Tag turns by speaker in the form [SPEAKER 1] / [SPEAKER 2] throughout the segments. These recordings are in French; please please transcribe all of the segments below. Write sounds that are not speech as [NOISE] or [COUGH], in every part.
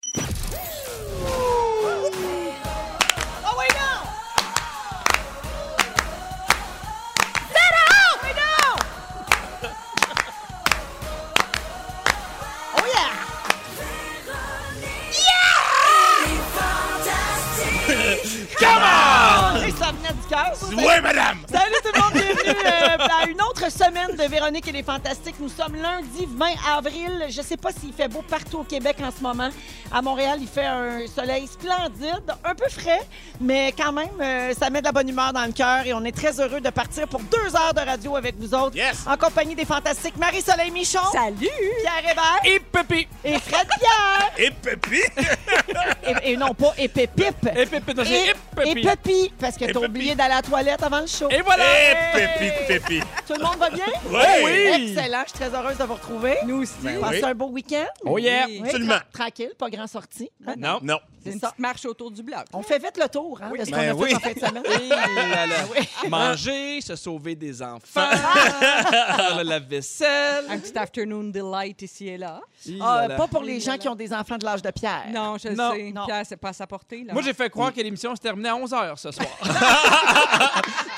[SPEAKER 1] Oh, cœur. Vous
[SPEAKER 2] Oui,
[SPEAKER 1] êtes-
[SPEAKER 2] madame!
[SPEAKER 1] Salut tout le monde, bienvenue euh, à une autre semaine de Véronique et les Fantastiques. Nous sommes lundi 20 avril. Je sais pas s'il fait beau partout au Québec en ce moment. À Montréal, il fait un soleil splendide, un peu frais, mais quand même, euh, ça met de la bonne humeur dans le cœur et on est très heureux de partir pour deux heures de radio avec vous autres.
[SPEAKER 2] Yes.
[SPEAKER 1] En compagnie des Fantastiques Marie-Soleil Michon,
[SPEAKER 3] Salut!
[SPEAKER 1] Pierre Hébert
[SPEAKER 4] Et Pépé!
[SPEAKER 1] et Fred Pierre.
[SPEAKER 2] Et Pépi!
[SPEAKER 1] et, et non, pas et Pépip.
[SPEAKER 4] Et Pépé! non, c'est
[SPEAKER 1] Et,
[SPEAKER 4] Et Pépé!
[SPEAKER 1] et Pépi, parce que
[SPEAKER 2] Et
[SPEAKER 1] t'as
[SPEAKER 2] Pépi.
[SPEAKER 1] oublié d'aller à la toilette avant le show.
[SPEAKER 4] Et voilà!
[SPEAKER 2] Et Pépi de Pépi!
[SPEAKER 1] Tout le monde va bien?
[SPEAKER 2] [LAUGHS] Ouais.
[SPEAKER 4] Oui.
[SPEAKER 1] Excellent, je suis très heureuse de vous retrouver.
[SPEAKER 3] Nous aussi.
[SPEAKER 2] Ben
[SPEAKER 1] Passez
[SPEAKER 2] oui.
[SPEAKER 1] un beau week-end.
[SPEAKER 4] Oh yeah!
[SPEAKER 3] Oui.
[SPEAKER 1] Oui,
[SPEAKER 2] Absolument.
[SPEAKER 1] tra- tranquille, pas grand sortie. Hein?
[SPEAKER 4] Non.
[SPEAKER 2] Non.
[SPEAKER 3] C'est une
[SPEAKER 1] ça.
[SPEAKER 3] petite marche autour du bloc.
[SPEAKER 1] On fait vite le tour hein, de ce qu'on
[SPEAKER 2] Ben
[SPEAKER 1] a fait
[SPEAKER 2] [LAUGHS] oui.
[SPEAKER 1] en fin de semaine. Ben
[SPEAKER 4] Et là, là.
[SPEAKER 1] Oui.
[SPEAKER 4] [LAUGHS] Manger, se sauver des enfants,
[SPEAKER 1] Ah.
[SPEAKER 4] Oh faire le lave-vaisselle.
[SPEAKER 3] Un petit afternoon delight ici et là.
[SPEAKER 4] Et
[SPEAKER 1] Ah,
[SPEAKER 4] là, là.
[SPEAKER 1] pas pour les gens qui ont des enfants de l'âge de Pierre.
[SPEAKER 3] Non, je
[SPEAKER 4] Non,
[SPEAKER 3] sais.
[SPEAKER 1] Euh, non.
[SPEAKER 3] Pierre, c'est pas à sa portée. Là.
[SPEAKER 4] Moi, j'ai fait croire que l'émission se terminait à 11h ce soir.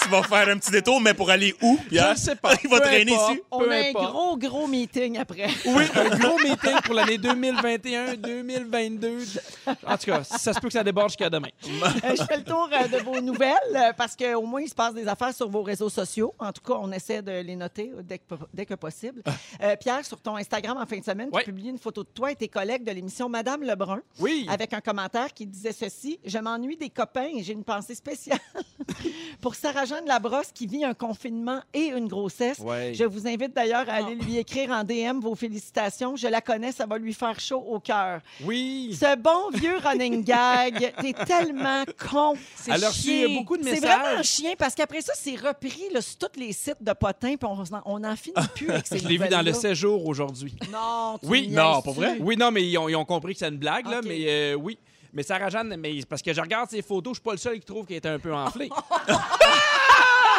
[SPEAKER 2] Tu vas faire un petit détour, mais pour aller où,
[SPEAKER 4] Je
[SPEAKER 2] Pierre?
[SPEAKER 4] ne sais pas.
[SPEAKER 2] [LAUGHS] Il va
[SPEAKER 4] Peu
[SPEAKER 2] traîner
[SPEAKER 4] importe.
[SPEAKER 2] ici.
[SPEAKER 1] On
[SPEAKER 4] Peu
[SPEAKER 1] a un
[SPEAKER 4] importe.
[SPEAKER 1] gros, gros meeting après.
[SPEAKER 4] [LAUGHS] Oui, un [LAUGHS] gros meeting pour l'année 2021, 2022. En tout cas, ça se peut que ça déborde jusqu'à demain.
[SPEAKER 1] Euh, je fais le tour euh, de vos nouvelles euh, parce qu'au moins, il se passe des affaires sur vos réseaux sociaux. En tout cas, on essaie de les noter euh, dès que, po- dès que possible. Euh, Pierre, sur ton Instagram en fin de semaine,
[SPEAKER 4] Ah. Ouais.
[SPEAKER 1] tu publies une photo de toi et tes collègues de l'émission Madame Lebrun
[SPEAKER 4] Oui.
[SPEAKER 1] avec un commentaire qui disait ceci Je m'ennuie des copains et j'ai une pensée spéciale [LAUGHS] pour Sarah-Jeanne Labrosse qui vit un confinement et une grossesse.
[SPEAKER 4] Ouais. Ah.
[SPEAKER 1] Je vous invite d'ailleurs à aller lui écrire en DM vos félicitations. Je la connais, ça va lui faire chaud au cœur.
[SPEAKER 4] Oui.
[SPEAKER 1] Ce bon vieux running gag, t'es tellement con.
[SPEAKER 3] C'est
[SPEAKER 4] Elle a reçu
[SPEAKER 3] chier.
[SPEAKER 4] beaucoup de
[SPEAKER 1] C'est
[SPEAKER 4] messages.
[SPEAKER 1] vraiment chien parce qu'après ça, c'est repris là, sur tous les sites de potins, puis on, s'en- on en finit plus avec ces
[SPEAKER 4] [LAUGHS] Je l'ai vu dans le
[SPEAKER 1] nouvelles-là.
[SPEAKER 4] séjour aujourd'hui.
[SPEAKER 1] Non, tu
[SPEAKER 4] Oui,
[SPEAKER 1] niaises-tu?
[SPEAKER 4] Oui, non, mais ils ont, ils ont compris que c'est une blague, là,
[SPEAKER 1] Ok.
[SPEAKER 4] mais euh, oui. Mais Sarah Jeanne, mais c'est parce que je regarde ses photos, je suis pas le seul qui trouve qu'elle était un peu enflée.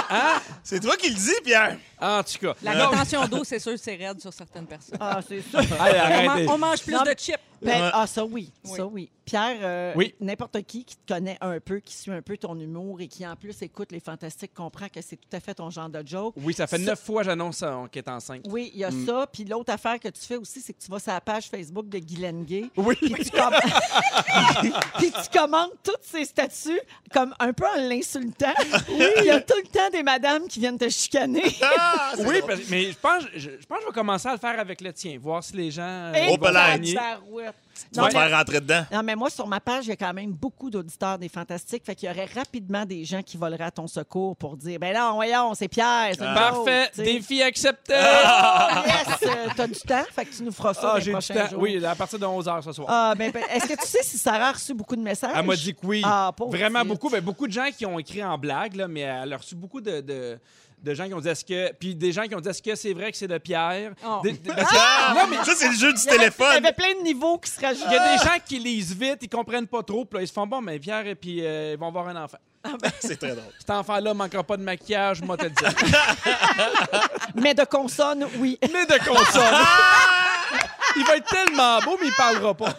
[SPEAKER 4] hein?
[SPEAKER 2] C'est toi qui le dis, Pierre!
[SPEAKER 4] En tout cas.
[SPEAKER 3] La
[SPEAKER 4] Non,
[SPEAKER 3] rétention d'eau, c'est sûr, c'est raide sur certaines
[SPEAKER 2] [LAUGHS]
[SPEAKER 3] personnes.
[SPEAKER 1] Ah, c'est
[SPEAKER 4] [LAUGHS]
[SPEAKER 1] ça.
[SPEAKER 4] allez,
[SPEAKER 3] on, man-
[SPEAKER 4] arrêtez.
[SPEAKER 3] on mange plus
[SPEAKER 1] Non,
[SPEAKER 3] de
[SPEAKER 1] mais-
[SPEAKER 3] chips.
[SPEAKER 1] Ben,
[SPEAKER 2] Ouais.
[SPEAKER 1] Ah, ça oui,
[SPEAKER 3] Oui.
[SPEAKER 1] ça oui. Pierre, euh,
[SPEAKER 4] Oui.
[SPEAKER 1] n'importe qui qui te connaît un peu, qui suit un peu ton humour et qui en plus écoute les fantastiques comprend que c'est tout à fait ton genre de joke.
[SPEAKER 4] Oui, ça fait
[SPEAKER 1] Ça-
[SPEAKER 4] neuf fois que j'annonce euh, qu'elle est enceinte.
[SPEAKER 1] Oui, il y a
[SPEAKER 2] Mm.
[SPEAKER 1] ça. Puis l'autre affaire que tu fais aussi, c'est que tu vas sur la page Facebook de Guylaine Gay.
[SPEAKER 4] Oui.
[SPEAKER 1] Puis tu, com- [LAUGHS] Puis tu commentes tous ces statuts comme un peu en l'insultant. Oui. Il y a tout le temps des madames qui viennent te
[SPEAKER 2] [LAUGHS]
[SPEAKER 1] chicaner.
[SPEAKER 2] Ah, c'est
[SPEAKER 4] Oui,
[SPEAKER 2] drôle.
[SPEAKER 4] parce- mais je pense, je, je pense que je vais commencer à le faire avec le tien, voir si les gens. euh,
[SPEAKER 1] Et
[SPEAKER 4] vont
[SPEAKER 2] Oh, palais.
[SPEAKER 4] gagner.
[SPEAKER 1] tabarouette.
[SPEAKER 2] Tu
[SPEAKER 1] Non,
[SPEAKER 2] vas
[SPEAKER 1] mais-
[SPEAKER 2] te faire rentrer dedans.
[SPEAKER 1] Non, mais moi, sur ma page, il y a quand même beaucoup d'auditeurs des Fantastiques. Fait qu'il y aurait rapidement des gens qui voleraient à ton secours pour dire Ben non, voyons, c'est Pierre.
[SPEAKER 2] Ah.
[SPEAKER 1] c'est une
[SPEAKER 4] Parfait,
[SPEAKER 1] joke, tu sais.
[SPEAKER 4] défi accepté. [LAUGHS]
[SPEAKER 1] Yes, euh, t'as du temps. Fait que tu nous feras ça
[SPEAKER 4] Ah,
[SPEAKER 1] les
[SPEAKER 4] j'ai du
[SPEAKER 1] prochains
[SPEAKER 4] temps.
[SPEAKER 1] jours.
[SPEAKER 4] Oui, à partir de 11h ce soir.
[SPEAKER 1] Ah, ben, ben, est-ce que tu sais si Sarah a reçu beaucoup de messages?
[SPEAKER 4] Elle m'a dit que oui.
[SPEAKER 1] Ah, pauvre
[SPEAKER 4] Vraiment
[SPEAKER 1] petite.
[SPEAKER 4] beaucoup. Ben, beaucoup de gens qui ont écrit en blague, là, mais elle a reçu beaucoup de, de, de gens qui ont dit est-ce que. Puis des gens qui ont dit est-ce que c'est vrai que c'est de Pierre
[SPEAKER 3] Oh.
[SPEAKER 4] Des- des- parce que-
[SPEAKER 2] Ah!
[SPEAKER 4] Non, mais
[SPEAKER 2] Ça, c'est le jeu du
[SPEAKER 1] Il y avait- Il
[SPEAKER 2] téléphone.
[SPEAKER 1] y avait plein de niveaux qui se
[SPEAKER 4] il y
[SPEAKER 1] rajoutaient.
[SPEAKER 4] a des gens qui lisent vite, ils comprennent pas trop, puis là, ils se font bon, mais Pierre, et puis euh, ils vont avoir un enfant.
[SPEAKER 2] C'est très drôle.
[SPEAKER 4] Cet enfant-là manquera pas de maquillage, moi, te le dire.
[SPEAKER 1] Mais de consonnes, oui.
[SPEAKER 4] Mais de console. il va être tellement beau, mais il parlera pas.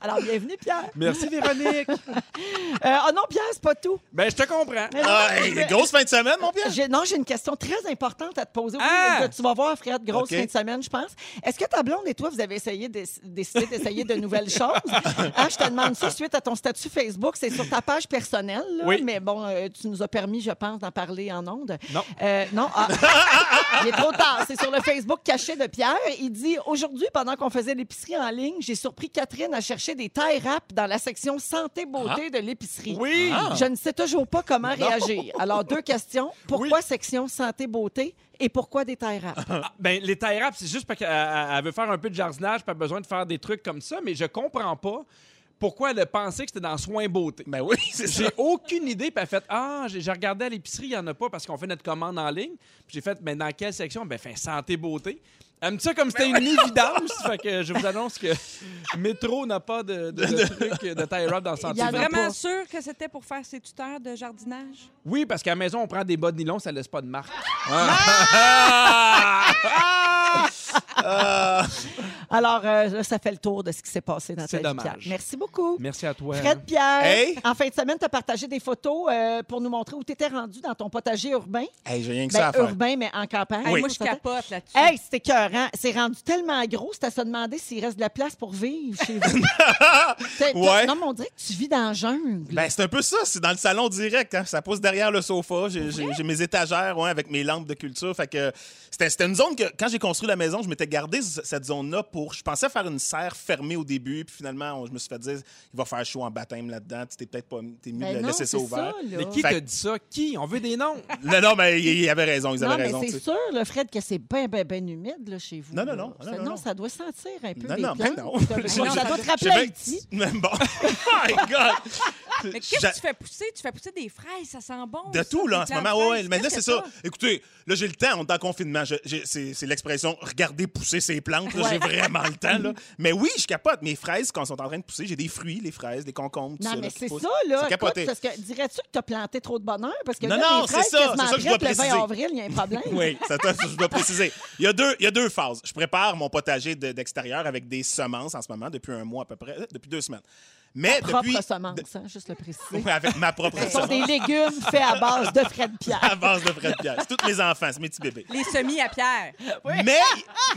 [SPEAKER 1] Alors, bienvenue, Pierre.
[SPEAKER 4] Merci, Véronique.
[SPEAKER 1] Euh, oh non, Pierre, c'est pas tout.
[SPEAKER 4] Ben, je te comprends.
[SPEAKER 1] Mais non,
[SPEAKER 2] Ah, hey, grosse fin de semaine, mon Pierre!
[SPEAKER 1] J'ai- non, j'ai une question très importante à te poser. Oui,
[SPEAKER 4] Ah!
[SPEAKER 1] Tu vas voir, Fred, grosse
[SPEAKER 2] OK.
[SPEAKER 1] fin de semaine, je pense. Est-ce que ta blonde et toi, vous avez essayé d'ess- décidé d'essayer de nouvelles
[SPEAKER 4] [LAUGHS]
[SPEAKER 1] choses? Ah, je te demande ça suite à ton statut Facebook. C'est sur ta page personnelle, là,
[SPEAKER 4] Oui.
[SPEAKER 1] mais bon, euh, tu nous as permis, je pense, d'en parler en ondes.
[SPEAKER 4] Non.
[SPEAKER 1] Euh, non. ah. Il est trop tard. C'est sur le Facebook caché de Pierre. Il dit Aujourd'hui, pendant qu'on faisait l'épicerie en ligne, j'ai surpris Catherine à chercher des tailles rap dans la section
[SPEAKER 2] Ah.
[SPEAKER 1] santé-beauté de l'épicerie. Ah.
[SPEAKER 4] Oui.
[SPEAKER 1] Je ne sais toujours pas comment réagir. Alors, deux questions. Pourquoi section santé-beauté et pourquoi des tailles rap?
[SPEAKER 4] Ah, ben, les tailles rap, c'est juste parce qu'elle elle- elle veut faire un peu de jardinage, puis elle a besoin de faire des trucs comme ça, mais je comprends pas pourquoi elle a pensé que c'était dans soins beauté.
[SPEAKER 2] Ben oui, c'est ça. [LAUGHS]
[SPEAKER 4] J'ai aucune idée, puis elle a fait Ah, j'ai j'ai regardé à l'épicerie, il n'y en a pas parce qu'on fait notre commande en ligne. Puis j'ai fait Mais dans quelle section Ben, fin, santé, beauté. Elle me dit ça comme c'était une évidence. fait que je vous annonce que Métro n'a pas de, de, de truc de taille rap dans santé.
[SPEAKER 1] Il y en a
[SPEAKER 4] beauté.
[SPEAKER 3] Vraiment
[SPEAKER 1] pas.
[SPEAKER 3] sûr que c'était pour faire ses tuteurs de jardinage?
[SPEAKER 4] Oui, parce qu'à la maison, on prend des bas de nylon, ça laisse pas de marque.
[SPEAKER 2] Ah.
[SPEAKER 1] Alors, euh, là, ça fait le tour de ce qui s'est passé dans ta
[SPEAKER 4] C'est
[SPEAKER 1] vie,
[SPEAKER 4] dommage.
[SPEAKER 1] Pierre. Merci beaucoup.
[SPEAKER 4] Merci à toi. hein.
[SPEAKER 1] Fred Pierre,
[SPEAKER 2] Hey.
[SPEAKER 1] en fin de semaine, tu as partagé des photos euh, pour nous montrer où tu étais rendu dans ton potager urbain.
[SPEAKER 2] Hey, j'ai rien que ça
[SPEAKER 1] Ben,
[SPEAKER 2] à faire.
[SPEAKER 1] urbain, mais en campagne.
[SPEAKER 3] Hey,
[SPEAKER 2] Oui.
[SPEAKER 3] Moi, je capote là-dessus.
[SPEAKER 1] Hey, c'était écœurant. C'est rendu tellement gros, c'est à se demander s'il reste de la place pour vivre chez
[SPEAKER 2] [LAUGHS]
[SPEAKER 1] vous. T'as- t'as-
[SPEAKER 2] Ouais.
[SPEAKER 1] Non, mais on dirait que tu vis dans la jungle.
[SPEAKER 2] Ben, c'est un peu ça, c'est dans le salon direct. hein. Ça pousse derrière le sofa. J'ai- J'ai j'ai mes étagères ouais, avec mes lampes de culture. Fait que c'était c'était une zone que, quand j'ai construit la maison, je m'étais gardé ce- cette zone-là pour. Je pensais faire une serre fermée au début. Puis finalement, on- je me suis fait dire, il va faire chaud en baptême là-dedans. Tu t'es peut-être pas t'es mieux
[SPEAKER 1] Ben
[SPEAKER 2] de
[SPEAKER 1] non,
[SPEAKER 2] laisser
[SPEAKER 1] c'est
[SPEAKER 2] ça ouvert.
[SPEAKER 1] ça, là.
[SPEAKER 4] Mais qui
[SPEAKER 2] Fait-
[SPEAKER 4] t'a dit ça? Qui? On veut des noms.
[SPEAKER 2] Non, non, mais il il avait raison. Ils
[SPEAKER 1] non,
[SPEAKER 2] avaient
[SPEAKER 1] mais
[SPEAKER 2] raison. tu
[SPEAKER 1] c'est
[SPEAKER 2] sais.
[SPEAKER 1] sûr, le Fred, que c'est bien, bien, bien humide là, chez vous.
[SPEAKER 2] Non, non,
[SPEAKER 1] là.
[SPEAKER 2] non, non,
[SPEAKER 1] Ça-
[SPEAKER 2] non, non.
[SPEAKER 1] ça doit sentir un peu
[SPEAKER 2] Non,
[SPEAKER 1] les
[SPEAKER 2] non, mais
[SPEAKER 1] plantes.
[SPEAKER 2] non. [LAUGHS]
[SPEAKER 1] Ça doit-
[SPEAKER 2] J'ai-
[SPEAKER 1] non, ça doit te rappeler
[SPEAKER 2] J'ai bien-
[SPEAKER 1] Haïti.
[SPEAKER 2] Même bon. [LAUGHS] oh My God!
[SPEAKER 3] Mais qu'est-ce
[SPEAKER 2] J'a-
[SPEAKER 3] que tu fais pousser? Tu fais pousser des fraises, ça sent bon.
[SPEAKER 2] De
[SPEAKER 3] ça,
[SPEAKER 2] tout, là, en
[SPEAKER 3] des
[SPEAKER 2] ce moment.
[SPEAKER 3] plantes
[SPEAKER 2] Ouais, ouais,
[SPEAKER 3] fraises.
[SPEAKER 2] mais là,
[SPEAKER 3] Qu'est-ce
[SPEAKER 2] c'est
[SPEAKER 3] que
[SPEAKER 2] ça.
[SPEAKER 3] t'as?
[SPEAKER 2] Écoutez, là, j'ai le temps, on est en confinement. Je- j'ai- c'est c'est l'expression regarder pousser ses plantes. là, J'ai vraiment
[SPEAKER 1] [LAUGHS]
[SPEAKER 2] le temps, là. Mais oui, je capote. Mes fraises, quand elles sont en train de pousser, j'ai des fruits, les fraises, des concombres, tout
[SPEAKER 1] Non,
[SPEAKER 2] ça.
[SPEAKER 1] mais
[SPEAKER 2] qui
[SPEAKER 1] c'est
[SPEAKER 2] poussent.
[SPEAKER 1] ça, là.
[SPEAKER 2] C'est capoté.
[SPEAKER 1] Écoute, parce que dirais-tu que tu as planté trop de bonheur? Parce que
[SPEAKER 2] Non,
[SPEAKER 1] là,
[SPEAKER 2] non,
[SPEAKER 1] tes
[SPEAKER 2] c'est
[SPEAKER 1] fraises
[SPEAKER 2] ça,
[SPEAKER 1] quasiment
[SPEAKER 2] c'est ça que je dois
[SPEAKER 1] prêtes le 20
[SPEAKER 2] préciser.
[SPEAKER 1] avril, il y a un
[SPEAKER 2] [LAUGHS]
[SPEAKER 1] problème.
[SPEAKER 2] Oui, ça, ça, je dois préciser. Il y a deux, il y a deux phases. Je prépare mon potager de- d'extérieur avec des semences en ce moment, depuis un mois à peu près, euh, depuis deux semaines. Mais
[SPEAKER 1] Propre
[SPEAKER 2] depuis.
[SPEAKER 1] semence, hein, juste le préciser.
[SPEAKER 2] Ouais, avec
[SPEAKER 1] [LAUGHS]
[SPEAKER 2] ma propre
[SPEAKER 1] Ce sont
[SPEAKER 2] semence.
[SPEAKER 1] des légumes faits à base de Fred
[SPEAKER 2] À
[SPEAKER 1] Pierre.
[SPEAKER 2] base de Fred Pierre. C'est tous mes enfants, c'est mes petits bébés.
[SPEAKER 3] Les semis à Pierre.
[SPEAKER 2] Mais,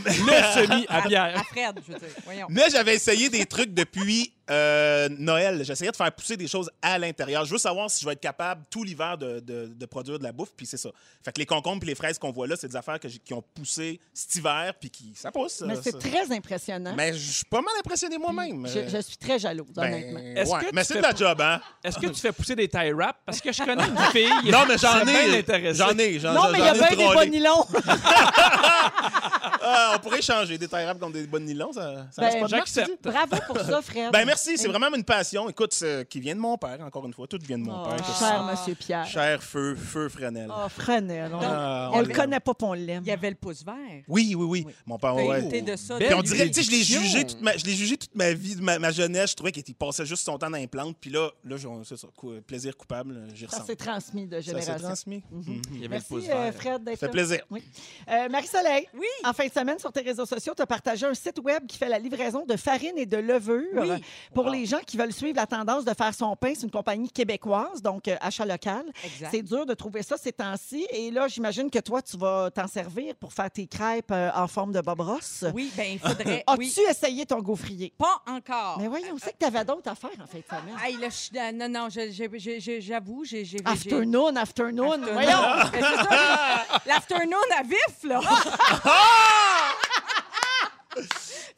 [SPEAKER 4] Le semi à
[SPEAKER 3] À
[SPEAKER 4] Pierre.
[SPEAKER 3] Fred, je veux dire.
[SPEAKER 2] [LAUGHS]
[SPEAKER 3] Voyons.
[SPEAKER 2] mais j'avais essayé des trucs depuis euh, Noël. J'essayais de faire pousser des choses à l'intérieur. Je veux savoir si je vais être capable tout l'hiver de, de- de produire de la bouffe, puis c'est ça. Fait que les concombres puis les fraises qu'on voit là, c'est des affaires que j'ai- qui ont poussé cet hiver, puis qui ça pousse.
[SPEAKER 1] Mais
[SPEAKER 2] euh,
[SPEAKER 1] c'est
[SPEAKER 2] ça.
[SPEAKER 1] très impressionnant.
[SPEAKER 2] Mais je suis pas mal impressionné moi-même. Euh,
[SPEAKER 1] Je, je suis très jalouse,
[SPEAKER 2] Ben,
[SPEAKER 1] honnêtement.
[SPEAKER 4] Est-ce
[SPEAKER 2] ouais.
[SPEAKER 4] que tu
[SPEAKER 2] Mais c'est
[SPEAKER 4] fais
[SPEAKER 2] de la job, hein?
[SPEAKER 4] Est-ce que tu fais pousser des tie wraps? Parce que je
[SPEAKER 2] [LAUGHS]
[SPEAKER 4] connais une fille.
[SPEAKER 2] Non, mais j'en
[SPEAKER 4] c'est bien
[SPEAKER 2] ai.
[SPEAKER 4] intéressé.
[SPEAKER 2] J'en ai. j'en-
[SPEAKER 1] Non,
[SPEAKER 2] j'en-
[SPEAKER 1] mais il y a
[SPEAKER 2] j'en ai
[SPEAKER 1] bien des
[SPEAKER 2] trollé.
[SPEAKER 1] bons nylons.
[SPEAKER 2] Ah, on pourrait changer des tailles contre des bonnes nylons. Ça, ça
[SPEAKER 1] Ben,
[SPEAKER 2] reste pas de marque,
[SPEAKER 4] J'accepte.
[SPEAKER 2] tu dis?
[SPEAKER 1] Bravo pour ça, Fred.
[SPEAKER 2] Ben merci, c'est vraiment une passion. Écoute, c'est- qui vient de mon père, encore une fois. Tout vient de mon
[SPEAKER 1] Oh,
[SPEAKER 2] père. que
[SPEAKER 1] cher Monsieur Pierre.
[SPEAKER 2] c'est- Cher feu, feu Fresnel.
[SPEAKER 1] Oh, Fresnel. On,
[SPEAKER 2] Ah,
[SPEAKER 1] on
[SPEAKER 2] on
[SPEAKER 1] le
[SPEAKER 2] l'aime.
[SPEAKER 1] connaît pas, puis on l'aime.
[SPEAKER 3] hein. Il y avait le pouce vert.
[SPEAKER 2] Oui, oui, oui, Mon père,
[SPEAKER 3] T'as
[SPEAKER 2] Ah ouais.
[SPEAKER 3] hérité de ça.
[SPEAKER 4] Puis
[SPEAKER 2] Puis
[SPEAKER 3] de
[SPEAKER 2] on
[SPEAKER 3] lui.
[SPEAKER 2] dirait, tu sais, je l'ai jugé
[SPEAKER 4] Fiction.
[SPEAKER 2] toute ma, je l'ai jugé toute ma vie, ma, ma jeunesse. Je trouvais qu'il passait juste son temps dans les plantes. Puis là, là, j'en- c'est ça, cou- plaisir coupable, j'y
[SPEAKER 1] Ça
[SPEAKER 2] ressemble.
[SPEAKER 1] s'est transmis de
[SPEAKER 2] Ça s'est
[SPEAKER 1] Ah, génération.
[SPEAKER 2] transmis.
[SPEAKER 4] Il y avait le
[SPEAKER 1] Merci,
[SPEAKER 4] pouce
[SPEAKER 1] euh,
[SPEAKER 4] vert.
[SPEAKER 1] Fred, d'être
[SPEAKER 2] Ça
[SPEAKER 1] là.
[SPEAKER 2] fait plaisir.
[SPEAKER 1] Oui. Euh, Marie-Soleil,
[SPEAKER 3] Oui.
[SPEAKER 1] en fin de semaine, sur tes réseaux sociaux, tu as partagé un site web qui fait la livraison de farine et de levure.
[SPEAKER 3] Oui.
[SPEAKER 1] Pour
[SPEAKER 2] Wow.
[SPEAKER 1] les gens qui veulent suivre la tendance de faire son pain, c'est une compagnie québécoise, donc euh, achat local.
[SPEAKER 3] Exact.
[SPEAKER 1] C'est dur de trouver ça ces temps-ci. Et là, j'imagine que toi, tu vas t'en servir pour faire tes crêpes euh, en forme de Bob Ross.
[SPEAKER 3] Oui, ben il faudrait.
[SPEAKER 1] [LAUGHS] As-tu
[SPEAKER 3] oui.
[SPEAKER 1] essayé ton gaufrier?
[SPEAKER 3] Pas encore.
[SPEAKER 1] Mais voyons, on sait que tu avais d'autres affaires en fin de semaine.
[SPEAKER 3] Ah, Hey, là, je suis- euh, non, non, je- je- je- je- j'avoue, j'ai. j'ai- j'ai-
[SPEAKER 1] Afternoon, afternoon.
[SPEAKER 3] Afternoon.
[SPEAKER 1] Voyons.
[SPEAKER 3] [LAUGHS]
[SPEAKER 2] [LAUGHS]
[SPEAKER 3] Mais c'est ça, L'afternoon à vif, là.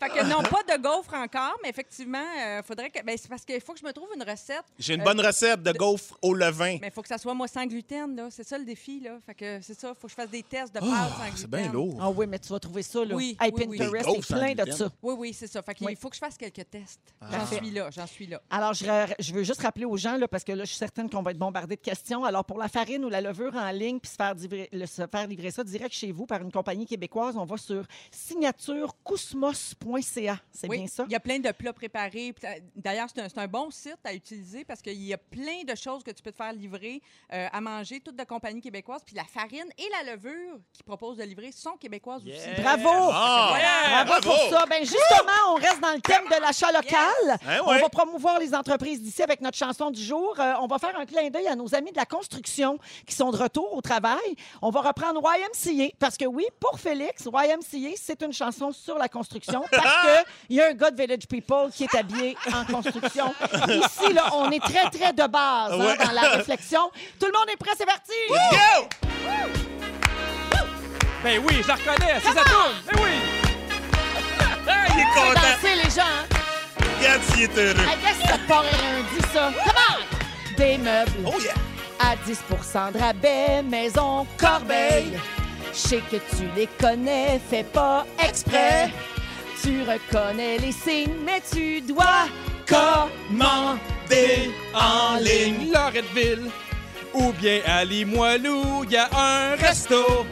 [SPEAKER 3] fait que non, pas de gaufre encore, mais effectivement, euh, faudrait que. Ben, c'est parce qu'il faut que je me trouve une recette.
[SPEAKER 2] J'ai une
[SPEAKER 3] Euh,
[SPEAKER 2] bonne recette de gaufres au levain.
[SPEAKER 3] Mais il faut que ça soit moi sans gluten, là. C'est ça le défi, là. Fait que c'est ça, faut que je fasse des tests de pâtes
[SPEAKER 2] Oh,
[SPEAKER 3] sans gluten.
[SPEAKER 2] c'est bien lourd.
[SPEAKER 1] Ah oui, mais tu vas trouver ça, là.
[SPEAKER 3] Oui,
[SPEAKER 1] Hey,
[SPEAKER 3] oui, oui.
[SPEAKER 1] Pinterest
[SPEAKER 2] Des
[SPEAKER 1] est
[SPEAKER 2] gaufres
[SPEAKER 1] plein
[SPEAKER 2] sans
[SPEAKER 1] de
[SPEAKER 2] gluten.
[SPEAKER 1] ça.
[SPEAKER 3] Oui, oui, c'est ça. Fait qu'il
[SPEAKER 1] Oui.
[SPEAKER 3] faut que je fasse quelques tests.
[SPEAKER 2] Ah.
[SPEAKER 3] J'en
[SPEAKER 1] Parfait.
[SPEAKER 3] suis là, j'en suis là.
[SPEAKER 1] Alors, je, je veux juste rappeler aux gens, là, parce que là, je suis certaine qu'on va être bombardé de questions. Alors, pour la farine ou la levure en ligne, puis se faire, livrer, le- se faire livrer ça direct chez vous par une compagnie québécoise, on va sur signaturecousmos.ca. C'est
[SPEAKER 3] Oui,
[SPEAKER 1] bien ça?
[SPEAKER 3] Il y a plein de plats préparés. Puis, euh, D'ailleurs, c'est un, c'est un bon site à utiliser parce qu'il y a plein de choses que tu peux te faire livrer euh, à manger, toutes de compagnies québécoises. Puis la farine et la levure qui proposent de livrer sont québécoises aussi.
[SPEAKER 1] Bravo!
[SPEAKER 2] Ah,
[SPEAKER 1] Bravo, pour ça. Ben justement, on reste dans le thème de l'achat local.
[SPEAKER 2] Hein,
[SPEAKER 1] On
[SPEAKER 2] ouais.
[SPEAKER 1] va promouvoir les entreprises d'ici avec notre chanson du jour. Euh, on va faire un clin d'œil à nos amis de la construction qui sont de retour au travail. On va reprendre YMCA parce que oui, pour Félix, YMCA, c'est une chanson sur la
[SPEAKER 2] [LAUGHS]
[SPEAKER 1] construction parce que il y a un gars de Village People qui est habillé en
[SPEAKER 2] [LAUGHS]
[SPEAKER 1] construction. Ici, là, on est très, très de base hein,
[SPEAKER 2] Ouais.
[SPEAKER 1] dans la réflexion. Tout le monde est prêt, c'est parti!
[SPEAKER 2] Let's go!
[SPEAKER 4] Ben oui, je la reconnais. C'est sa tourne. Ben oui.
[SPEAKER 2] Ah, il est
[SPEAKER 1] Faut
[SPEAKER 2] content.
[SPEAKER 1] danser, les gens! hein.
[SPEAKER 2] Regarde s'il est heureux.
[SPEAKER 1] I guess ça te paraît lundi, ça. Come on! Des meubles.
[SPEAKER 2] Oh yeah!
[SPEAKER 1] à 10 de rabais, Maison Corbeil. Je sais que tu les connais, fais pas exprès. Tu reconnais les signes, mais tu dois
[SPEAKER 2] Commandez en ligne.
[SPEAKER 4] Loretteville ou bien à Limoilou, il y a un resto.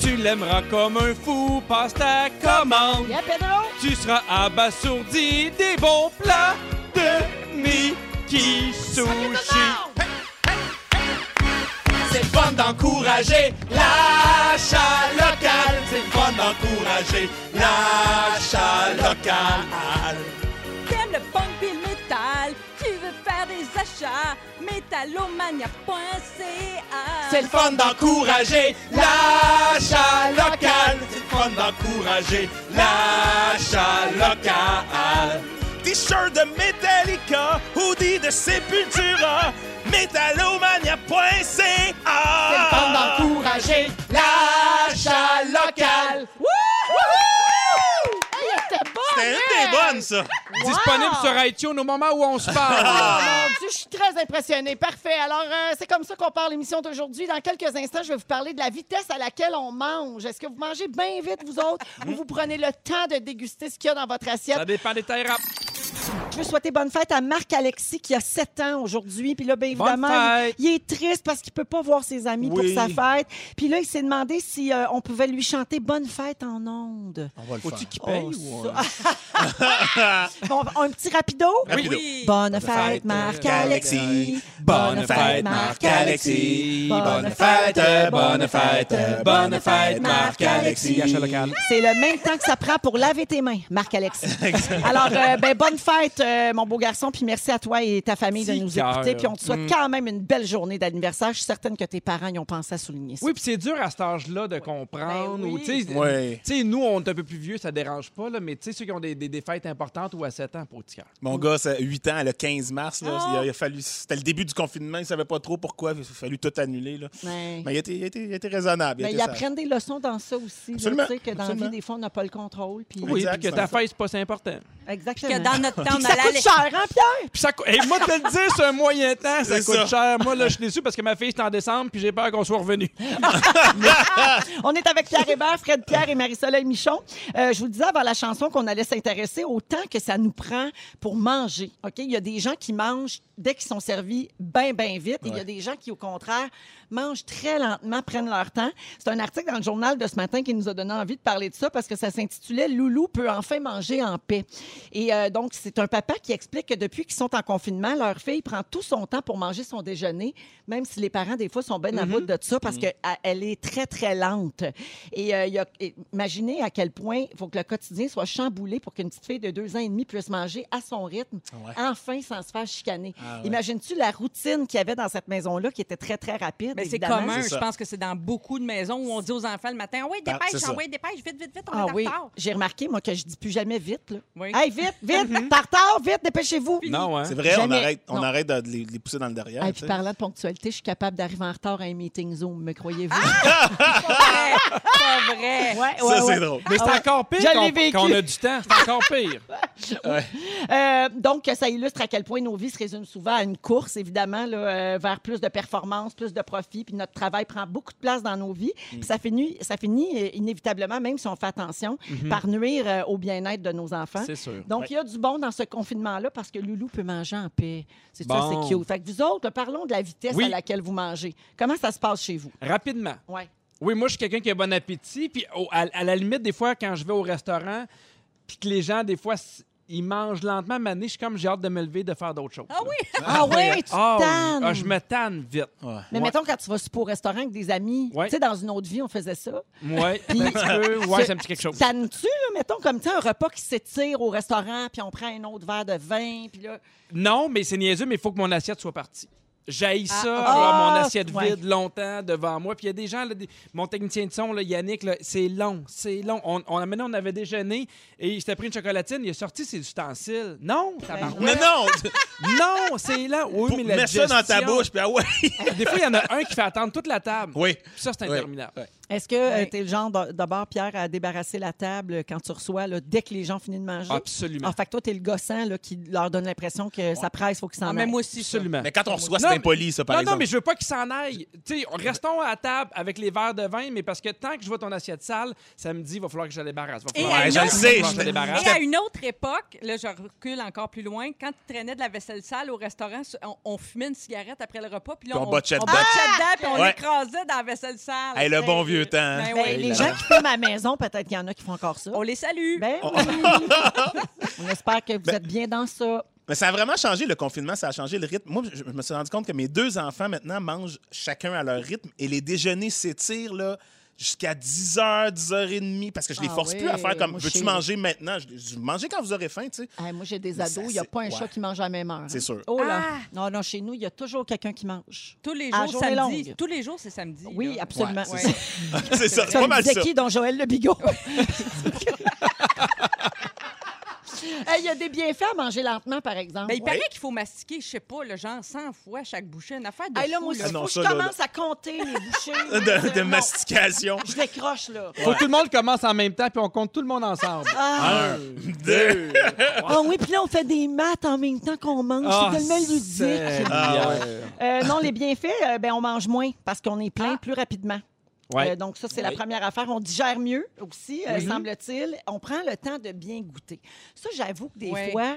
[SPEAKER 4] Tu l'aimeras comme un fou. Passe ta commande.
[SPEAKER 1] Yeah, Pedro?
[SPEAKER 4] Tu seras abasourdi des bons plats de Mickey Sushi.
[SPEAKER 2] C'est le fun d'encourager l'achat local. C'est le fun d'encourager l'achat local.
[SPEAKER 3] T'aimes le punk pis le métal, tu veux faire des achats, métalomania.ca.
[SPEAKER 2] C'est le fun d'encourager l'achat local. C'est le fun d'encourager l'achat local. T-shirt de Metallica, hoodie de Sepultura, metalomania.ca. C'est le
[SPEAKER 5] d'encourager l'achat local.
[SPEAKER 1] Hey, elle était bonne!
[SPEAKER 2] C'était une des bonnes, ça.
[SPEAKER 4] Disponible sur iTunes au moment où on se [LAUGHS] parle.
[SPEAKER 1] Mon Dieu, je suis très impressionnée. Parfait. Alors, euh, c'est comme ça qu'on part l'émission d'aujourd'hui. Dans quelques instants, je vais vous parler de la vitesse à laquelle on mange. Est-ce que vous mangez bien vite, vous
[SPEAKER 4] [LAUGHS]
[SPEAKER 1] autres, ou vous prenez le temps de déguster ce qu'il y a dans votre assiette?
[SPEAKER 4] Ça dépend des tailles rap.
[SPEAKER 1] Je veux souhaiter bonne fête à Marc-Alexis, qui a 7 ans aujourd'hui. Puis là, bien
[SPEAKER 4] Bonne
[SPEAKER 1] évidemment, il,
[SPEAKER 4] fête.
[SPEAKER 1] il est triste parce qu'il peut pas voir ses amis
[SPEAKER 4] Oui.
[SPEAKER 1] pour sa fête. Puis là, il s'est demandé si euh, on pouvait lui chanter Bonne fête en ondes.
[SPEAKER 2] On va le
[SPEAKER 4] Faut-tu qu'il paye
[SPEAKER 1] Oh,
[SPEAKER 4] ou... euh,
[SPEAKER 1] Bon, un petit rapido?
[SPEAKER 2] Rapido.
[SPEAKER 3] Oui.
[SPEAKER 1] Bonne
[SPEAKER 4] fête,
[SPEAKER 1] fête, Marc-Alexis.
[SPEAKER 4] Bonne fête, Marc-Alexis. Bonne fête, bonne fête, bonne fête, Marc-Alexis. Achat local.
[SPEAKER 1] C'est le même temps que ça prend pour laver tes mains, Marc-Alexis. Alors, euh, ben, bonne fête, euh, mon beau garçon, puis merci à toi et ta famille de
[SPEAKER 4] Petit
[SPEAKER 1] nous
[SPEAKER 4] cœur.
[SPEAKER 1] écouter. Puis on te souhaite
[SPEAKER 2] Mm.
[SPEAKER 1] quand même une belle journée d'anniversaire. Je suis certaine que tes parents y ont pensé à souligner ça.
[SPEAKER 4] Oui, puis c'est dur à cet âge-là de comprendre.
[SPEAKER 3] Ben
[SPEAKER 4] ou,
[SPEAKER 3] oui.
[SPEAKER 4] tu sais,
[SPEAKER 2] Ouais.
[SPEAKER 4] tu sais, nous, on est un peu plus vieux, ça dérange pas, là, mais tu sais, ceux qui ont des, des, des fêtes importantes ou à 7 ans, pour tiers.
[SPEAKER 2] Mon gars, c'est 8 ans, le 15 mars, là,
[SPEAKER 3] Ah.
[SPEAKER 2] il, a, il a fallu. C'était le début du confinement, il savait pas trop pourquoi, il a fallu tout annuler. Là.
[SPEAKER 1] Ouais. Ben,
[SPEAKER 2] Mais il a été, il a été- il a été raisonnable. il a
[SPEAKER 1] Mais
[SPEAKER 2] été
[SPEAKER 1] Ben, ils
[SPEAKER 2] sage.
[SPEAKER 1] apprennent des leçons dans ça aussi. là,
[SPEAKER 2] Absolument,
[SPEAKER 1] Tu sais que dans la
[SPEAKER 2] absolument.
[SPEAKER 1] vie, des fois, on n'a pas le contrôle. Puis...
[SPEAKER 4] Oui,
[SPEAKER 2] Exact,
[SPEAKER 4] puis que
[SPEAKER 2] c'est
[SPEAKER 4] ta
[SPEAKER 2] ça.
[SPEAKER 4] fête, c'est pas si important.
[SPEAKER 1] Exactement.
[SPEAKER 3] Que dans notre temps,
[SPEAKER 1] Puis
[SPEAKER 3] on
[SPEAKER 1] ça
[SPEAKER 3] allait à
[SPEAKER 1] coûte
[SPEAKER 3] l'é-
[SPEAKER 1] cher, hein, Pierre?
[SPEAKER 4] Puis ça [LAUGHS] coûte- Et moi, de te le dire, c'est un moyen temps, ça
[SPEAKER 2] C'est
[SPEAKER 4] coûte
[SPEAKER 2] ça.
[SPEAKER 4] cher. Moi, là, je suis déçu parce que ma fille, c'est en décembre, puis j'ai peur qu'on soit revenu.
[SPEAKER 1] On est avec Pierre Hébert, Fred Pierre et Marie-Soleil Michon. Euh, je vous le disais avant la chanson qu'on allait s'intéresser au temps que ça nous prend pour manger. OK? Il y a des gens qui mangent dès qu'ils sont servis bien, bien vite. Et il y a des gens qui, au contraire, mangent très lentement, prennent leur temps. C'est un article dans le journal de ce matin qui nous a donné envie de parler de ça parce que ça s'intitulait Loulou peut enfin manger en paix. Et euh, donc, c'est un papa qui explique que depuis qu'ils sont en confinement, leur fille prend tout son temps pour manger son déjeuner, même si les parents, des fois, sont ben à
[SPEAKER 2] Mm-hmm.
[SPEAKER 1] bout de ça parce qu'elle est très, très lente. Et, euh, il y a- et imaginez à quel point il faut que le quotidien soit chamboulé pour qu'une petite fille de deux ans et demi puisse manger à son rythme,
[SPEAKER 2] Ouais.
[SPEAKER 1] enfin sans se faire chicaner.
[SPEAKER 2] Ah ouais.
[SPEAKER 1] Imagines-tu la routine qu'il y avait dans cette maison-là qui était très, très rapide?
[SPEAKER 3] Mais c'est
[SPEAKER 1] évidemment.
[SPEAKER 3] commun,
[SPEAKER 2] C'est
[SPEAKER 3] je
[SPEAKER 2] ça.
[SPEAKER 3] pense que c'est dans beaucoup de maisons où on dit aux enfants le matin Oui,
[SPEAKER 2] Ah,
[SPEAKER 3] dépêche,
[SPEAKER 2] c'est ça.
[SPEAKER 3] ah, oui, dépêche, vite, vite, vite, on
[SPEAKER 1] Ah
[SPEAKER 3] est en
[SPEAKER 1] oui,
[SPEAKER 3] retard.
[SPEAKER 1] j'ai remarqué, moi, que je dis plus jamais vite. Là.
[SPEAKER 3] Oui.
[SPEAKER 1] Hey, vite, vite, par retard, vite, dépêchez-vous.
[SPEAKER 4] Non, hein?
[SPEAKER 2] C'est vrai, on
[SPEAKER 1] Jamais.
[SPEAKER 2] arrête, on
[SPEAKER 1] Non.
[SPEAKER 2] arrête de, de les, de les pousser dans le derrière.
[SPEAKER 1] Et
[SPEAKER 2] tu
[SPEAKER 1] puis
[SPEAKER 2] sais.
[SPEAKER 1] parlant de ponctualité, je suis capable d'arriver en retard à un meeting Zoom, me croyez-vous?
[SPEAKER 3] Pas vrai, pas vrai.
[SPEAKER 1] Ouais,
[SPEAKER 2] ça,
[SPEAKER 1] ouais,
[SPEAKER 2] c'est
[SPEAKER 1] ouais.
[SPEAKER 2] drôle.
[SPEAKER 4] Mais c'est
[SPEAKER 1] Ah ouais.
[SPEAKER 4] encore pire
[SPEAKER 1] Je l'ai
[SPEAKER 4] qu'on
[SPEAKER 1] vécu.
[SPEAKER 4] qu'on a du temps. C'est encore
[SPEAKER 1] [LAUGHS]
[SPEAKER 4] pire.
[SPEAKER 1] Euh, donc, ça illustre à quel point nos vies se résument souvent à une course, évidemment, là, euh, vers plus de performance, plus de profit, puis notre travail prend beaucoup de place dans nos vies.
[SPEAKER 4] Mm.
[SPEAKER 1] Puis ça finit, ça finit euh, inévitablement, même si on fait attention, par nuire euh, au bien-être de nos enfants.
[SPEAKER 4] Mhm. C'est sûr.
[SPEAKER 1] Hein? Donc, il y a du bon dans ce confinement-là parce que Loulou peut manger en paix. C'est ça,
[SPEAKER 4] Bon.
[SPEAKER 1] c'est cute. Fait que vous autres, parlons de la vitesse
[SPEAKER 4] Oui.
[SPEAKER 1] à laquelle vous mangez. Comment ça se passe chez vous?
[SPEAKER 4] Rapidement.
[SPEAKER 1] Ouais.
[SPEAKER 4] Oui, moi, je suis quelqu'un qui a bon appétit. Puis, au- à, à la limite, des fois, quand je vais au restaurant, puis que les gens, des fois, s- ils mangent lentement, mané, je suis comme, j'ai hâte de me lever, de faire d'autres choses.
[SPEAKER 3] Ah oui,
[SPEAKER 1] Ah ouais, tu
[SPEAKER 4] Ah oui.
[SPEAKER 1] tannes.
[SPEAKER 4] Ah, je me tanne vite.
[SPEAKER 1] Mais
[SPEAKER 4] Ouais.
[SPEAKER 1] mettons, quand tu vas souper au restaurant avec des amis,
[SPEAKER 4] Ouais.
[SPEAKER 1] tu sais, dans une autre vie, on faisait ça.
[SPEAKER 4] Ouais, un petit
[SPEAKER 1] [LAUGHS]
[SPEAKER 4] peu. Ouais, c'est un petit quelque chose.
[SPEAKER 1] Tannes-tu, là, mettons, comme tu sais, un repas qui s'étire au restaurant, puis on prend un autre verre de vin, puis là...
[SPEAKER 4] Non, mais c'est niaiseux, mais il faut que mon assiette soit partie. J'haïs ça,
[SPEAKER 1] Ah, ah,
[SPEAKER 4] avoir
[SPEAKER 1] ah,
[SPEAKER 4] mon assiette
[SPEAKER 1] ouais.
[SPEAKER 4] vide longtemps devant moi. Puis il y a des gens, là, des- mon technicien de son, là, Yannick, là, c'est long, c'est long. On, on, maintenant, on avait déjeuné et il s'était pris une chocolatine, il a sorti ses ustensiles. Non,
[SPEAKER 1] Ben
[SPEAKER 4] tabarouette.
[SPEAKER 2] Mais non! tu-
[SPEAKER 4] [LAUGHS] non, c'est lent. Oui,
[SPEAKER 2] pour-
[SPEAKER 4] mais la
[SPEAKER 2] mets ça dans ta
[SPEAKER 4] digestion-
[SPEAKER 2] bouche, puis ah ouais!
[SPEAKER 4] Des fois, il y en a un qui fait attendre toute la table.
[SPEAKER 2] oui.
[SPEAKER 4] Puis Ça, c'est
[SPEAKER 2] Oui.
[SPEAKER 4] interminable.
[SPEAKER 2] Oui.
[SPEAKER 1] Est-ce que euh,
[SPEAKER 3] Ouais.
[SPEAKER 1] t'es le genre, d'a- d'abord, Pierre, à débarrasser la table quand tu reçois, là, dès que les gens finissent de manger?
[SPEAKER 4] Absolument.
[SPEAKER 1] En fait, toi, t'es le gossant là, qui leur donne l'impression que ça presse, faut qu'ils s'en
[SPEAKER 3] Ah,
[SPEAKER 1] aillent.
[SPEAKER 3] mais moi aussi. ça.
[SPEAKER 4] Absolument.
[SPEAKER 2] Mais quand on reçoit, c'est
[SPEAKER 4] Non,
[SPEAKER 2] impoli, ça, par
[SPEAKER 4] non,
[SPEAKER 2] exemple.
[SPEAKER 4] non, mais je veux pas qu'il s'en aille. Tu sais, restons à la table avec les verres de vin, mais parce que tant que je vois ton assiette sale, ça me dit, il va falloir que je la débarrasse. Va
[SPEAKER 3] Et
[SPEAKER 4] falloir
[SPEAKER 3] à
[SPEAKER 4] que
[SPEAKER 3] une
[SPEAKER 4] je la
[SPEAKER 3] autre-
[SPEAKER 2] sais,
[SPEAKER 4] débarrasse, je la débarrasse.
[SPEAKER 3] Et à une autre époque, là, je recule encore plus loin, quand tu traînais de la vaisselle sale au restaurant, on, on fumait une cigarette après le repas, puis là,
[SPEAKER 2] Puis on botchait
[SPEAKER 3] on
[SPEAKER 2] dedans.
[SPEAKER 3] dedans,
[SPEAKER 1] Ah!
[SPEAKER 3] puis on
[SPEAKER 2] Ouais.
[SPEAKER 3] l'écrasait dans la vaisselle sale.
[SPEAKER 2] Hey, le bon vieux temps. hein.
[SPEAKER 3] Ben
[SPEAKER 1] Ben,
[SPEAKER 3] oui.
[SPEAKER 1] les gens qui fument à la maison, peut-être qu'il y en a qui font encore ça.
[SPEAKER 3] On les salue.
[SPEAKER 1] Ben oui. [LAUGHS] on espère que vous êtes bien dans ça.
[SPEAKER 2] Mais ça a vraiment changé le confinement, ça a changé le rythme. Moi, je, je me suis rendu compte que mes deux enfants maintenant mangent chacun à leur rythme et les déjeuners s'étirent là. jusqu'à 10h, 10h30, parce que je les
[SPEAKER 1] Ah
[SPEAKER 2] force
[SPEAKER 1] oui,
[SPEAKER 2] plus à faire comme
[SPEAKER 1] moi,
[SPEAKER 2] veux-tu
[SPEAKER 1] chez-
[SPEAKER 2] manger maintenant? Je dis, mangez quand vous aurez faim,
[SPEAKER 1] [LAUGHS]
[SPEAKER 2] tu sais.
[SPEAKER 1] Hey, moi, j'ai des
[SPEAKER 2] Mais ça,
[SPEAKER 1] ados, il n'y a
[SPEAKER 2] c'est-
[SPEAKER 1] pas un
[SPEAKER 2] ouais.
[SPEAKER 1] chat qui mange à la même heure.
[SPEAKER 2] C'est sûr.
[SPEAKER 1] Oh là!
[SPEAKER 3] Ah!
[SPEAKER 1] Non, non, chez nous, il y a toujours quelqu'un qui mange.
[SPEAKER 3] Tous les
[SPEAKER 1] Ah,
[SPEAKER 3] jours,
[SPEAKER 1] journée
[SPEAKER 3] samedi.
[SPEAKER 1] longue.
[SPEAKER 3] Tous les jours, c'est samedi.
[SPEAKER 1] Oui,
[SPEAKER 3] là.
[SPEAKER 1] absolument.
[SPEAKER 2] Ouais,
[SPEAKER 3] Ouais.
[SPEAKER 2] c'est ça, c'est
[SPEAKER 1] Comme
[SPEAKER 2] pas mal
[SPEAKER 1] disait
[SPEAKER 2] ça.
[SPEAKER 1] qui, dont Joël Le Bigot?
[SPEAKER 2] [LAUGHS]
[SPEAKER 1] Hey, Il y a des bienfaits à manger lentement, par exemple.
[SPEAKER 3] Ben, il
[SPEAKER 2] Ouais.
[SPEAKER 3] paraît qu'il faut mastiquer, je sais pas, le genre 100 fois chaque bouchée, une affaire de
[SPEAKER 1] Hey, là,
[SPEAKER 3] fou,
[SPEAKER 1] moi aussi,
[SPEAKER 3] là.
[SPEAKER 2] Ah non,
[SPEAKER 1] faut que
[SPEAKER 2] ça,
[SPEAKER 1] je
[SPEAKER 2] là, là.
[SPEAKER 1] commence à compter
[SPEAKER 2] [LAUGHS]
[SPEAKER 1] les bouchées. Euh,
[SPEAKER 2] De, de
[SPEAKER 1] Non,
[SPEAKER 2] mastication.
[SPEAKER 1] [LAUGHS] Je décroche, là.
[SPEAKER 4] Faut que tout le monde commence en même temps, puis on compte tout le monde ensemble.
[SPEAKER 1] Ah,
[SPEAKER 2] [LAUGHS] Deux.
[SPEAKER 1] Ah oui, puis là, on fait des maths en même temps qu'on mange.
[SPEAKER 4] Ah,
[SPEAKER 1] c'est tellement ludique.
[SPEAKER 4] Seigneur.
[SPEAKER 2] Ah
[SPEAKER 1] Euh, non, les bienfaits, euh, ben, on mange moins parce qu'on est plein plus rapidement.
[SPEAKER 4] Ouais.
[SPEAKER 1] Euh, donc, ça, c'est la première affaire. On digère mieux aussi, euh, semble-t-il. On prend le temps de bien goûter. Ça, j'avoue que des
[SPEAKER 3] Ouais.
[SPEAKER 1] fois,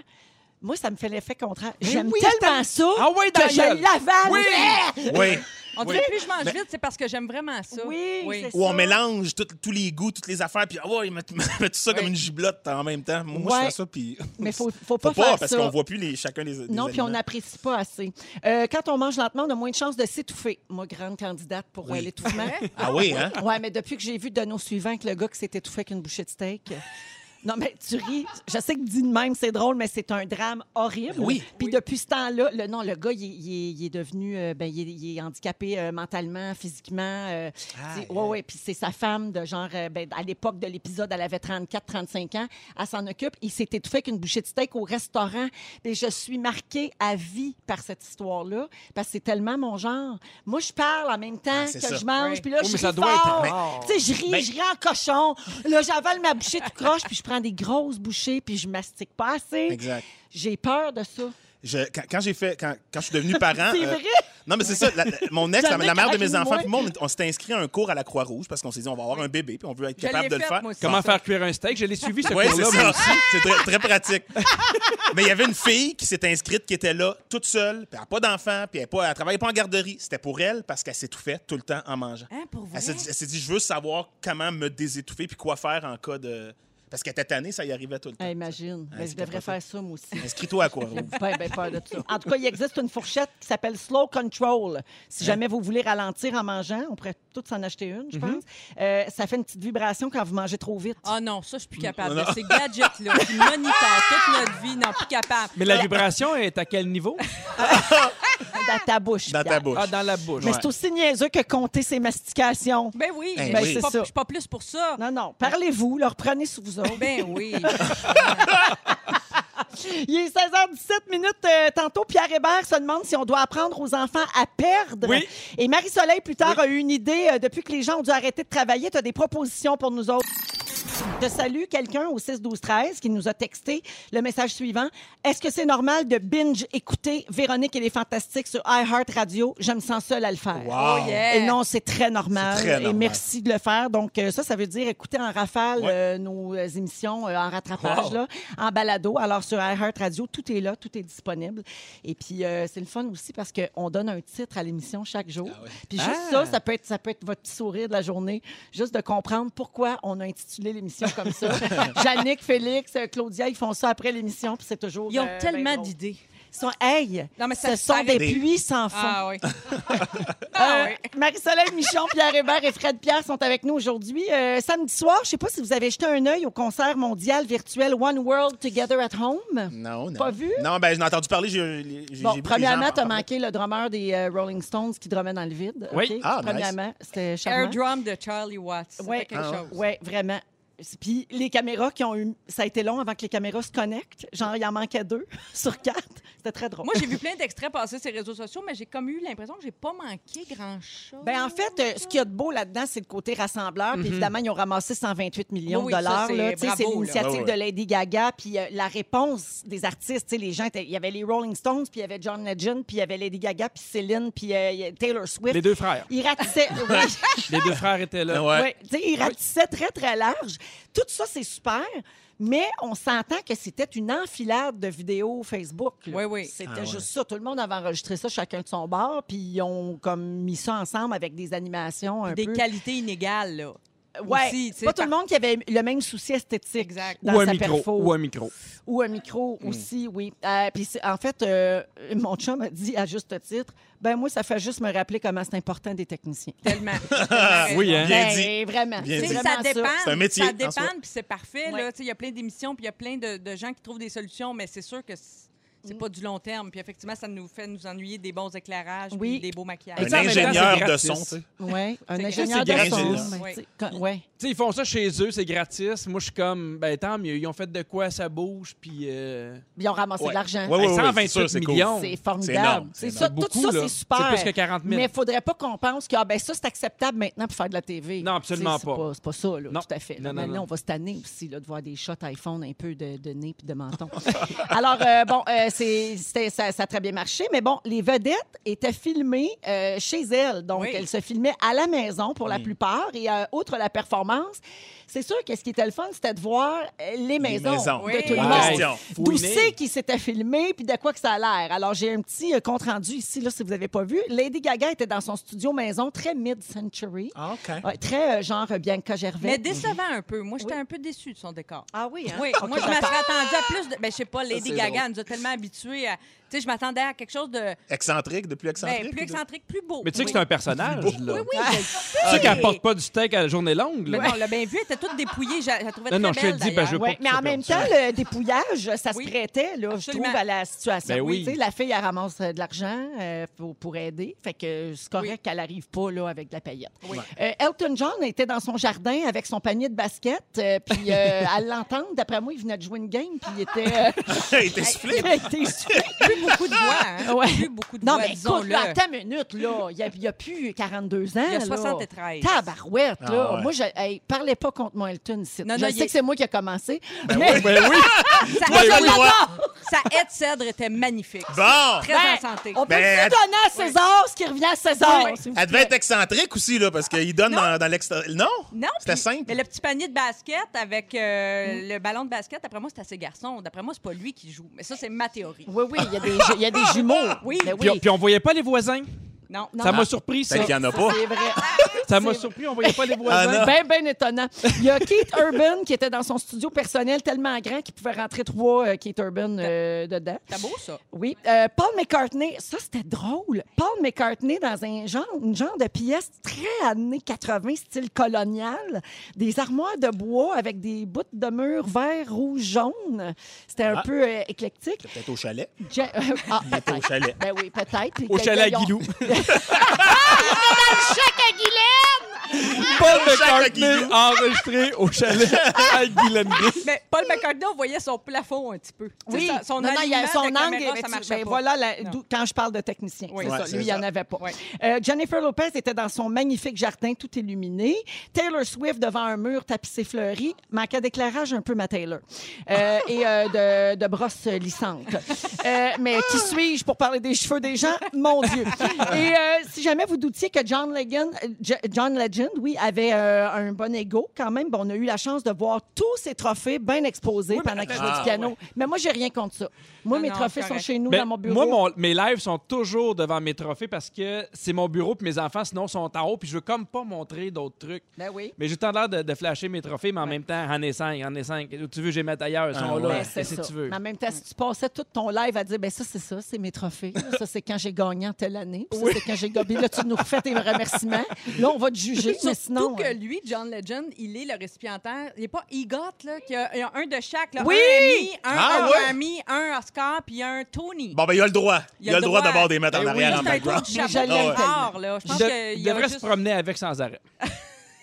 [SPEAKER 1] moi, ça me fait l'effet contraire. J'aime
[SPEAKER 4] Ben oui,
[SPEAKER 1] tellement ça
[SPEAKER 4] Ah ouais, dans la
[SPEAKER 1] que je
[SPEAKER 4] gueule.
[SPEAKER 1] l'avale.
[SPEAKER 4] Oui.
[SPEAKER 1] Ah!
[SPEAKER 2] Oui. Oui. Ben
[SPEAKER 3] On dirait plus je mange vite, c'est parce que j'aime vraiment ça.
[SPEAKER 1] Oui, c'est
[SPEAKER 2] Où on
[SPEAKER 1] ça.
[SPEAKER 2] mélange tout- tous les goûts, toutes les affaires, puis ah ouais, ils mettent, mettent tout ça comme
[SPEAKER 3] Oui.
[SPEAKER 2] une giblotte en même temps. Moi, moi,
[SPEAKER 1] Ouais.
[SPEAKER 2] je fais ça, puis.
[SPEAKER 1] Mais faut, faut pas
[SPEAKER 2] Faut pas,
[SPEAKER 1] faire
[SPEAKER 2] parce
[SPEAKER 1] ça.
[SPEAKER 2] qu'on voit plus les, chacun des.
[SPEAKER 1] Non,
[SPEAKER 2] des
[SPEAKER 1] puis on
[SPEAKER 2] aliments.
[SPEAKER 1] n'apprécie pas assez. Euh, quand on mange lentement, on a moins de chances de s'étouffer. Moi, grande candidate pour euh,
[SPEAKER 2] Oui. [LAUGHS]
[SPEAKER 1] l'étouffement.
[SPEAKER 2] Ah oui, hein?
[SPEAKER 1] [LAUGHS] Ouais, mais depuis que j'ai vu de nos suivants que le gars qui s'est étouffé avec une bouchée de steak. euh, Non, mais tu ris. Je sais que dit de même, c'est drôle, mais c'est un drame horrible.
[SPEAKER 2] Oui.
[SPEAKER 1] Puis depuis ce temps-là, le, non, le gars, il, est- il est- il est devenu, euh, ben, il, est, il est handicapé euh, mentalement, physiquement. euh,
[SPEAKER 2] Aïe,
[SPEAKER 1] c'est- ouais, ouais. Puis c'est sa femme, de genre, euh, ben, à l'époque de l'épisode, elle avait 34, 35 ans. Elle s'en occupe. Il s'est étouffé avec une bouchée de steak au restaurant. Et je suis marquée à vie par cette histoire-là, parce que c'est tellement mon genre. Moi, je parle en même temps
[SPEAKER 2] Ah,
[SPEAKER 1] que
[SPEAKER 2] c'est ça.
[SPEAKER 1] je mange,
[SPEAKER 3] Oui.
[SPEAKER 1] puis là,
[SPEAKER 4] Oh,
[SPEAKER 1] je
[SPEAKER 4] mais
[SPEAKER 1] ris
[SPEAKER 4] ça doit être-
[SPEAKER 1] fort.
[SPEAKER 4] Mais-
[SPEAKER 1] Tu sais, je ris,
[SPEAKER 2] Mais-
[SPEAKER 1] je ris en cochon. Là, j'avale ma bouchée tout croche, puis je prends des grosses bouchées, puis je mastique pas assez.
[SPEAKER 2] Exact.
[SPEAKER 1] J'ai peur de ça.
[SPEAKER 2] Je- quand quand j'ai fait, quand, quand je suis devenu parent,
[SPEAKER 1] C'est
[SPEAKER 2] euh,
[SPEAKER 1] vrai?
[SPEAKER 2] non mais c'est ça. la- la- mon ex, la,
[SPEAKER 1] J'en ai
[SPEAKER 2] la mère de mes
[SPEAKER 1] craqué,
[SPEAKER 2] enfants,
[SPEAKER 1] moi.
[SPEAKER 2] puis moi, on, on s'est inscrit à un cours à la Croix-Rouge parce qu'on s'est dit on va avoir un bébé, puis on veut être
[SPEAKER 3] Je
[SPEAKER 2] capable
[SPEAKER 3] l'ai
[SPEAKER 2] de le
[SPEAKER 3] faite,
[SPEAKER 2] faire.
[SPEAKER 3] moi aussi.
[SPEAKER 4] Comment faire cuire un steak? Je l'ai suivi, ce
[SPEAKER 2] Oui, c'est
[SPEAKER 4] cours-là, moi
[SPEAKER 2] ça.
[SPEAKER 4] aussi.
[SPEAKER 2] C'est très, très pratique. [LAUGHS] Mais il y avait une fille qui s'est inscrite, qui était là, toute seule, puis elle n'a pas d'enfant, puis elle ne travaillait pas en garderie. C'était pour elle parce qu'elle s'étouffait tout le temps en mangeant.
[SPEAKER 3] Hein, pour vrai?
[SPEAKER 2] Elle s'est dit, elle s'est dit, je veux savoir comment me désétouffer puis quoi faire en cas de... Parce qu'elle était tannée, ça y arrivait tout le temps.
[SPEAKER 1] Hey, imagine.
[SPEAKER 2] Ah,
[SPEAKER 1] Ben, je
[SPEAKER 2] c'est
[SPEAKER 1] devrais faire
[SPEAKER 2] capoté.
[SPEAKER 1] ça, moi aussi.
[SPEAKER 2] Inscris-toi à quoi
[SPEAKER 1] Ben, ben, peur de ça. En tout cas, il existe une fourchette qui s'appelle Slow Control.
[SPEAKER 2] Hein?
[SPEAKER 1] Si jamais vous voulez ralentir en mangeant, on pourrait tous en acheter une, je
[SPEAKER 2] Mhm.
[SPEAKER 1] pense. Euh, ça fait une petite vibration quand vous mangez trop vite.
[SPEAKER 3] Ah non, ça, je suis plus capable.
[SPEAKER 2] Non,
[SPEAKER 3] de
[SPEAKER 2] non.
[SPEAKER 3] Ces gadgets-là qui monitorent toute notre vie, non, plus capable.
[SPEAKER 4] Mais la vibration est à quel niveau?
[SPEAKER 1] Dans ta bouche.
[SPEAKER 2] Dans ta
[SPEAKER 1] Pierre.
[SPEAKER 2] bouche.
[SPEAKER 4] Ah, dans la bouche.
[SPEAKER 1] Mais c'est aussi niaiseux que compter ses mastications.
[SPEAKER 3] Ben oui,
[SPEAKER 2] Ben oui.
[SPEAKER 3] mais je suis
[SPEAKER 1] C'est
[SPEAKER 3] pas-
[SPEAKER 1] ça.
[SPEAKER 3] je suis pas plus pour ça.
[SPEAKER 1] Non, non. Parlez-vous, leur prenez sous vous autres.
[SPEAKER 3] Ben
[SPEAKER 1] [LAUGHS]
[SPEAKER 3] oui.
[SPEAKER 1] Il est 16h17 minutes. Euh, tantôt, Pierre Hébert se demande si on doit apprendre aux enfants à perdre.
[SPEAKER 4] Oui.
[SPEAKER 1] Et Marie-Soleil, plus tard, a eu une idée. euh, depuis que les gens ont dû arrêter de travailler, tu as des propositions pour nous autres. Je salue quelqu'un au 6-12-13 qui nous a texté le message suivant. Est-ce que c'est normal de binge écouter Véronique et les Fantastiques sur iHeart Radio? Je me sens seule à le faire.
[SPEAKER 3] Oh yeah.
[SPEAKER 1] Et non, c'est très normal.
[SPEAKER 2] C'est très normal.
[SPEAKER 1] Et merci de le faire. Donc, euh, ça, ça veut dire écouter en rafale
[SPEAKER 2] Ouais.
[SPEAKER 1] euh, nos euh, émissions euh, en rattrapage,
[SPEAKER 2] Wow.
[SPEAKER 1] là, en balado. Alors, sur iHeart Radio, tout est là, tout est disponible. Et puis, euh, c'est le fun aussi parce qu'on donne un titre à l'émission chaque jour. Puis juste
[SPEAKER 4] Ah.
[SPEAKER 1] ça, ça peut, être, ça peut être votre petit sourire de la journée. Juste de comprendre pourquoi on a intitulé l'émission comme
[SPEAKER 2] [LAUGHS]
[SPEAKER 1] ça. Yannick, Félix, euh, Claudia, ils font ça après l'émission, puis c'est toujours...
[SPEAKER 3] Ils ont
[SPEAKER 1] euh, ben
[SPEAKER 3] tellement
[SPEAKER 1] drôle.
[SPEAKER 3] d'idées.
[SPEAKER 1] Ils sont... Hey!
[SPEAKER 3] Non, mais ça
[SPEAKER 1] ce sont
[SPEAKER 3] paraît-
[SPEAKER 1] des puits sans fond. [LAUGHS]
[SPEAKER 3] Ah oui. Ah oui.
[SPEAKER 1] Euh, Marie-Soleil Michon, Pierre Hébert et Fred Pierre sont avec nous aujourd'hui. Euh, samedi soir, je ne sais pas si vous avez jeté un œil au concert mondial virtuel One World Together at Home.
[SPEAKER 2] Non, non.
[SPEAKER 1] Pas vu?
[SPEAKER 2] Non, ben, j'en ai entendu parler. J'ai, j'ai- j'ai
[SPEAKER 1] Bon,
[SPEAKER 2] vu les gens
[SPEAKER 1] premièrement,
[SPEAKER 2] en
[SPEAKER 1] tu as
[SPEAKER 2] parler.
[SPEAKER 1] manqué le drummer des euh, Rolling Stones qui drummait dans le vide.
[SPEAKER 4] Oui.
[SPEAKER 1] OK?
[SPEAKER 2] Ah,
[SPEAKER 1] Premièrement, c'était charmant.
[SPEAKER 3] Air drum de Charlie Watts. C'était
[SPEAKER 1] Ouais.
[SPEAKER 3] quelque
[SPEAKER 2] Ah,
[SPEAKER 3] chose.
[SPEAKER 1] Oui, vraiment. Puis les caméras qui ont eu. Ça a été long avant que les caméras se connectent. Genre, il en manquait deux [LAUGHS] sur quatre. C'était très drôle.
[SPEAKER 3] Moi, j'ai vu plein d'extraits passer sur les réseaux sociaux, mais j'ai comme eu l'impression que j'ai pas manqué grand-chose.
[SPEAKER 1] Ben en fait, euh, ce qu'il y a de beau là-dedans, c'est le côté rassembleur.
[SPEAKER 4] Mhm.
[SPEAKER 1] Puis évidemment, ils ont ramassé 128 millions
[SPEAKER 3] Oui,
[SPEAKER 1] de
[SPEAKER 3] ça,
[SPEAKER 1] dollars.
[SPEAKER 3] c'est
[SPEAKER 1] là. Tu sais, C'est
[SPEAKER 3] bravo, là.
[SPEAKER 1] l'initiative
[SPEAKER 2] Ah ouais.
[SPEAKER 1] de Lady Gaga. Puis euh, la réponse des artistes, tu sais, les gens, étaient- il y avait les Rolling Stones, puis il y avait John Legend, puis il y avait Lady Gaga, puis Céline, puis euh, il y a Taylor Swift.
[SPEAKER 4] Les deux frères.
[SPEAKER 1] Ils
[SPEAKER 4] [LAUGHS]
[SPEAKER 1] ratissaient, oui,
[SPEAKER 4] Les deux frères étaient là.
[SPEAKER 2] Ouais.
[SPEAKER 1] oui, tu sais, ils ratissaient très, très large. Tout ça, c'est super, mais on s'entend que c'était une enfilade de vidéos Facebook. là.
[SPEAKER 3] Oui, oui.
[SPEAKER 1] C'était
[SPEAKER 2] Ah, ouais.
[SPEAKER 1] juste ça. Tout le monde avait enregistré ça, chacun de son bar, puis ils ont comme mis ça ensemble avec des animations un
[SPEAKER 3] Des
[SPEAKER 1] peu.
[SPEAKER 3] qualités inégales, là.
[SPEAKER 1] Ouais.
[SPEAKER 3] aussi, tu
[SPEAKER 1] C'est
[SPEAKER 3] sais,
[SPEAKER 1] pas tout
[SPEAKER 3] par-
[SPEAKER 1] le monde qui avait le même souci esthétique
[SPEAKER 3] Exact.
[SPEAKER 1] dans
[SPEAKER 4] ou un
[SPEAKER 1] sa
[SPEAKER 4] micro.
[SPEAKER 1] perfo.
[SPEAKER 4] Ou un micro.
[SPEAKER 1] Ou un micro
[SPEAKER 2] Hmm.
[SPEAKER 1] aussi, oui. Euh, Puis c'est- en fait, euh, mon chum a dit à juste titre, ben moi, ça fait juste me rappeler comment c'est important des techniciens. [LAUGHS]
[SPEAKER 3] Tellement.
[SPEAKER 4] Oui, hein?
[SPEAKER 2] Bien
[SPEAKER 1] Ben,
[SPEAKER 2] dit.
[SPEAKER 1] Vraiment.
[SPEAKER 2] Bien
[SPEAKER 1] c'est
[SPEAKER 3] Tu sais,
[SPEAKER 2] dit.
[SPEAKER 1] vraiment
[SPEAKER 3] ça dépend.
[SPEAKER 2] C'est un métier,
[SPEAKER 3] Ça
[SPEAKER 2] en soi.
[SPEAKER 3] dépend, puis c'est parfait.
[SPEAKER 1] Ouais.
[SPEAKER 3] là. Tu sais, Il y a plein d'émissions, puis il y a plein de, de gens qui trouvent des solutions, mais c'est sûr que c'est c'est pas du long terme. Puis effectivement, ça nous fait nous ennuyer des bons éclairages,
[SPEAKER 1] Oui.
[SPEAKER 3] puis des beaux maquillages.
[SPEAKER 4] Mais
[SPEAKER 2] Un
[SPEAKER 4] ça, en même temps,
[SPEAKER 2] ingénieur
[SPEAKER 4] c'est
[SPEAKER 2] de
[SPEAKER 4] gratis.
[SPEAKER 2] son, tu sais.
[SPEAKER 1] Oui, un
[SPEAKER 3] C'est
[SPEAKER 1] ingénieur de
[SPEAKER 2] gratuit, c'est
[SPEAKER 1] son.
[SPEAKER 2] gratuit.
[SPEAKER 1] ben,
[SPEAKER 3] Ouais.
[SPEAKER 1] tu sais, quand- ouais.
[SPEAKER 4] Tu sais, ils font ça chez eux, c'est gratis. Moi, je suis comme, ben tant mieux. Ils ont fait de quoi, ça bouge, puis. euh,
[SPEAKER 1] Ils ont ramassé
[SPEAKER 2] Ouais.
[SPEAKER 1] de l'argent.
[SPEAKER 2] Ouais, ouais,
[SPEAKER 4] hey,
[SPEAKER 2] ouais, c'est
[SPEAKER 4] 128
[SPEAKER 2] sûr, c'est cool.
[SPEAKER 4] millions.
[SPEAKER 1] C'est
[SPEAKER 2] C'est
[SPEAKER 1] formidable.
[SPEAKER 2] énorme,
[SPEAKER 1] C'est
[SPEAKER 2] c'est
[SPEAKER 1] ça,
[SPEAKER 4] énorme.
[SPEAKER 1] tout ça,
[SPEAKER 4] Beaucoup,
[SPEAKER 1] c'est
[SPEAKER 4] là.
[SPEAKER 1] super.
[SPEAKER 4] C'est plus que 40 000.
[SPEAKER 1] Mais il faudrait pas qu'on pense que ah, ben ça, c'est acceptable maintenant pour faire de la TV.
[SPEAKER 4] Non, absolument
[SPEAKER 1] Tu sais,
[SPEAKER 4] pas.
[SPEAKER 1] C'est pas, c'est pas ça, là,
[SPEAKER 4] Non.
[SPEAKER 1] tout à fait.
[SPEAKER 4] Non, non,
[SPEAKER 1] Maintenant,
[SPEAKER 4] non.
[SPEAKER 1] on va se tanner aussi là, de voir des shots iPhone un peu de, de nez puis de
[SPEAKER 4] [LAUGHS]
[SPEAKER 1] menton. Alors, euh, bon, euh, c'est- c'était- ça, ça a très bien marché. Mais bon, les vedettes étaient filmées euh, chez elles. Donc,
[SPEAKER 3] Oui.
[SPEAKER 1] elles se filmaient à la maison pour la plupart. Et euh, outre la performance, c'est sûr que ce qui était le fun, c'était de voir euh, les maisons,
[SPEAKER 2] maisons.
[SPEAKER 1] de
[SPEAKER 3] Oui.
[SPEAKER 1] tout le
[SPEAKER 3] Ouais.
[SPEAKER 1] monde
[SPEAKER 2] Question.
[SPEAKER 1] d'où
[SPEAKER 4] Fouiner.
[SPEAKER 1] c'est qu'il s'était filmé puis de quoi que ça a l'air. Alors, j'ai un petit euh, compte-rendu ici, là, si vous n'avez pas vu. Lady Gaga était dans son studio maison, très mid-century.
[SPEAKER 2] Ah, OK.
[SPEAKER 1] Ouais, très euh, genre euh, Bianca Gervais. Mhm.
[SPEAKER 3] Mais décevant un peu. Moi, j'étais un peu déçue de son décor.
[SPEAKER 1] Ah oui, hein?
[SPEAKER 3] Oui,
[SPEAKER 1] Ok,
[SPEAKER 3] moi, je me
[SPEAKER 1] d'accord.
[SPEAKER 3] serais attendue à plus de. Ben, je sais pas, Lady
[SPEAKER 4] c'est
[SPEAKER 3] Gaga
[SPEAKER 4] drôle.
[SPEAKER 3] elle nous a tellement habitués à. Tu sais, je m'attendais à quelque chose de.
[SPEAKER 2] Excentrique, de plus excentrique.
[SPEAKER 3] ben, plus
[SPEAKER 2] ou de-
[SPEAKER 3] excentrique, plus beau.
[SPEAKER 4] Mais tu sais que
[SPEAKER 3] Oui.
[SPEAKER 4] c'est un personnage, là.
[SPEAKER 3] Oui, oui, je le sais.
[SPEAKER 4] Tu sais qu'elle porte pas du steak à la journée longue, là.
[SPEAKER 3] [LAUGHS] Mais on l'a bien vu, elle était toute dépouillée. Je je la trouvais
[SPEAKER 4] Non,
[SPEAKER 3] très
[SPEAKER 4] non, je te
[SPEAKER 3] belle,
[SPEAKER 4] le dis, ben, je
[SPEAKER 3] d'ailleurs.
[SPEAKER 4] veux
[SPEAKER 1] Ah Ouais,
[SPEAKER 4] pas que
[SPEAKER 1] mais
[SPEAKER 4] tu
[SPEAKER 1] en même temps,
[SPEAKER 4] perdes ça.
[SPEAKER 1] le dépouillage, ça
[SPEAKER 3] Oui.
[SPEAKER 1] se prêtait, là, je
[SPEAKER 3] Absolument.
[SPEAKER 1] trouve, à la situation.
[SPEAKER 4] Ben oui.
[SPEAKER 1] Tu sais, La fille, elle ramasse euh, de l'argent euh, pour, pour aider. Fait que euh, c'est correct
[SPEAKER 3] Oui.
[SPEAKER 1] qu'elle n'arrive pas là, avec de la paillette.
[SPEAKER 3] Oui.
[SPEAKER 1] Euh, Elton John était dans son jardin avec son panier de basket. euh, puis,
[SPEAKER 4] [LAUGHS]
[SPEAKER 1] euh, à l'entendre, d'après moi, il venait de jouer une game. Puis, il était. euh,
[SPEAKER 2] Hey, t'es soufflé.
[SPEAKER 1] [LAUGHS] il était soufflé.
[SPEAKER 3] Plus beaucoup de voix, hein?
[SPEAKER 1] Ouais.
[SPEAKER 3] Plus beaucoup
[SPEAKER 1] [LAUGHS]
[SPEAKER 3] de
[SPEAKER 1] Non,
[SPEAKER 3] voix,
[SPEAKER 1] mais écoute,
[SPEAKER 3] disons-le.
[SPEAKER 1] là, attends une minute, là. Il y a- Il n'y a, plus 42 ans.
[SPEAKER 3] Il y a
[SPEAKER 1] là.
[SPEAKER 3] 73.
[SPEAKER 1] Tabarouette, là.
[SPEAKER 2] Ah ouais.
[SPEAKER 1] Moi, je hey, parlais pas contre mon Elton ici.
[SPEAKER 3] Non,
[SPEAKER 1] je
[SPEAKER 3] non,
[SPEAKER 1] sais
[SPEAKER 3] il est-
[SPEAKER 1] que c'est moi qui a commencé. mais [LAUGHS]
[SPEAKER 4] Ben oui!
[SPEAKER 3] Sa,
[SPEAKER 2] Toi,
[SPEAKER 3] sa-
[SPEAKER 2] oui, moi.
[SPEAKER 3] sa haie de cèdre était magnifique.
[SPEAKER 2] Bon!
[SPEAKER 3] Très
[SPEAKER 1] Ben,
[SPEAKER 3] en santé.
[SPEAKER 1] on peut se
[SPEAKER 2] Ben,
[SPEAKER 1] donner à César ce qui revient à César.
[SPEAKER 3] Ouais.
[SPEAKER 1] s'il vous
[SPEAKER 2] Elle devait être excentrique aussi, là, parce qu'il donne dans, dans l'extra. Non?
[SPEAKER 3] Non,
[SPEAKER 2] C'était
[SPEAKER 3] puis-
[SPEAKER 2] simple.
[SPEAKER 3] Mais le petit panier de basket avec
[SPEAKER 1] Mm.
[SPEAKER 3] euh, le ballon de basket, d'après moi, c'est à ses garçons. D'après moi, c'est pas lui qui joue. Mais ça, c'est ma théorie.
[SPEAKER 1] plaît. Oui, oui, il y a des, il y a des jumeaux.
[SPEAKER 3] [LAUGHS] Oui.
[SPEAKER 1] Ben
[SPEAKER 4] Puis, on- puis on voyait pas les voisins.
[SPEAKER 3] Non, non.
[SPEAKER 4] Ça m'a surpris, ça.
[SPEAKER 2] Peut-être qu'il y en a pas.
[SPEAKER 1] C'est
[SPEAKER 2] [LAUGHS]
[SPEAKER 1] vrai.
[SPEAKER 4] Ça m'a surpris, on voyait pas les
[SPEAKER 3] [LAUGHS]
[SPEAKER 4] voisins.
[SPEAKER 2] Anna.
[SPEAKER 1] Bien, bien étonnant. Il y a Keith Urban qui était dans son studio personnel tellement grand qu'il pouvait rentrer trois euh, Keith Urban euh, dedans.
[SPEAKER 3] C'est beau, ça.
[SPEAKER 1] Oui. Euh, Paul McCartney, ça, c'était drôle. Paul McCartney, dans un genre, une genre de pièce très années 80, style colonial, des armoires de bois avec des bouts de mur vert, rouge, jaune. C'était un
[SPEAKER 2] Ah.
[SPEAKER 1] peu euh, éclectique.
[SPEAKER 2] Peut-être au chalet.
[SPEAKER 1] Ja-
[SPEAKER 3] [LAUGHS]
[SPEAKER 1] ah,
[SPEAKER 2] Peut-être au chalet.
[SPEAKER 1] ben oui, peut-être.
[SPEAKER 4] Au
[SPEAKER 1] Quelqu'un,
[SPEAKER 4] chalet
[SPEAKER 1] ils
[SPEAKER 4] à
[SPEAKER 1] ont-
[SPEAKER 4] Guilou.
[SPEAKER 2] Paul
[SPEAKER 4] [LAUGHS] Paul McCartney enregistré au chalet à Guylaine.
[SPEAKER 3] [LAUGHS] Mais Paul McCartney, on voyait son plafond un petit peu.
[SPEAKER 1] Oui,
[SPEAKER 3] C'est ça, son
[SPEAKER 1] Non, non, il y a-
[SPEAKER 3] alignement
[SPEAKER 1] son
[SPEAKER 3] de la
[SPEAKER 1] angle,
[SPEAKER 3] caméra,
[SPEAKER 1] ben,
[SPEAKER 3] ça
[SPEAKER 1] tu-
[SPEAKER 3] marchait
[SPEAKER 1] ben,
[SPEAKER 3] pas.
[SPEAKER 1] voilà la-
[SPEAKER 3] Non.
[SPEAKER 1] d'où- quand je parle de technicien.
[SPEAKER 3] Oui.
[SPEAKER 1] c'est
[SPEAKER 2] Ouais,
[SPEAKER 1] ça.
[SPEAKER 2] c'est
[SPEAKER 1] Lui, il n'y en
[SPEAKER 2] ça.
[SPEAKER 1] avait pas.
[SPEAKER 3] Ouais.
[SPEAKER 1] Euh, Jennifer Lopez était dans son magnifique jardin tout illuminé. Taylor Swift devant un mur tapissé fleuri. Manquait d'éclairage un peu, ma Taylor.
[SPEAKER 3] [LAUGHS]
[SPEAKER 1] Euh, et euh, de, de brosse lissante. Euh, mais qui suis-je pour parler des cheveux des gens? Mon Dieu. Et euh, si jamais vous doutiez que John Legend, euh, J- John Legend oui, avait euh, un bon ego, quand même, ben, on a eu la chance de voir tous ses trophées bien exposés pendant qu'il jouait
[SPEAKER 2] attends,
[SPEAKER 1] du piano. Mais moi, j'ai rien contre ça. Moi,
[SPEAKER 3] ah, Non,
[SPEAKER 1] mes
[SPEAKER 3] non,
[SPEAKER 1] trophées
[SPEAKER 3] c'est
[SPEAKER 1] sont
[SPEAKER 3] correct.
[SPEAKER 1] chez nous,
[SPEAKER 4] Ben,
[SPEAKER 1] dans mon bureau.
[SPEAKER 4] Moi, mon- mes lives sont toujours devant mes trophées parce que c'est mon bureau puis mes enfants, sinon, sont en haut. Puis je veux comme pas montrer d'autres trucs.
[SPEAKER 1] Ben oui.
[SPEAKER 4] Mais j'ai tant l'air de, de flasher mes trophées, mais en même temps, en est 5, en est 5. Tu veux, j'ai mettre ailleurs, ils sont
[SPEAKER 2] Ah, ouais.
[SPEAKER 4] là.
[SPEAKER 1] Ben, c'est
[SPEAKER 4] Qu'est-ce
[SPEAKER 1] ça.
[SPEAKER 4] que tu veux?
[SPEAKER 1] Mais en même temps, si tu passais tout ton live à dire, ben ça, c'est ça, c'est mes trophées.
[SPEAKER 3] [LAUGHS]
[SPEAKER 1] Ça, c'est quand j'ai gagné en telle année. Puis Ça, c'est quand j'ai gobé. Là, tu nous refais tes remerciements. Là, on va te
[SPEAKER 3] [LAUGHS]
[SPEAKER 1] juger. mais
[SPEAKER 3] Surtout
[SPEAKER 1] sinon.
[SPEAKER 3] que
[SPEAKER 1] euh,
[SPEAKER 3] lui, John Legend, il est le récipiendaire. Il n'est pas EGOT, là, qu'il y a, il y a un de chaque. Là,
[SPEAKER 1] Oui!
[SPEAKER 3] Un Emmy, un
[SPEAKER 2] Ah, ouais?
[SPEAKER 3] Grammy, un Oscar, puis un Tony.
[SPEAKER 2] Bon, ben, il a le droit. Il a le droit d'avoir des mètres en
[SPEAKER 4] Ben oui.
[SPEAKER 2] arrière en
[SPEAKER 3] C'est un tour
[SPEAKER 2] background.
[SPEAKER 3] de
[SPEAKER 1] Mais je
[SPEAKER 3] chapeau
[SPEAKER 1] l'aime
[SPEAKER 3] de tard, là.
[SPEAKER 1] Ah
[SPEAKER 4] Il
[SPEAKER 3] Je pense
[SPEAKER 4] Ah de-
[SPEAKER 3] qu'il
[SPEAKER 4] il
[SPEAKER 3] y a
[SPEAKER 4] devrait
[SPEAKER 3] juste-
[SPEAKER 4] se promener avec sans arrêt.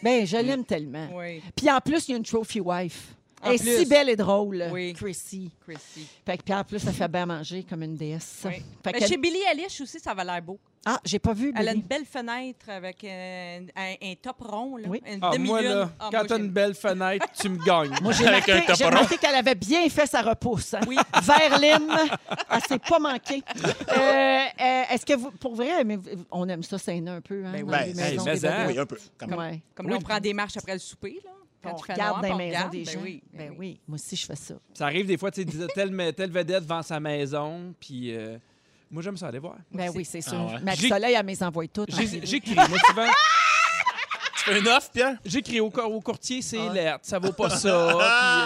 [SPEAKER 1] Ben, je l'aime tellement.
[SPEAKER 3] Oui,
[SPEAKER 1] Puis en plus, il y a une trophy wife.
[SPEAKER 3] En
[SPEAKER 1] Elle est
[SPEAKER 3] plus.
[SPEAKER 1] si belle et drôle,
[SPEAKER 3] Oui.
[SPEAKER 1] Chrissy.
[SPEAKER 3] Chrissy.
[SPEAKER 1] Fait que, puis en plus, elle fait bien manger comme une déesse.
[SPEAKER 3] Oui.
[SPEAKER 1] Fait
[SPEAKER 3] Mais
[SPEAKER 1] qu'elle-
[SPEAKER 3] chez Billie Eilish aussi, ça va l'air beau.
[SPEAKER 1] Ah, j'ai pas vu.
[SPEAKER 3] Elle a
[SPEAKER 1] Billy.
[SPEAKER 3] une belle fenêtre avec euh, un, un top rond, là.
[SPEAKER 1] Oui.
[SPEAKER 3] Une
[SPEAKER 4] Ah,
[SPEAKER 3] demi-lune.
[SPEAKER 4] moi, là,
[SPEAKER 3] Ah,
[SPEAKER 4] quand
[SPEAKER 3] moi,
[SPEAKER 4] t'as
[SPEAKER 3] j'ai-
[SPEAKER 4] une belle fenêtre, tu me gagnes.
[SPEAKER 1] Moi,
[SPEAKER 4] [LAUGHS]
[SPEAKER 1] j'ai
[SPEAKER 2] Avec
[SPEAKER 1] marqué,
[SPEAKER 2] un
[SPEAKER 1] j'ai
[SPEAKER 2] top
[SPEAKER 1] marqué qu'elle avait bien fait sa repousse. [LAUGHS] hein. Vers Lime, elle s'est pas manquée. Euh, euh, Est-ce que vous, pour vrai, mais vous- on aime ça saigner un peu, hein,
[SPEAKER 3] Ben
[SPEAKER 1] dans
[SPEAKER 3] oui.
[SPEAKER 1] les
[SPEAKER 2] Ben,
[SPEAKER 1] maisons
[SPEAKER 4] hey,
[SPEAKER 1] des
[SPEAKER 4] mais hein.
[SPEAKER 1] vedettes?
[SPEAKER 2] Oui, un peu. quand même.
[SPEAKER 1] Ouais.
[SPEAKER 3] Comme là, on prend des marches après le souper, là. Quand
[SPEAKER 1] On
[SPEAKER 3] il fait
[SPEAKER 1] regarde dans
[SPEAKER 3] noir, puis
[SPEAKER 1] les
[SPEAKER 3] on
[SPEAKER 1] maisons
[SPEAKER 3] regarde.
[SPEAKER 1] des
[SPEAKER 3] Ben
[SPEAKER 1] gens.
[SPEAKER 3] oui,
[SPEAKER 1] Ben oui, moi aussi, je fais ça.
[SPEAKER 4] Ça arrive des fois, tu sais, telle, telle vedette vend sa maison, puis euh, moi, j'aime ça aller voir.
[SPEAKER 1] Ben oui, c'est sûr.
[SPEAKER 2] ouais.
[SPEAKER 1] Marie
[SPEAKER 4] Ah J'ai-
[SPEAKER 1] hein. Soleil, elle me les envoie toutes. en
[SPEAKER 4] J'ai-
[SPEAKER 1] série.
[SPEAKER 4] J'écris, moi, souvent.
[SPEAKER 2] Tu Une offre, Pierre?
[SPEAKER 4] J'écris au, co- au courtier,
[SPEAKER 1] Ah
[SPEAKER 4] c'est alerte, ça vaut
[SPEAKER 1] [LAUGHS]
[SPEAKER 4] pas ça.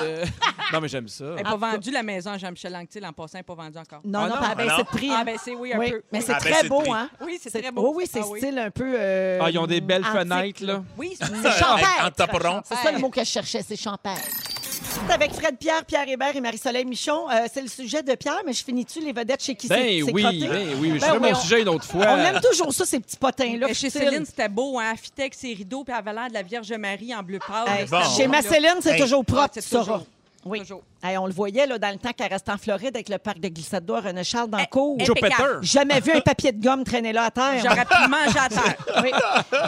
[SPEAKER 4] puis, euh, [LAUGHS] Non, mais j'aime ça.
[SPEAKER 3] Elle n'a pas vendu la maison à Jean-Michel Anctil en passant, elle n'a pas vendu encore.
[SPEAKER 1] Non,
[SPEAKER 4] Ah
[SPEAKER 1] non,
[SPEAKER 4] non,
[SPEAKER 1] pas à baisser
[SPEAKER 2] non.
[SPEAKER 1] de prix. hein.
[SPEAKER 3] Ah, ben c'est oui, un
[SPEAKER 1] Oui,
[SPEAKER 3] peu.
[SPEAKER 1] Mais
[SPEAKER 3] Oui.
[SPEAKER 1] c'est
[SPEAKER 2] Ah, ben,
[SPEAKER 1] très
[SPEAKER 2] c'est
[SPEAKER 1] beau,
[SPEAKER 2] pris.
[SPEAKER 1] hein?
[SPEAKER 3] Oui, c'est
[SPEAKER 1] C'est-
[SPEAKER 3] très beau.
[SPEAKER 1] Oui, oui, c'est
[SPEAKER 3] Ah oui.
[SPEAKER 1] style un peu. euh,
[SPEAKER 4] Ah, ils ont des belles
[SPEAKER 1] antique,
[SPEAKER 4] fenêtres, là.
[SPEAKER 3] Oui,
[SPEAKER 1] [LAUGHS]
[SPEAKER 3] c'est
[SPEAKER 1] champêtre.
[SPEAKER 2] Euh, En taperon.
[SPEAKER 1] C'est ça le mot que je cherchais, c'est champagne. C'est Avec Fred Pierre, Pierre Hébert et Marie-Soleil Michon, Euh, c'est le sujet de Pierre, mais je finis-tu les vedettes chez qui c'est
[SPEAKER 4] Ben
[SPEAKER 1] c'est
[SPEAKER 4] oui,
[SPEAKER 1] crotté?
[SPEAKER 4] ben oui, je
[SPEAKER 1] Ben
[SPEAKER 4] ferai
[SPEAKER 1] oui,
[SPEAKER 4] mon
[SPEAKER 1] on-
[SPEAKER 4] sujet une autre fois.
[SPEAKER 1] On aime toujours ça, ces petits potins-là.
[SPEAKER 3] Mais Ben, chez
[SPEAKER 1] futiles.
[SPEAKER 3] Céline, c'était beau, hein? Affité avec ses rideaux, puis elle avait l'air de la Vierge Marie en bleu pâle.
[SPEAKER 1] Hey,
[SPEAKER 2] Bon.
[SPEAKER 1] Chez ma Céline, c'est
[SPEAKER 2] Hey.
[SPEAKER 1] toujours propre,
[SPEAKER 3] Ouais, c'est
[SPEAKER 1] ça.
[SPEAKER 3] toujours.
[SPEAKER 1] Oui.
[SPEAKER 3] Toujours.
[SPEAKER 1] Hey, on le voyait là, dans le temps qu'elle restait en Floride avec le parc de glissade d'eau à René Charles dans le cours.
[SPEAKER 3] Hey,
[SPEAKER 4] Joe
[SPEAKER 3] impeccable.
[SPEAKER 4] Peter.
[SPEAKER 1] Jamais vu un papier de gomme traîner là à terre.
[SPEAKER 3] J'aurais pu manger à terre.
[SPEAKER 1] Oui.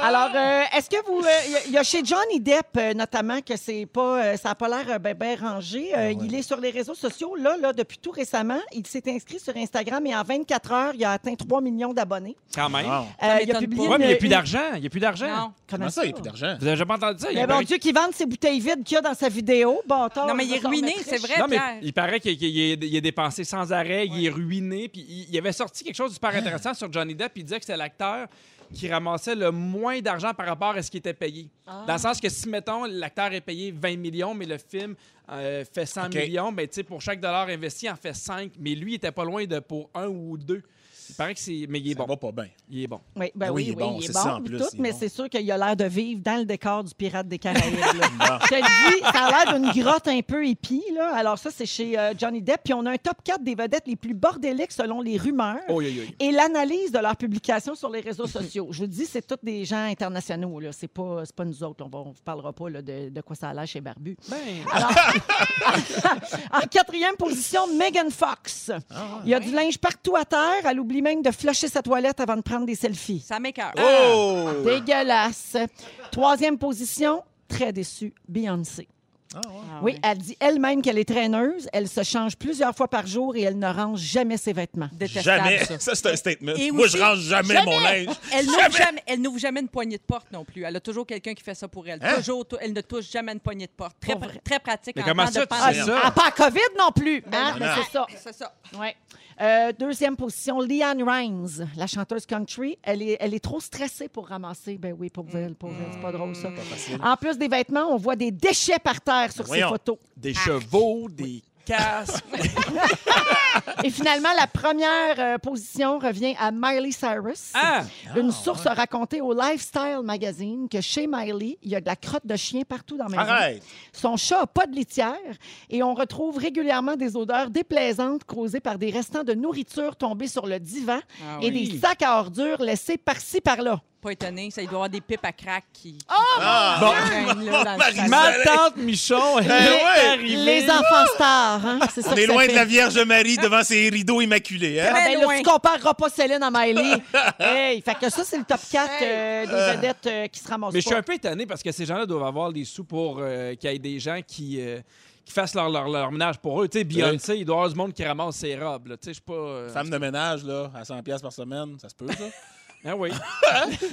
[SPEAKER 1] Alors, euh, est-ce que vous. Il y, a chez Johnny Depp, euh, notamment, que c'est pas, euh, ça n'a pas l'air euh, ben, ben rangé.
[SPEAKER 4] Ah
[SPEAKER 1] Euh, Il est sur les réseaux sociaux, là, là, depuis tout récemment. Il s'est inscrit sur Instagram et en 24 heures, il a atteint 3 millions d'abonnés.
[SPEAKER 4] Quand même.
[SPEAKER 2] Wow.
[SPEAKER 1] Euh,
[SPEAKER 3] m'étonne pas.
[SPEAKER 4] Ouais, mais il n'y a
[SPEAKER 1] une-
[SPEAKER 4] plus d'argent. Il n'y a plus d'argent.
[SPEAKER 3] Non.
[SPEAKER 1] Comment
[SPEAKER 2] Comment ça, il n'y a
[SPEAKER 1] ça?
[SPEAKER 2] plus d'argent?
[SPEAKER 4] Vous avez jamais entendu ça? Il y
[SPEAKER 1] Mais
[SPEAKER 4] a
[SPEAKER 1] bon
[SPEAKER 4] pareil-
[SPEAKER 1] Dieu, qui vende ses bouteilles vides qu'il y a dans sa vidéo. Bâtard,
[SPEAKER 3] Non, mais
[SPEAKER 1] on
[SPEAKER 3] il est
[SPEAKER 1] va s'en
[SPEAKER 3] ruiné,
[SPEAKER 1] remettre
[SPEAKER 3] c'est
[SPEAKER 1] riche.
[SPEAKER 3] vrai,
[SPEAKER 4] Non, mais
[SPEAKER 3] Pierre.
[SPEAKER 4] il paraît qu'il qu'il est, il est dépensé sans arrêt, il est ruiné. Puis il, il avait sorti quelque chose de super intéressant sur Johnny Depp. puis Il disait que c'était l'acteur qui ramassait le moins d'argent par rapport à ce qui était payé. Dans le sens que si, mettons, l'acteur est payé 20 millions, mais le film euh, fait 100
[SPEAKER 2] OK.
[SPEAKER 4] millions, mais tu sais, pour chaque dollar investi, il en fait 5. Mais lui, il était pas loin de pour un ou deux. Il paraît que c'est. Mais il est
[SPEAKER 2] Ça
[SPEAKER 4] bon.
[SPEAKER 2] va pas bien.
[SPEAKER 4] Il est bon.
[SPEAKER 1] Oui, ben
[SPEAKER 2] Ah
[SPEAKER 1] oui, oui,
[SPEAKER 2] oui, il est bon,
[SPEAKER 1] il est
[SPEAKER 2] c'est
[SPEAKER 1] bon,
[SPEAKER 2] ça, en
[SPEAKER 1] puis
[SPEAKER 2] plus,
[SPEAKER 1] tout,
[SPEAKER 2] il est
[SPEAKER 1] mais
[SPEAKER 2] bon.
[SPEAKER 1] c'est sûr qu'il a l'air de vivre dans le décor du Pirate des Caraïbes.
[SPEAKER 2] [LAUGHS]
[SPEAKER 1] là. Je te le dis, ça a l'air d'une grotte un peu épie. Là. Alors ça, c'est chez euh, Johnny Depp. Puis on a un top 4 des vedettes les plus bordéliques selon les rumeurs
[SPEAKER 4] Oh, oui, oui.
[SPEAKER 1] et l'analyse de leurs publications sur les réseaux sociaux. Je vous dis, c'est tous des gens internationaux. Là. C'est, pas, c'est pas nous autres. On ne vous parlera pas là, de, de quoi ça a l'air chez Barbu.
[SPEAKER 4] Ben,
[SPEAKER 1] [LAUGHS] En quatrième position, Megan Fox. Il y a du linge partout à terre. Elle oublie même de flusher sa toilette avant de prendre des selfies.
[SPEAKER 3] Ça m'écoeure.
[SPEAKER 2] Oh!
[SPEAKER 1] Dégueulasse. Troisième position, très déçue, Beyoncé.
[SPEAKER 3] Ah,
[SPEAKER 1] Oui, elle dit elle-même qu'elle est traîneuse, elle se change plusieurs fois par jour et elle ne range jamais ses vêtements.
[SPEAKER 3] Détestable,
[SPEAKER 2] Jamais.
[SPEAKER 3] ça.
[SPEAKER 2] Ça, c'est un statement.
[SPEAKER 3] Et
[SPEAKER 2] Moi,
[SPEAKER 3] aussi-
[SPEAKER 2] je range jamais, mon linge.
[SPEAKER 3] Elle n'ouvre jamais, elle n'ouvre jamais une poignée de porte non plus. Elle a toujours quelqu'un qui fait ça pour elle.
[SPEAKER 2] Hein?
[SPEAKER 3] Toujours, tou- elle ne touche jamais une poignée de porte. Très,
[SPEAKER 1] Pour vrai.
[SPEAKER 3] très pratique
[SPEAKER 4] Mais
[SPEAKER 3] en
[SPEAKER 4] comment
[SPEAKER 3] temps
[SPEAKER 4] ça,
[SPEAKER 3] de
[SPEAKER 4] tu sais
[SPEAKER 3] pandémie.
[SPEAKER 4] ça?
[SPEAKER 1] Ah, ah, pas à COVID non plus. hein,
[SPEAKER 2] non.
[SPEAKER 1] mais c'est ça.
[SPEAKER 3] C'est ça.
[SPEAKER 1] Ouais. Euh, deuxième position, Leanne Rhines, la chanteuse country. Elle est, elle est trop stressée pour ramasser. Ben oui, pour elle, pour elle, c'est pas drôle ça. En plus des vêtements, on voit des déchets par terre sur ses
[SPEAKER 2] Voyons.
[SPEAKER 1] photos.
[SPEAKER 4] des chevaux, des casques.
[SPEAKER 1] Et finalement, la première euh, position revient à Miley Cyrus.
[SPEAKER 4] Ah!
[SPEAKER 1] Une source a raconté au Lifestyle Magazine que chez Miley, il y a de la crotte de chien partout dans la maison.
[SPEAKER 2] Arrête!
[SPEAKER 1] Son chat n'a pas de litière et on retrouve régulièrement des odeurs déplaisantes causées par des restants de nourriture tombés sur le divan
[SPEAKER 3] Ah
[SPEAKER 1] et
[SPEAKER 4] oui.
[SPEAKER 1] des sacs à ordures laissés par-ci, par-là.
[SPEAKER 3] Pas étonné, ça, il doit y avoir des pipes à crack qui.
[SPEAKER 1] Oh!
[SPEAKER 2] Ah!
[SPEAKER 3] Bon.
[SPEAKER 4] Ma
[SPEAKER 2] Marie-Soleil,
[SPEAKER 4] tante Michon, elle est
[SPEAKER 2] Ben ouais.
[SPEAKER 4] arrivée.
[SPEAKER 1] Les enfants stars, hein? c'est ça
[SPEAKER 2] On
[SPEAKER 1] que
[SPEAKER 2] est
[SPEAKER 1] ça
[SPEAKER 2] loin
[SPEAKER 1] fait.
[SPEAKER 2] de la Vierge Marie devant ses rideaux immaculés, hein?
[SPEAKER 1] Ah ben là,
[SPEAKER 3] loin.
[SPEAKER 1] tu compareras pas Céline à
[SPEAKER 2] [LAUGHS]
[SPEAKER 1] Miley. hey, fait que ça, c'est le top 4 euh, des vedettes euh, qui se ramassent
[SPEAKER 4] Mais je suis
[SPEAKER 1] pas.
[SPEAKER 4] un peu étonné parce que ces gens-là doivent avoir des sous pour euh, qu'il y ait des gens qui, euh, qui fassent leur, leur, leur ménage pour eux. Tu sais, Beyoncé, il doit y avoir du monde qui ramasse ses robes. là. Tu sais, je suis pas. euh,
[SPEAKER 2] Femme de ménage, là, à 100$ piastres par semaine, ça se peut, ça?
[SPEAKER 4] Ah oui.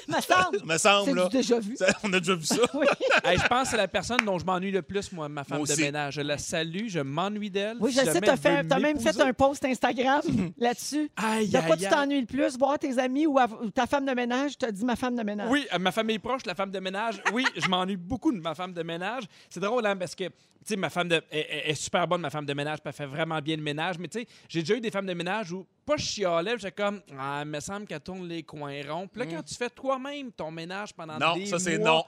[SPEAKER 1] Me
[SPEAKER 4] [LAUGHS]
[SPEAKER 1] semble.
[SPEAKER 2] me
[SPEAKER 1] C'est
[SPEAKER 2] semble,
[SPEAKER 1] du
[SPEAKER 2] là.
[SPEAKER 1] déjà vu.
[SPEAKER 2] Ça, on a déjà vu ça.
[SPEAKER 1] Oui.
[SPEAKER 4] Hey, je pense que c'est la personne dont je m'ennuie le plus, moi, ma femme
[SPEAKER 2] Moi
[SPEAKER 4] de
[SPEAKER 2] aussi.
[SPEAKER 4] ménage. Je la salue, je m'ennuie d'elle.
[SPEAKER 1] Oui,
[SPEAKER 4] Si
[SPEAKER 1] je sais,
[SPEAKER 4] jamais
[SPEAKER 1] t'as
[SPEAKER 4] elle
[SPEAKER 1] fait,
[SPEAKER 4] veut
[SPEAKER 1] t'as même fait
[SPEAKER 4] m'épouser-
[SPEAKER 1] un post
[SPEAKER 4] [LAUGHS]
[SPEAKER 1] Instagram là-dessus.
[SPEAKER 4] Aïe,
[SPEAKER 1] De quoi
[SPEAKER 4] aïe,
[SPEAKER 1] tu
[SPEAKER 4] aïe.
[SPEAKER 1] t'ennuies le plus? Voir tes amis ou, av- ou ta femme de ménage? Tu as dit ma femme de ménage.
[SPEAKER 4] Oui, euh, ma famille proche, la femme de ménage. Oui, je m'ennuie beaucoup de ma femme de ménage. C'est drôle, hein, parce que, tu sais, ma femme de, elle- elle- elle est super bonne, ma femme de ménage, puis elle fait vraiment bien le ménage. Mais, tu sais, j'ai déjà eu des femmes de ménage où, pas je chialais, j'étais comme, ah, il me semble qu'elle tourne les coins ronds. Puis là, quand tu fais toi-même ton ménage pendant
[SPEAKER 2] Non,
[SPEAKER 4] des
[SPEAKER 2] ça, c'est
[SPEAKER 4] mois,
[SPEAKER 2] non.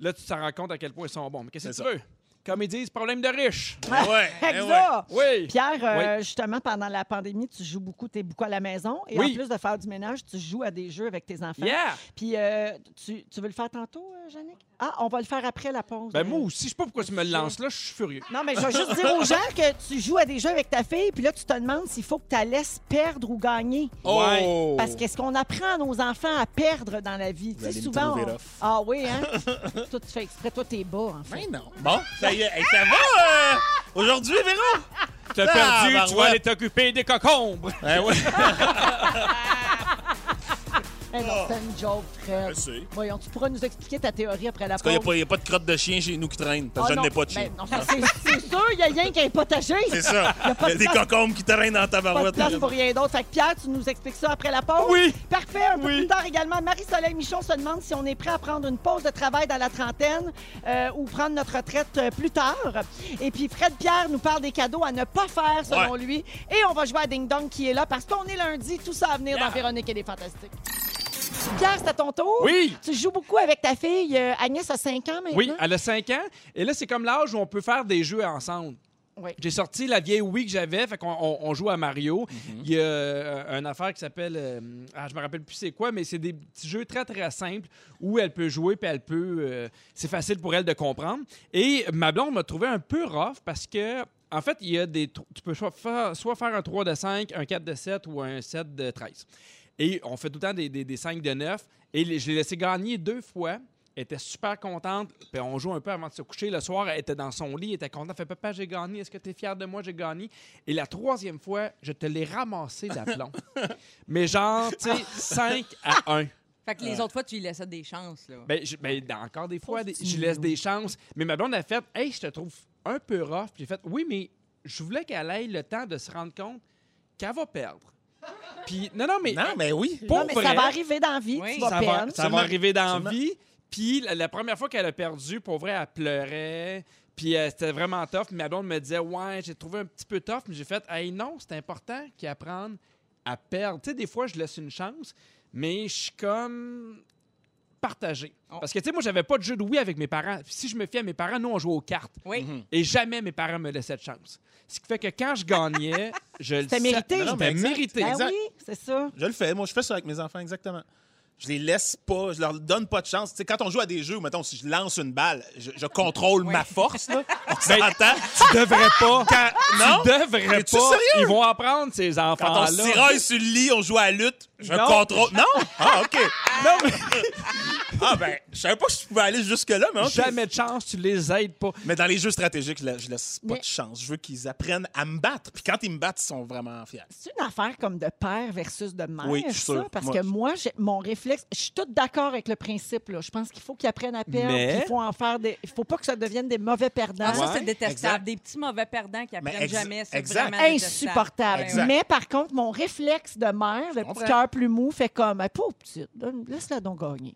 [SPEAKER 4] Là, tu te rends compte à quel point ils sont bons. Mais qu'est-ce que
[SPEAKER 2] C'est
[SPEAKER 4] tu veux? Comme ils disent, problème de riche.
[SPEAKER 2] Ouais, eh ouais.
[SPEAKER 1] Exact.
[SPEAKER 4] Oui.
[SPEAKER 1] Pierre, euh, justement, pendant la pandémie, tu joues beaucoup, tu es beaucoup à la maison. Et
[SPEAKER 4] Oui.
[SPEAKER 1] en plus de faire du ménage, tu joues à des jeux avec tes enfants.
[SPEAKER 4] Yeah!
[SPEAKER 1] Puis, euh, tu, tu veux le faire tantôt, euh, Yannick? Ah, on va le faire après la pause.
[SPEAKER 4] Ben, moi aussi, je sais pas pourquoi tu me le lances là, je suis furieux.
[SPEAKER 1] Non, mais je vais juste dire aux gens que tu joues à des jeux avec ta fille, puis là, tu te demandes s'il faut que tu la laisses perdre ou gagner.
[SPEAKER 2] Oh!
[SPEAKER 1] Parce qu'est-ce qu'on apprend à nos enfants à perdre dans la vie? Tu sais,
[SPEAKER 2] allez me
[SPEAKER 1] souvent.
[SPEAKER 2] trouver
[SPEAKER 1] on-
[SPEAKER 2] rough.
[SPEAKER 1] Ah oui, hein?
[SPEAKER 2] [LAUGHS]
[SPEAKER 1] toi, tu fais exprès, toi, t'es bas, en fait.
[SPEAKER 2] Ben non. Bon, ça y est. Hey, ça va euh, aujourd'hui, Véro?
[SPEAKER 4] T'as
[SPEAKER 2] Ah, ben
[SPEAKER 4] perdu, tu
[SPEAKER 2] ouais. Ben
[SPEAKER 4] vas aller t'occuper des cocombres.
[SPEAKER 2] Eh ouais.
[SPEAKER 1] Eh non, c'est une joke, Fred.
[SPEAKER 2] Je sais.
[SPEAKER 1] Voyons, tu pourras nous expliquer ta théorie après la
[SPEAKER 2] Parce qu'il
[SPEAKER 1] pause.
[SPEAKER 2] n'y a, pas de crotte de chien chez nous qui traîne. Parce que
[SPEAKER 1] Ah
[SPEAKER 2] je n'ai
[SPEAKER 1] non,
[SPEAKER 2] pas de chien.
[SPEAKER 1] ben non, c'est- c'est sûr, il n'y a rien qui est potager.
[SPEAKER 2] C'est ça.
[SPEAKER 1] pas
[SPEAKER 2] Il y a
[SPEAKER 1] de
[SPEAKER 2] des
[SPEAKER 1] place.
[SPEAKER 2] cocombes qui traînent dans ta
[SPEAKER 1] Pas de
[SPEAKER 2] barouette.
[SPEAKER 1] place pour rien d'autre. Fait que Pierre, tu nous expliques ça après la pause?
[SPEAKER 4] Oui.
[SPEAKER 1] Parfait. Un peu
[SPEAKER 4] Oui.
[SPEAKER 1] plus tard également, Marie-Soleil Michon se demande si on est prêt à prendre une pause de travail dans la trentaine euh, ou prendre notre retraite euh, plus tard. Et puis Fred Pierre nous parle des cadeaux à ne pas faire, selon
[SPEAKER 2] Ouais.
[SPEAKER 1] lui. Et on va jouer à Ding Dong qui est là parce qu'on est lundi. Tout ça à venir dans Véronique et les Fantastiques. Pierre, c'est à ton tour.
[SPEAKER 4] Oui.
[SPEAKER 1] Tu joues beaucoup avec ta fille. euh, Agnès a 5 ans maintenant.
[SPEAKER 4] Oui, elle a 5 ans. Et là, c'est comme l'âge où on peut faire des jeux ensemble.
[SPEAKER 1] Oui.
[SPEAKER 4] J'ai sorti la vieille Wii que j'avais, fait qu'on on- on joue à Mario. Il y a euh, une affaire qui s'appelle, euh, ah, je me rappelle plus c'est quoi, mais c'est des petits jeux très très simples où elle peut jouer puis elle peut, euh, c'est facile pour elle de comprendre. Et ma blonde m'a trouvé un peu rough parce que, en fait, il y a des, tr- tu peux soit faire, soit faire un 3 de 5, un 4 de 7 ou un 7 de 13. Et on fait tout le temps des, des, 5 de 9. Et les- je l'ai laissé gagner deux fois. Elle était super contente. Puis on joue un peu avant de se coucher. Le soir, elle était dans son lit, elle était contente. Fait papa, j'ai gagné. Est-ce que tu es fier de moi? J'ai gagné. Et la troisième fois, je te l'ai ramassé d'aplomb. Mais genre, tu sais, 5 à 1.
[SPEAKER 3] Fait que les autres fois, tu lui laissais des chances, là.
[SPEAKER 4] Ben, je- ben, dans- encore des fois, des- je laisse des chances. Mais ma blonde a fait Hey, je te trouve un peu rough. Puis j'ai fait Oui, mais je voulais qu'elle ait le temps de se rendre compte qu'elle va perdre. Puis, non, non, mais.
[SPEAKER 2] Non, mais oui.
[SPEAKER 4] pour
[SPEAKER 1] Non, mais ça
[SPEAKER 4] vrai,
[SPEAKER 1] va arriver dans la vie.
[SPEAKER 3] Oui.
[SPEAKER 1] Tu vas
[SPEAKER 4] ça va,
[SPEAKER 1] perdre.
[SPEAKER 4] ça va
[SPEAKER 2] Seulement-
[SPEAKER 4] arriver dans la
[SPEAKER 2] seulement-
[SPEAKER 4] vie. Puis la, la première fois qu'elle a perdu, pour vrai, elle pleurait. Puis euh, c'était vraiment tough. Ma blonde me disait Ouais, j'ai trouvé un petit peu tough. Mais j'ai fait Hey, non, c'est important qu'ils apprennent à perdre. Tu sais, des fois, je laisse une chance, mais je suis comme partagé.
[SPEAKER 2] Oh.
[SPEAKER 4] Parce que, tu sais, moi, j'avais pas de jeu de Wii avec mes parents. Puis si je me fie à mes parents, nous, on jouait aux cartes.
[SPEAKER 3] Oui.
[SPEAKER 2] Hmm.
[SPEAKER 4] Et jamais mes parents me laissaient de chance. Ce qui fait que quand je gagnais,
[SPEAKER 1] [LAUGHS]
[SPEAKER 4] je le
[SPEAKER 1] C'était
[SPEAKER 4] sais-
[SPEAKER 1] mérité.
[SPEAKER 4] Non, non, mais
[SPEAKER 2] C'était exact.
[SPEAKER 4] mérité.
[SPEAKER 1] Ben
[SPEAKER 2] Exact.
[SPEAKER 1] oui, c'est ça.
[SPEAKER 2] Je le fais. Moi, je fais ça avec mes enfants, exactement. Je les laisse pas, je leur donne pas de chance. Tu sais, quand on joue à des jeux, mettons, si je lance une balle, je, je contrôle ma force, là. On s'entend. [LAUGHS]
[SPEAKER 4] Tu devrais pas.
[SPEAKER 2] Non?
[SPEAKER 1] Ah!
[SPEAKER 4] Tu devrais pas.
[SPEAKER 2] Es-tu sérieux?
[SPEAKER 4] Ils vont apprendre, ces
[SPEAKER 2] Quand on se
[SPEAKER 4] enfants-là.
[SPEAKER 2] tiraille sur le lit, on joue à la lutte, je
[SPEAKER 4] Non.
[SPEAKER 2] contrôle. Non? Ah, OK. Non, [LAUGHS] ah, ben, je savais pas que je pouvais aller jusque-là, mais OK.
[SPEAKER 4] Jamais de chance, tu les aides pas.
[SPEAKER 2] Mais dans les jeux stratégiques, je la- je laisse pas
[SPEAKER 1] Mais-
[SPEAKER 2] de chance. Je veux qu'ils apprennent à me battre. Puis quand ils me battent, ils sont vraiment fiers.
[SPEAKER 1] C'est une affaire comme de père versus de mère,
[SPEAKER 2] Oui, je suis
[SPEAKER 1] ça,
[SPEAKER 2] sûr.
[SPEAKER 1] parce
[SPEAKER 2] Moi,
[SPEAKER 1] que
[SPEAKER 2] je-
[SPEAKER 1] moi, j'ai- mon réflexe, je suis toute d'accord avec le principe. Là. Je pense qu'il faut qu'ils apprennent à perdre,
[SPEAKER 4] Mais-
[SPEAKER 1] puis il faut en faire des, il faut pas que ça devienne des mauvais perdants.
[SPEAKER 3] Ah, ça,
[SPEAKER 4] Ouais,
[SPEAKER 3] c'est détestable.
[SPEAKER 2] exact.
[SPEAKER 3] Des petits mauvais perdants qui apprennent
[SPEAKER 2] ex-
[SPEAKER 3] jamais. C'est
[SPEAKER 2] exact.
[SPEAKER 3] vraiment détestable.
[SPEAKER 1] insupportable.
[SPEAKER 2] Exact.
[SPEAKER 1] Mais par contre, mon réflexe de mère, le petit
[SPEAKER 2] comprends.
[SPEAKER 1] cœur plus mou, fait comme, Eh, pauvre petite, donne- laisse-la donc gagner.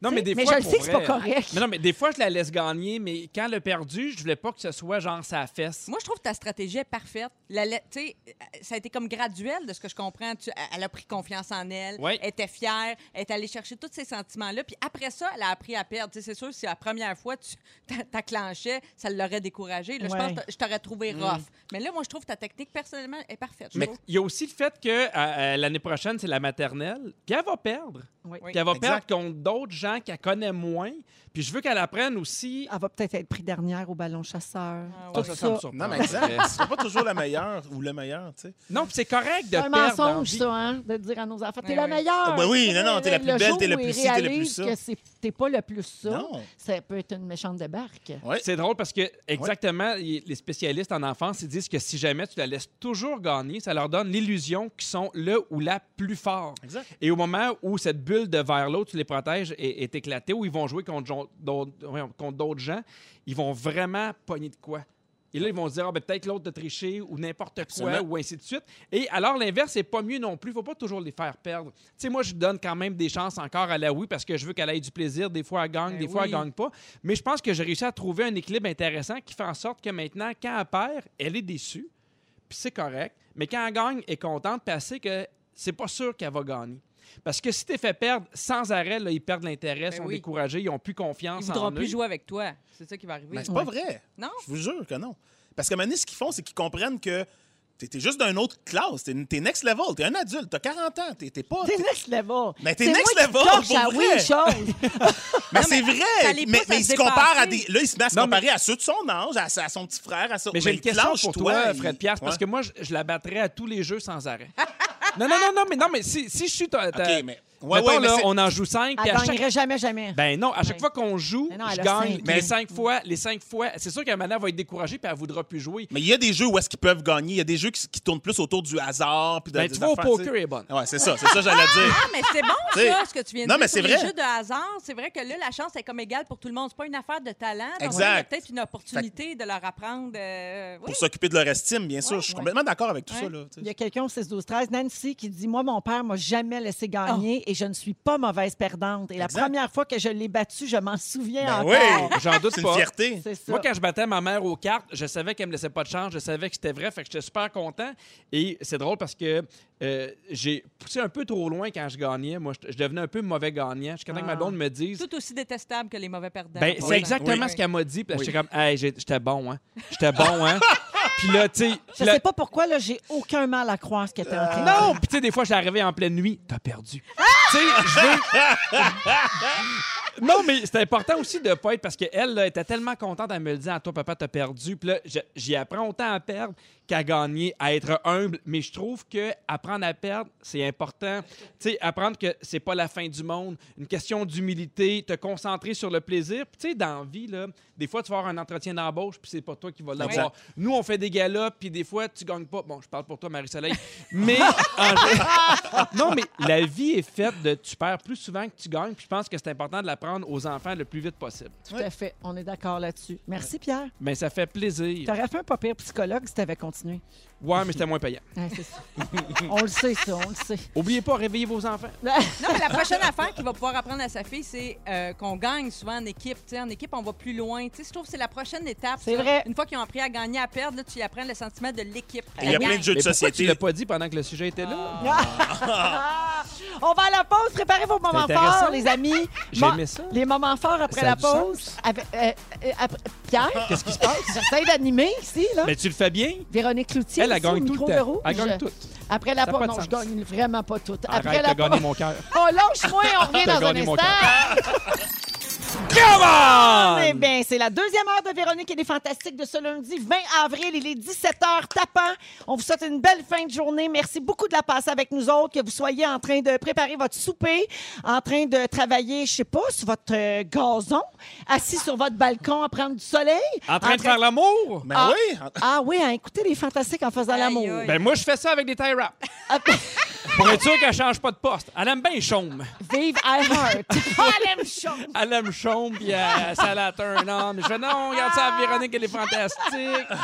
[SPEAKER 4] Non,
[SPEAKER 1] Tu
[SPEAKER 4] mais
[SPEAKER 1] sais,
[SPEAKER 4] des
[SPEAKER 1] mais
[SPEAKER 4] fois.
[SPEAKER 1] je le
[SPEAKER 4] pour
[SPEAKER 1] sais que c'est
[SPEAKER 4] vrai- hein.
[SPEAKER 1] pas correct.
[SPEAKER 4] Mais non, mais des fois, je la laisse gagner, mais quand elle a perdu, je voulais pas que ce soit genre sa fesse.
[SPEAKER 3] Moi, je trouve que ta stratégie est parfaite. La, la- tu sais, euh, ça a été comme graduel, de ce que je comprends. Tu- elle a pris confiance en elle,
[SPEAKER 4] Ouais.
[SPEAKER 3] elle était fière, elle est allée chercher tous ces sentiments-là. Puis après ça, elle a appris à perdre. Tu sais, c'est sûr, si la première fois, tu [LAUGHS] t'a- t'acclenchais, ça l'aurait découragée. Là, Je
[SPEAKER 1] Ouais.
[SPEAKER 3] pense que je t'aurais trouvé rough. Mais là, moi, je trouve que ta technique, personnellement, est parfaite. je
[SPEAKER 4] Mais
[SPEAKER 3] trouve.
[SPEAKER 4] il y a aussi le fait que euh, euh, l'année prochaine, c'est la maternelle. Puis elle va perdre.
[SPEAKER 1] Oui.
[SPEAKER 3] Oui.
[SPEAKER 4] Puis elle va
[SPEAKER 2] Exact.
[SPEAKER 4] perdre contre d'autres gens qu'elle connaît moins. Puis je veux qu'elle apprenne aussi.
[SPEAKER 1] Elle va peut-être être prise dernière au ballon chasseur.
[SPEAKER 3] Ah
[SPEAKER 1] Tout
[SPEAKER 3] ouais.
[SPEAKER 4] Ah, ça,
[SPEAKER 1] Ah,
[SPEAKER 4] ça
[SPEAKER 1] ça.
[SPEAKER 4] me
[SPEAKER 2] Non,
[SPEAKER 4] surprend.
[SPEAKER 2] mais exact. Ce sera pas toujours la meilleure ou le meilleur, tu sais.
[SPEAKER 4] Non, puis c'est correct de
[SPEAKER 1] C'est un
[SPEAKER 4] perdre. dans la
[SPEAKER 1] mensonge,
[SPEAKER 4] vie.
[SPEAKER 1] ça, hein, de dire à nos enfants, t'es
[SPEAKER 3] Ouais,
[SPEAKER 1] la
[SPEAKER 3] ouais.
[SPEAKER 1] meilleure.
[SPEAKER 2] Ah, ben oui, non, non, t'es la
[SPEAKER 1] Le
[SPEAKER 2] plus belle,
[SPEAKER 1] jour
[SPEAKER 2] t'es le
[SPEAKER 1] où
[SPEAKER 2] plus
[SPEAKER 1] ils
[SPEAKER 2] ci, t'es le plus
[SPEAKER 1] réalisent
[SPEAKER 2] ça.
[SPEAKER 1] que c'est- t'es pas le plus ça.
[SPEAKER 2] Non.
[SPEAKER 1] Ça peut être une méchante débarque.
[SPEAKER 2] Ouais.
[SPEAKER 4] C'est drôle parce que, exactement, y- les spécialistes en enfance, ils disent que si jamais tu la laisses toujours gagner, ça leur donne l'illusion qu'ils sont le ou la plus fort.
[SPEAKER 2] Exact.
[SPEAKER 4] Et au moment où cette bulle de vers l'autre, tu les protèges, est, est éclatée, où ils vont jouer contre jon- d'autres voyons, contre d'autres gens, ils vont vraiment pogner de quoi. Et là, ils vont se dire, ah, ben, peut-être l'autre de tricher ou n'importe quoi,
[SPEAKER 2] Absolument.
[SPEAKER 4] ou ainsi de suite. Et alors, l'inverse, c'est pas mieux non plus. faut pas toujours les faire perdre. Tu sais, moi, je donne quand même des chances encore à la oui parce que je veux qu'elle ait du plaisir. Des fois, elle gagne,
[SPEAKER 3] Ben
[SPEAKER 4] des fois,
[SPEAKER 3] oui.
[SPEAKER 4] elle gagne pas. Mais je pense que j'ai réussi à trouver un équilibre intéressant qui fait en sorte que maintenant, quand elle perd, elle est déçue, puis c'est correct. Mais quand elle gagne, elle est contente, puis elle sait que c'est pas sûr qu'elle va gagner. Parce que si t'es fait perdre sans arrêt, là, ils perdent l'intérêt,
[SPEAKER 3] Ben
[SPEAKER 4] sont
[SPEAKER 3] oui.
[SPEAKER 4] découragés, ils ont plus
[SPEAKER 3] Ils
[SPEAKER 4] confiance en
[SPEAKER 3] voudront
[SPEAKER 4] eux.
[SPEAKER 3] plus jouer avec toi. C'est ça qui va arriver.
[SPEAKER 2] Mais c'est pas vrai.
[SPEAKER 3] Non?
[SPEAKER 2] Je vous jure que non. Parce qu'à un moment donné, ce qu'ils font, c'est qu'ils comprennent que t'es t'es juste d'une autre classe. T'es t'es next level. T'es un adulte. T'as 40 ans. T'es t'es pas.
[SPEAKER 1] T'es next level.
[SPEAKER 2] Mais Ben, t'es
[SPEAKER 1] C'est
[SPEAKER 2] next
[SPEAKER 1] moi qui
[SPEAKER 2] level,
[SPEAKER 1] torche
[SPEAKER 2] pour
[SPEAKER 1] à
[SPEAKER 2] vrai.
[SPEAKER 1] oui,
[SPEAKER 2] [LAUGHS]
[SPEAKER 1] chose.
[SPEAKER 2] Mais
[SPEAKER 3] [LAUGHS] Non,
[SPEAKER 2] c'est
[SPEAKER 3] mais ça
[SPEAKER 2] vrai.
[SPEAKER 3] les
[SPEAKER 2] Mais,
[SPEAKER 3] pousse à
[SPEAKER 2] mais
[SPEAKER 3] se
[SPEAKER 2] il se compare à des.
[SPEAKER 3] dépasser.
[SPEAKER 2] Là, il se met à se
[SPEAKER 4] Non,
[SPEAKER 2] comparer à ceux de son âge, à, sa- à son petit frère, à son.
[SPEAKER 4] Mais j'ai une
[SPEAKER 2] il
[SPEAKER 4] question
[SPEAKER 2] clenche,
[SPEAKER 4] pour toi,
[SPEAKER 2] il-
[SPEAKER 4] Fred Pierre, parce
[SPEAKER 2] Ouais.
[SPEAKER 4] que moi, je, je la battrais à tous les jeux sans arrêt. non, non, non, non, mais non, mais si, si je suis ta, ta-
[SPEAKER 2] OK, mais Ouais,
[SPEAKER 4] Mettons,
[SPEAKER 2] ouais, mais
[SPEAKER 4] là,
[SPEAKER 2] c'est-
[SPEAKER 4] on en joue cinq, puis
[SPEAKER 1] Elle
[SPEAKER 4] à chaque
[SPEAKER 1] gagnerait jamais, jamais.
[SPEAKER 4] Ben non, à chaque
[SPEAKER 1] Ouais.
[SPEAKER 4] fois qu'on joue,
[SPEAKER 1] Mais non, elle
[SPEAKER 4] je
[SPEAKER 1] a cinq.
[SPEAKER 4] gagne les
[SPEAKER 2] Mais-
[SPEAKER 4] cinq fois. Les cinq fois, c'est sûr qu'à un moment, elle va être découragée puis elle voudra plus jouer.
[SPEAKER 2] Mais il y a des jeux où est-ce qu'ils peuvent gagner. Il y a des jeux qui, qui tournent plus autour du hasard. Puis de,
[SPEAKER 4] Ben,
[SPEAKER 2] des
[SPEAKER 4] tu vois, au
[SPEAKER 2] affaires,
[SPEAKER 4] poker,
[SPEAKER 2] tu sais.
[SPEAKER 4] elle est bonne.
[SPEAKER 2] Ouais, c'est ça, c'est ça, j'allais dire.
[SPEAKER 3] [LAUGHS] Ah, mais c'est bon,
[SPEAKER 2] T'sais,
[SPEAKER 3] ça, ce que tu viens de
[SPEAKER 2] non,
[SPEAKER 3] dire.
[SPEAKER 2] mais
[SPEAKER 3] sur
[SPEAKER 2] c'est
[SPEAKER 3] les
[SPEAKER 2] vrai.
[SPEAKER 3] jeux de hasard, c'est vrai que là, la chance est comme égale pour tout le monde. C'est pas une affaire de talent. Donc,
[SPEAKER 2] Exact.
[SPEAKER 3] il y a peut-être une opportunité de leur apprendre. euh, oui.
[SPEAKER 2] Pour s'occuper de leur estime, bien sûr.
[SPEAKER 3] Ouais,
[SPEAKER 2] je suis
[SPEAKER 3] ouais.
[SPEAKER 2] complètement d'accord avec tout
[SPEAKER 4] Hein?
[SPEAKER 3] Ouais.
[SPEAKER 2] ça. Là, tu sais.
[SPEAKER 1] Il y a quelqu'un au 6 12 13 Nancy, qui dit Moi, mon père m'a jamais laissé gagner
[SPEAKER 4] Oh.
[SPEAKER 1] et je ne suis pas mauvaise perdante. Et
[SPEAKER 2] Exact.
[SPEAKER 1] la première fois que je l'ai battu, je m'en souviens
[SPEAKER 2] Ben
[SPEAKER 1] encore.
[SPEAKER 2] oui,
[SPEAKER 4] J'en doute
[SPEAKER 2] c'est une
[SPEAKER 4] pas.
[SPEAKER 2] fierté.
[SPEAKER 1] [LAUGHS] C'est ça.
[SPEAKER 4] Moi, quand je battais ma mère aux cartes, je savais qu'elle me laissait pas de chance, je savais que c'était vrai, fait que j'étais super content. Et c'est drôle parce que euh, j'ai poussé un peu trop loin quand je gagnais. Moi, je, je devenais un peu mauvais gagnant. Je suis content que ma
[SPEAKER 1] Ah.
[SPEAKER 4] blonde me dise.
[SPEAKER 3] Tout aussi détestable que les mauvais perdants.
[SPEAKER 4] Ben,
[SPEAKER 3] Oui.
[SPEAKER 4] c'est exactement
[SPEAKER 3] Oui.
[SPEAKER 4] ce qu'elle m'a dit. Puis là, j'étais comme, hey, j'ai- j'étais bon, hein. J'étais bon, hein. Puis là, tu sais.
[SPEAKER 1] Je
[SPEAKER 4] puis là-
[SPEAKER 1] sais pas pourquoi, là, j'ai aucun mal à croire ce que t'es en train de
[SPEAKER 2] Ah.
[SPEAKER 1] dire.
[SPEAKER 4] Non! Puis tu sais, des fois, je suis arrivé en pleine nuit, t'as perdu.
[SPEAKER 1] Ah!
[SPEAKER 4] tu sais, je veux... Non, mais c'est important aussi de pas être parce qu'elle là, était tellement contente, elle me le dit à toi, papa, t'as perdu. Puis là, je- j'y apprends autant à perdre qu'à gagner, à être humble. Mais je trouve que apprendre à perdre, c'est important. Tu sais, apprendre que c'est pas la fin du monde, une question d'humilité, te concentrer sur le plaisir. Puis tu sais, dans la vie, là, des fois, tu vas avoir un entretien d'embauche, puis c'est pas toi qui vas l'avoir.
[SPEAKER 2] Exact.
[SPEAKER 4] Nous, on fait des galas, puis des fois, tu gagnes pas. Bon, je parle pour toi, Marie-Soleil. Mais, en- non, mais la vie est faite de tu perds plus souvent que tu gagnes, puis je pense que c'est important de l'apprendre aux enfants le plus vite possible.
[SPEAKER 1] Tout à fait. On est d'accord là-dessus. Merci, Pierre.
[SPEAKER 4] Mais ça fait plaisir.
[SPEAKER 1] T'aurais fait un pas pire psychologue si t'avais continué.
[SPEAKER 4] Ouais, mais c'était moins payant.
[SPEAKER 1] Ouais, c'est ça. [LAUGHS] on le sait, ça, on le sait.
[SPEAKER 4] Oubliez pas, réveillez vos enfants.
[SPEAKER 3] Non, mais la prochaine affaire qu'il va pouvoir apprendre à sa fille, c'est euh, qu'on gagne souvent en équipe. Tu sais, en équipe, on va plus loin. Tu sais, je trouve que c'est la prochaine étape.
[SPEAKER 1] C'est
[SPEAKER 3] ça.
[SPEAKER 1] vrai.
[SPEAKER 3] Une fois qu'ils ont appris à gagner, à perdre, là, tu y apprends le sentiment de l'équipe.
[SPEAKER 2] Et Il y a plein de jeux de
[SPEAKER 4] Mais pourquoi tu
[SPEAKER 2] société.
[SPEAKER 4] l'as pas dit pendant que le sujet était là?
[SPEAKER 1] Ah. on va à la pause. Préparez vos moments
[SPEAKER 4] Ah. C'est intéressant.
[SPEAKER 1] forts, les amis.
[SPEAKER 4] J'aimais
[SPEAKER 1] Mo-
[SPEAKER 4] ça.
[SPEAKER 1] Les moments forts après
[SPEAKER 4] Ça a
[SPEAKER 1] la
[SPEAKER 4] du
[SPEAKER 1] pause.
[SPEAKER 4] sens.
[SPEAKER 1] Avec- euh, euh, après- Pierre,
[SPEAKER 4] Qu'est-ce qui se passe?
[SPEAKER 1] j'essaie d'animer ici, là.
[SPEAKER 4] Mais tu le fais bien.
[SPEAKER 1] Véronique Cloutier,
[SPEAKER 4] Elle, elle
[SPEAKER 1] ici, au
[SPEAKER 4] gagne tout
[SPEAKER 1] micro
[SPEAKER 4] le
[SPEAKER 1] de
[SPEAKER 4] temps.
[SPEAKER 1] rouge.
[SPEAKER 4] Elle gagne tout.
[SPEAKER 1] Après la
[SPEAKER 4] Ça a
[SPEAKER 1] pause,
[SPEAKER 4] pas de
[SPEAKER 1] non, je
[SPEAKER 4] sens.
[SPEAKER 1] gagne vraiment pas tout. Après
[SPEAKER 4] Arrête
[SPEAKER 1] la
[SPEAKER 4] de gagner
[SPEAKER 1] pause,
[SPEAKER 4] mon cœur.
[SPEAKER 1] on lâche-moi et on revient
[SPEAKER 4] T'as
[SPEAKER 1] dans un
[SPEAKER 4] gagné mon
[SPEAKER 1] instant.
[SPEAKER 4] Come
[SPEAKER 1] Eh
[SPEAKER 4] on!
[SPEAKER 1] bien, c'est la deuxième heure de Véronique et des Fantastiques de ce lundi 20 avril. Il est 17h tapant. On vous souhaite une belle fin de journée. Merci beaucoup de la passer avec nous autres, que vous soyez en train de préparer votre souper, en train de travailler, je sais pas, sur votre euh, gazon, assis sur votre balcon à prendre du soleil.
[SPEAKER 4] En train de faire l'amour?
[SPEAKER 2] Ben
[SPEAKER 1] Ah.
[SPEAKER 2] oui, en-
[SPEAKER 1] Ah oui, à écouter les Fantastiques en faisant
[SPEAKER 3] Aïe,
[SPEAKER 1] l'amour.
[SPEAKER 3] aïe.
[SPEAKER 4] Ben moi, je fais ça avec des tie wraps.
[SPEAKER 1] Ah,
[SPEAKER 4] Pour être sûr qu'elle change pas de poste. Elle aime bien chaume.
[SPEAKER 1] Vive iHeart. [LAUGHS] Ah, elle aime chaud.
[SPEAKER 4] Elle aime chaume, puis elle- ça la turn on. Je fais non, regarde ça, Véronique, elle est fantastique.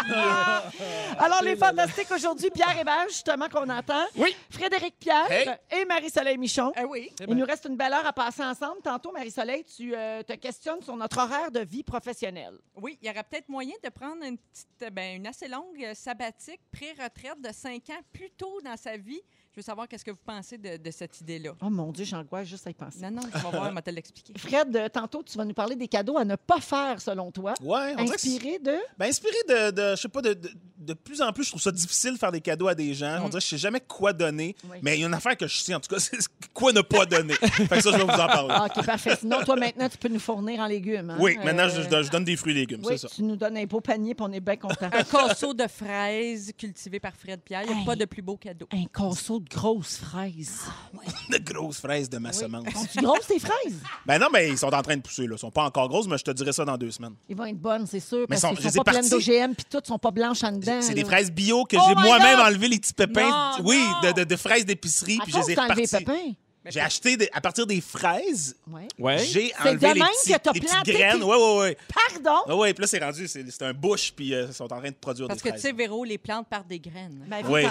[SPEAKER 1] Alors, les fantastiques aujourd'hui, Pierre Hébert, justement, qu'on entend.
[SPEAKER 4] Oui.
[SPEAKER 1] Frédéric Pierre
[SPEAKER 2] Hey.
[SPEAKER 1] et Marie-Soleil Michon.
[SPEAKER 3] Ah oui.
[SPEAKER 2] Eh ben.
[SPEAKER 1] Il nous reste une belle heure à passer ensemble. Tantôt, Marie-Soleil, tu euh, te questionnes sur notre horaire de vie professionnelle.
[SPEAKER 3] Oui, il y aurait peut-être moyen de prendre une petite, ben, une assez longue euh, sabbatique pré-retraite de 5 ans plus tôt dans sa vie. Je veux savoir qu'est-ce que vous pensez de, de cette idée-là.
[SPEAKER 1] Oh mon Dieu, j'angoisse juste à y penser.
[SPEAKER 3] Non, non, je vais voir, elle m'a
[SPEAKER 1] [LAUGHS]
[SPEAKER 3] te l'expliquer.
[SPEAKER 1] Fred, euh, tantôt, tu vas nous parler des cadeaux à ne pas faire, selon toi.
[SPEAKER 2] ouais, on dirait que c'est-
[SPEAKER 1] Inspiré de...
[SPEAKER 2] Ben, inspiré de, de- je sais pas, de, de, de plus en plus, je trouve ça difficile de faire des cadeaux à des gens. On dirait que je sais jamais quoi donner.
[SPEAKER 1] Mm. Oui.
[SPEAKER 2] Mais il y a une affaire que je sais, en tout cas, [LAUGHS] c'est quoi ne pas donner. fait que ça, je vais vous en parler.
[SPEAKER 1] Ah, OK, parfait. Sinon, toi, maintenant, tu peux nous fournir en légumes. hein?
[SPEAKER 2] Oui, maintenant, je,
[SPEAKER 1] Euh,
[SPEAKER 2] je donne- je donne des fruits et légumes,
[SPEAKER 1] Oui,
[SPEAKER 2] c'est ça.
[SPEAKER 1] tu nous donnes un beau panier, puis on est bien contents.
[SPEAKER 3] Un corso de fraises cultivé par Fred Pierre. Il n'y a
[SPEAKER 1] Hey.
[SPEAKER 3] pas de plus beau cadeau.
[SPEAKER 1] [LAUGHS] un corseau de grosses fraises.
[SPEAKER 2] [LAUGHS] De grosses fraises de ma semence.
[SPEAKER 1] Sont-tu Ah, grosses, tes fraises?
[SPEAKER 2] Ben non, mais ils sont en train de pousser, là. Ils sont pas encore grosses, mais je te dirai ça dans deux semaines.
[SPEAKER 1] Ils vont être bonnes, c'est sûr.
[SPEAKER 2] Mais
[SPEAKER 1] Parce
[SPEAKER 2] sont-
[SPEAKER 1] qu'ils
[SPEAKER 2] je
[SPEAKER 1] sont,
[SPEAKER 2] les ai
[SPEAKER 1] pas pleines
[SPEAKER 2] parties.
[SPEAKER 1] d'OGM, puis toutes sont pas blanches en dedans.
[SPEAKER 2] C'est
[SPEAKER 1] là.
[SPEAKER 2] des fraises bio que
[SPEAKER 1] Ah, Oh
[SPEAKER 2] j'ai
[SPEAKER 1] my
[SPEAKER 2] moi-même
[SPEAKER 1] God!
[SPEAKER 2] enlevé les petits pépins.
[SPEAKER 3] Non,
[SPEAKER 2] oui,
[SPEAKER 3] non!
[SPEAKER 2] De, de- de fraises d'épicerie,
[SPEAKER 1] À
[SPEAKER 2] puis je
[SPEAKER 1] cause
[SPEAKER 2] les ai
[SPEAKER 1] d'enlever les
[SPEAKER 2] repartis.
[SPEAKER 1] pépins.
[SPEAKER 2] J'ai acheté des- à partir des fraises.
[SPEAKER 1] Ouais.
[SPEAKER 4] Ouais.
[SPEAKER 2] J'ai
[SPEAKER 1] C'est de
[SPEAKER 2] enlevé les,
[SPEAKER 1] même
[SPEAKER 2] petits-
[SPEAKER 1] que t'as
[SPEAKER 2] les petites
[SPEAKER 1] planté
[SPEAKER 2] graines.
[SPEAKER 1] tes-
[SPEAKER 2] Oui, oui, oui.
[SPEAKER 1] Pardon?
[SPEAKER 2] Ah ouais, puis là, c'est rendu, c'est c'est un bush, puis euh, ils sont en train de produire
[SPEAKER 3] Parce que
[SPEAKER 2] des
[SPEAKER 3] tu
[SPEAKER 2] fraises.
[SPEAKER 3] sais, Véro, les plantes par des graines.
[SPEAKER 1] Ma vie,
[SPEAKER 2] Oui.